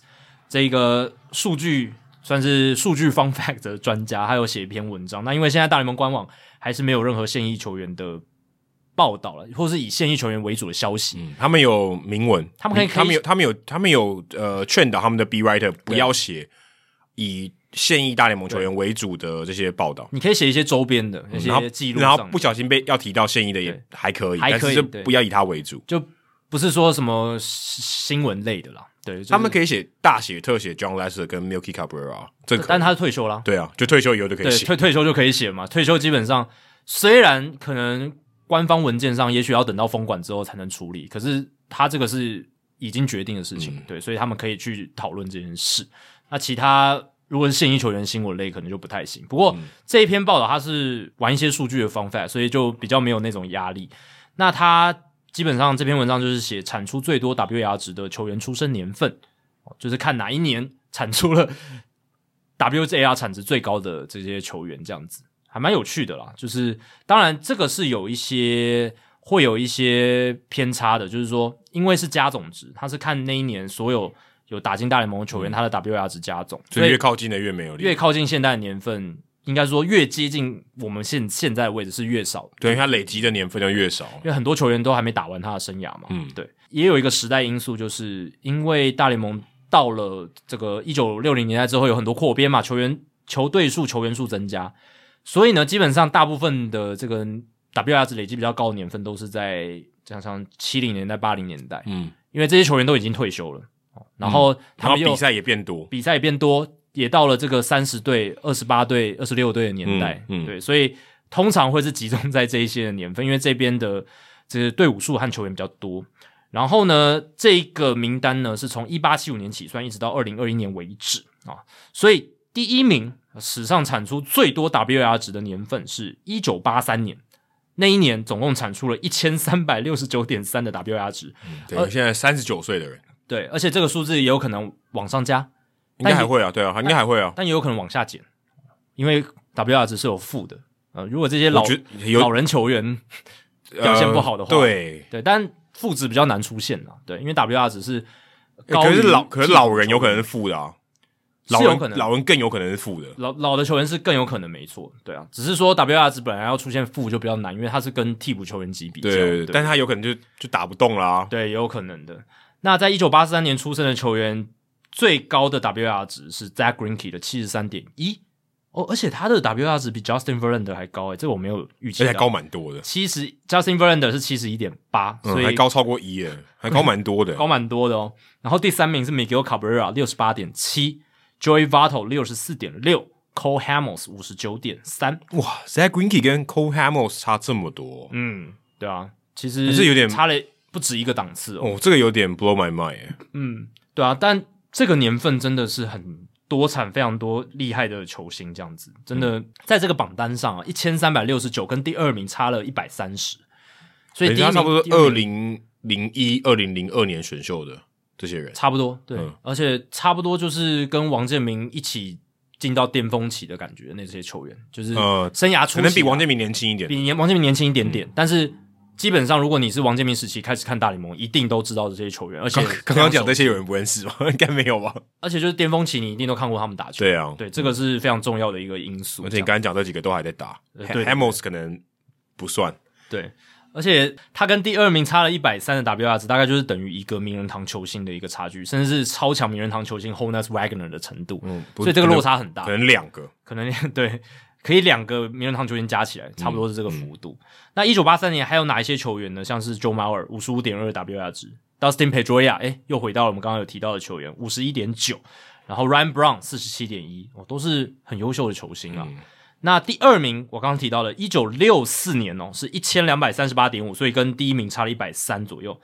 这个数据算是数据 fun fact 的专家，他有写一篇文章。那因为现在大联盟官网还是没有任何现役球员的报道了，或是以现役球员为主的消息，
嗯，他们有明文，
他们可以
他们有，他们有，他们有呃劝导他们的 B writer 不要写以现役大联盟球员为主的这些报道，
你可以写一些周边的一
嗯然后
些记录
然
上
后
的，
不小心被要提到现役的也
对
还可以，
还可以
但是就
对
不要以他为主。
就不是说什么新闻类的啦。对，就是
他们可以写大写特写 John Lester 跟 Milky Cabrera，这个
但他退休了啊，
对啊，就退休以后就可以
对，
写。
退退休就可以写嘛。退休基本上虽然可能官方文件上也许要等到封管之后才能处理，可是他这个是已经决定的事
嗯
情，对，所以他们可以去讨论这件事。那其他如果是现役球员新闻类，可能就不太行。不过、
嗯
这一篇报道它是玩一些数据的方法，所以就比较没有那种压力。那他基本上这篇文章就是写产出最多 WAR 值的球员出生年份，哦就是看哪一年产出了 WAR 产值最高的这些球员，这样子还蛮有趣的啦。就是当然这个是有一些会有一些偏差的，就是说因为是加总值，它是看那一年所有有打进大联盟的球员、他的 WAR 值加总，
嗯所以越靠近的越没有力，
越靠近现代的年份，应该说越接近我们现现在的位置是越少，
对，因为他累积的年份就越少。
因为很多球员都还没打完他的生涯嘛。
嗯
对，也有一个时代因素，就是因为大联盟到了这个一九六零年代之后，有很多扩编嘛，球员球队数、球员数增加，所以呢，基本上大部分的这个 WR 值累积比较高的年份都是在像像七零年代、八零年代，
嗯，
因为这些球员都已经退休了，哦然后他
然后
们又
比赛也变多，
比赛也变多，也到了这个三十队、二十八队、二十六队的年代，
嗯嗯
对，所以通常会是集中在这一些的年份，因为这边的这个队伍数和球员比较多。然后呢，这个名单呢是从一八七五年起算，一直到二零二一年为止啊，所以第一名史上产出最多 WAR 值的年份是一九八三年。那一年总共产出了一千三百六十九点三的 WAR 值，
对，现在三十九岁的人
对，而且这个数字也有可能往上加，
应该
但
还
也
会啊，对啊，应该还会啊。
但也有可能往下减，因为 WR 值是有负的。呃，如果这些老
我觉得有
老人球员表现不好的话
呃对，
对，但负值比较难出现啦，对，因为 WR 值是高于
欸可是老可是
技能
老人有可能
球
是负的啊，
是
老
有可
人
能
老人更有可能是负的。
老老的球员是更有可能没错，对啊，只是说 WR 值本来要出现负就比较难，因为它是跟替补球员级比较，
对，
对
但是他有可能就就打不动啦。
对，也有可能的。那在一九八三年出生的球员最高的 WR 值是 Zach Greinke 的七十三点一哦，而且他的 WR 值比 Justin Verlander 还高诶、欸这个我没有预期
而且
到。
还高蛮多的，
七十，Justin Verlander 是七十一点八，所
嗯，
以
还高超过一耶，还高蛮多的。
高蛮多的哦。然后第三名是 Miguel Cabrera 六十八点七，Joey Votto 六十四点六，Cole Hamels 五十九点三。
哇 z a c Greinke 跟 Cole Hamels 差这么多，
嗯，对啊，其实
还是有点
差了不止一个档次哦。
哦，这个有点 blow my mind 耶。
嗯，对啊，但这个年份真的是很多产非常多厉害的球星，这样子真的、
嗯
在这个榜单上啊，一千三百六十九跟第二名差了一百三十，所以
人
第一
家
名
差不多
第二
二
名
零零一、二零零二年选秀的这些人，
差不多，对，
嗯
而且差不多就是跟王建民一起进到巅峰期的感觉，那些球员就是
呃
生涯初期啊、
可能比王建民年嗯轻一点。
比年王建民年轻一点点，但是基本上如果你是王建民时期开始看大联盟，一定都知道这些球员，而且
刚刚刚讲
的，
这些有人不认识吗？ 应该没有吧？
而且就是巅峰期，你一定都看过他们打球，
对啊，
对，这个是非常重要的一个因素，
而
这
且你
样
刚才讲这几个都还在打
呃对对
，Hamels 可能不算。
对。而且他跟第二名差了一百三的 WR 值，大概就是等于一个名人堂球星的一个差距，甚至是超强名人堂球星 Honus Wagner 的程度，
嗯，不
所以这个落差很大
可。能两个，
可能对，可以两个名人堂球员加起来，差不多是这个幅度。那一九八三年还有哪一些球员呢？像是 Joe Mauer 五十五点二 WR 值，Dustin Pedroia 哎，又回到了我们刚刚有提到的球员五十一点九，然后 Ryan Brown 四十七点一，哦，都是很优秀的球星啊。那第二名，我刚刚提到了，一九六四年哦，是一千两百三十八点五，所以跟第一名差了一百三左右。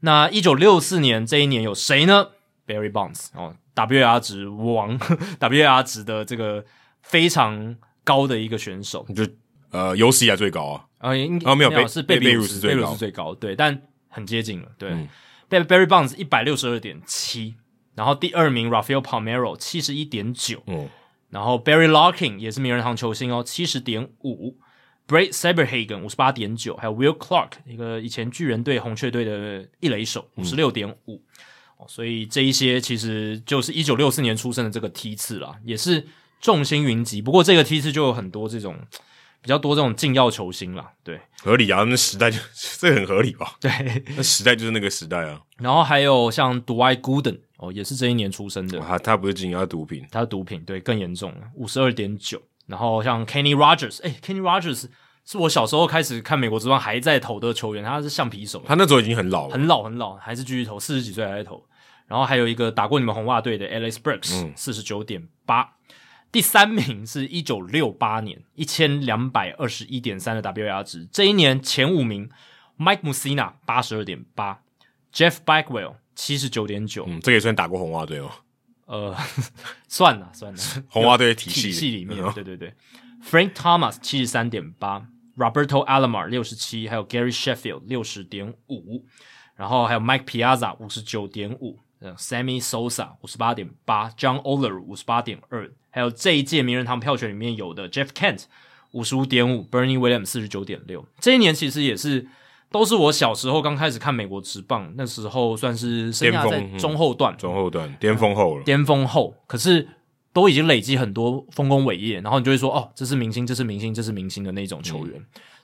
那一九六四年这一年有谁呢？Barry Bonds 哦，WAR 值王 ，WAR 值的这个非常高的一个选手，
就呃有史以来最高啊。
啊，应
哦没有贝
是
贝
比
贝
鲁
鲁
斯
斯最
贝鲁
高
斯最高，对，但很接近了，对
嗯。
贝 Barry Bonds 一百六十二点七，然后第二名 Rafael Palmero 七十一点九，
嗯，
然后 Barry Larkin 也是名人堂球星哦，七十点五，Brad Saberhagen 五十八点九，还有 Will Clark 一个以前巨人队红雀队的一垒手五十六点五。哦所以这一些其实就是一九六四年出生的这个梯次啦，也是众星云集。不过这个梯次就有很多这种比较多这种禁药球星啦，对
合理啊，那时代就 这很合理吧？
对。
那时代就是那个时代啊，
然后还有像 Dwight Gooden 哦，也是这一年出生的，
他他不是禁药毒品，
他的毒品对更严重了，五十二点九。然后像 Kenny Rogers，哎，Kenny Rogers 是我小时候开始看美国职棒还在投的球员，他是橡皮手，
他那时候已经很老了，
很老很老，还是继续投，四十几岁还在投。然后还有一个打过你们红袜队的 Alex Brooks，四十九点八。第三名是一九六八年一千两百二十一点三的 WAR 值，这一年前五名，Mike Mussina 八十二点八，Jeff Bagwell 七十九点九，
嗯，这个也算打过红袜队哦，
呃， 算了算了，
红袜队体
体
系
系里面，
嗯
对对对，Frank Thomas 七十三点八，Roberto Alomar 六十七，还有 Gary Sheffield 六十点五，然后还有 Mike Piazza 五十九点五，Sammy 呃 Sosa 五十八点八，John Oler 五十八点二，还有这一届名人堂票选里面有的 Jeff Kent 五十五点五，Bernie Williams 四十九点六，这一年其实也是。都是我小时候刚开始看美国职棒，那时候算是生涯在
巅峰嗯
中后段，
中后段巅峰后了，
啊巅峰后，可是都已经累积很多丰功伟业，然后你就会说，哦，这是明星，这是明星，这是明星的那种球
嗯
员，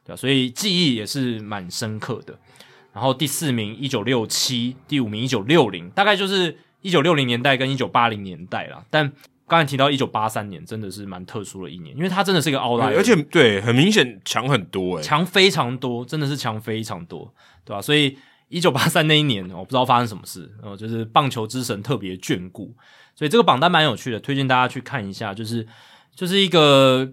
对吧、啊所以记忆也是蛮深刻的。然后第四名一九六七，第五名一九六零，大概就是一九六零年代跟一九八零年代啦。但刚才提到一九八三年，真的是蛮特殊的一年，因为它真的是一个奥莱，
而且对，很明显强很多哎、
强非常多，真的是强非常多，对吧、所以一九八三那一年，我不知道发生什么事，呃，就是棒球之神特别眷顾，所以这个榜单蛮有趣的，推荐大家去看一下。就是就是一个，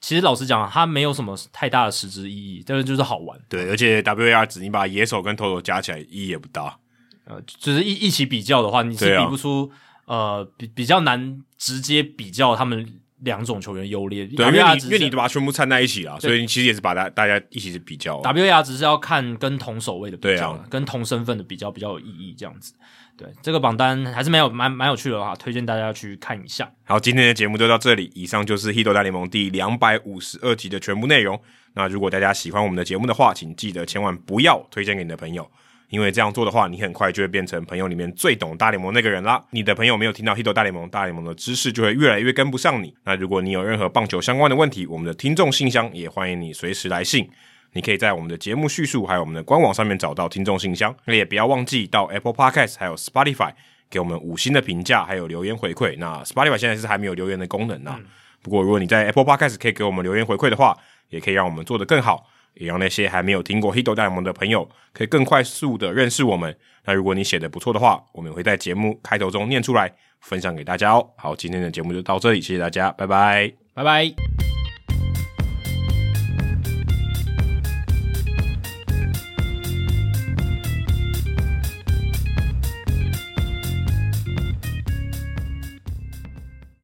其实老实讲，它没有什么太大的实质意义，但是就是好玩，
对，而且 WAR 值你把野手跟投手加起来意义也不大，
呃，就是一一起比较的话，你是
对啊
比不出，呃，比比较难直接比较他们两种球员优劣。
对，因
WAR
为你
值
因
是
为你把它全部掺在一起啦，所以你其实也是把大大家一起比较，啊
WAR 只是要看跟同守卫的比较啦，
哦对啊
跟同身份的比较比较有意义，这样子。对，这个榜单还是蛮有蛮蛮有趣的哈，推荐大家去看一下。
好，今天的节目就到这里。以上就是《h i d o 大联盟》第两百五十二集的全部内容。那如果大家喜欢我们的节目的话，请记得千万不要推荐给你的朋友，因为这样做的话，你很快就会变成朋友里面最懂大联盟那个人啦。你的朋友没有听到《h i d o 大联盟》，大联盟的知识就会越来越跟不上你。那如果你有任何棒球相关的问题，我们的听众信箱也欢迎你随时来信。你可以在我们的节目叙述还有我们的官网上面找到听众信箱，那也不要忘记到 Apple Podcast 还有 Spotify 给我们五星的评价，还有留言回馈。那 Spotify 现在是还没有留言的功能啊，不过如果你在 Apple Podcast 可以给我们留言回馈的话，也可以让我们做得更好，也让那些还没有听过《Hito 大联盟》的朋友可以更快速的认识我们。那如果你写的不错的话，我们也会在节目开头中念出来，分享给大家哦。好，今天的节目就到这里，谢谢大家，拜拜。
拜拜。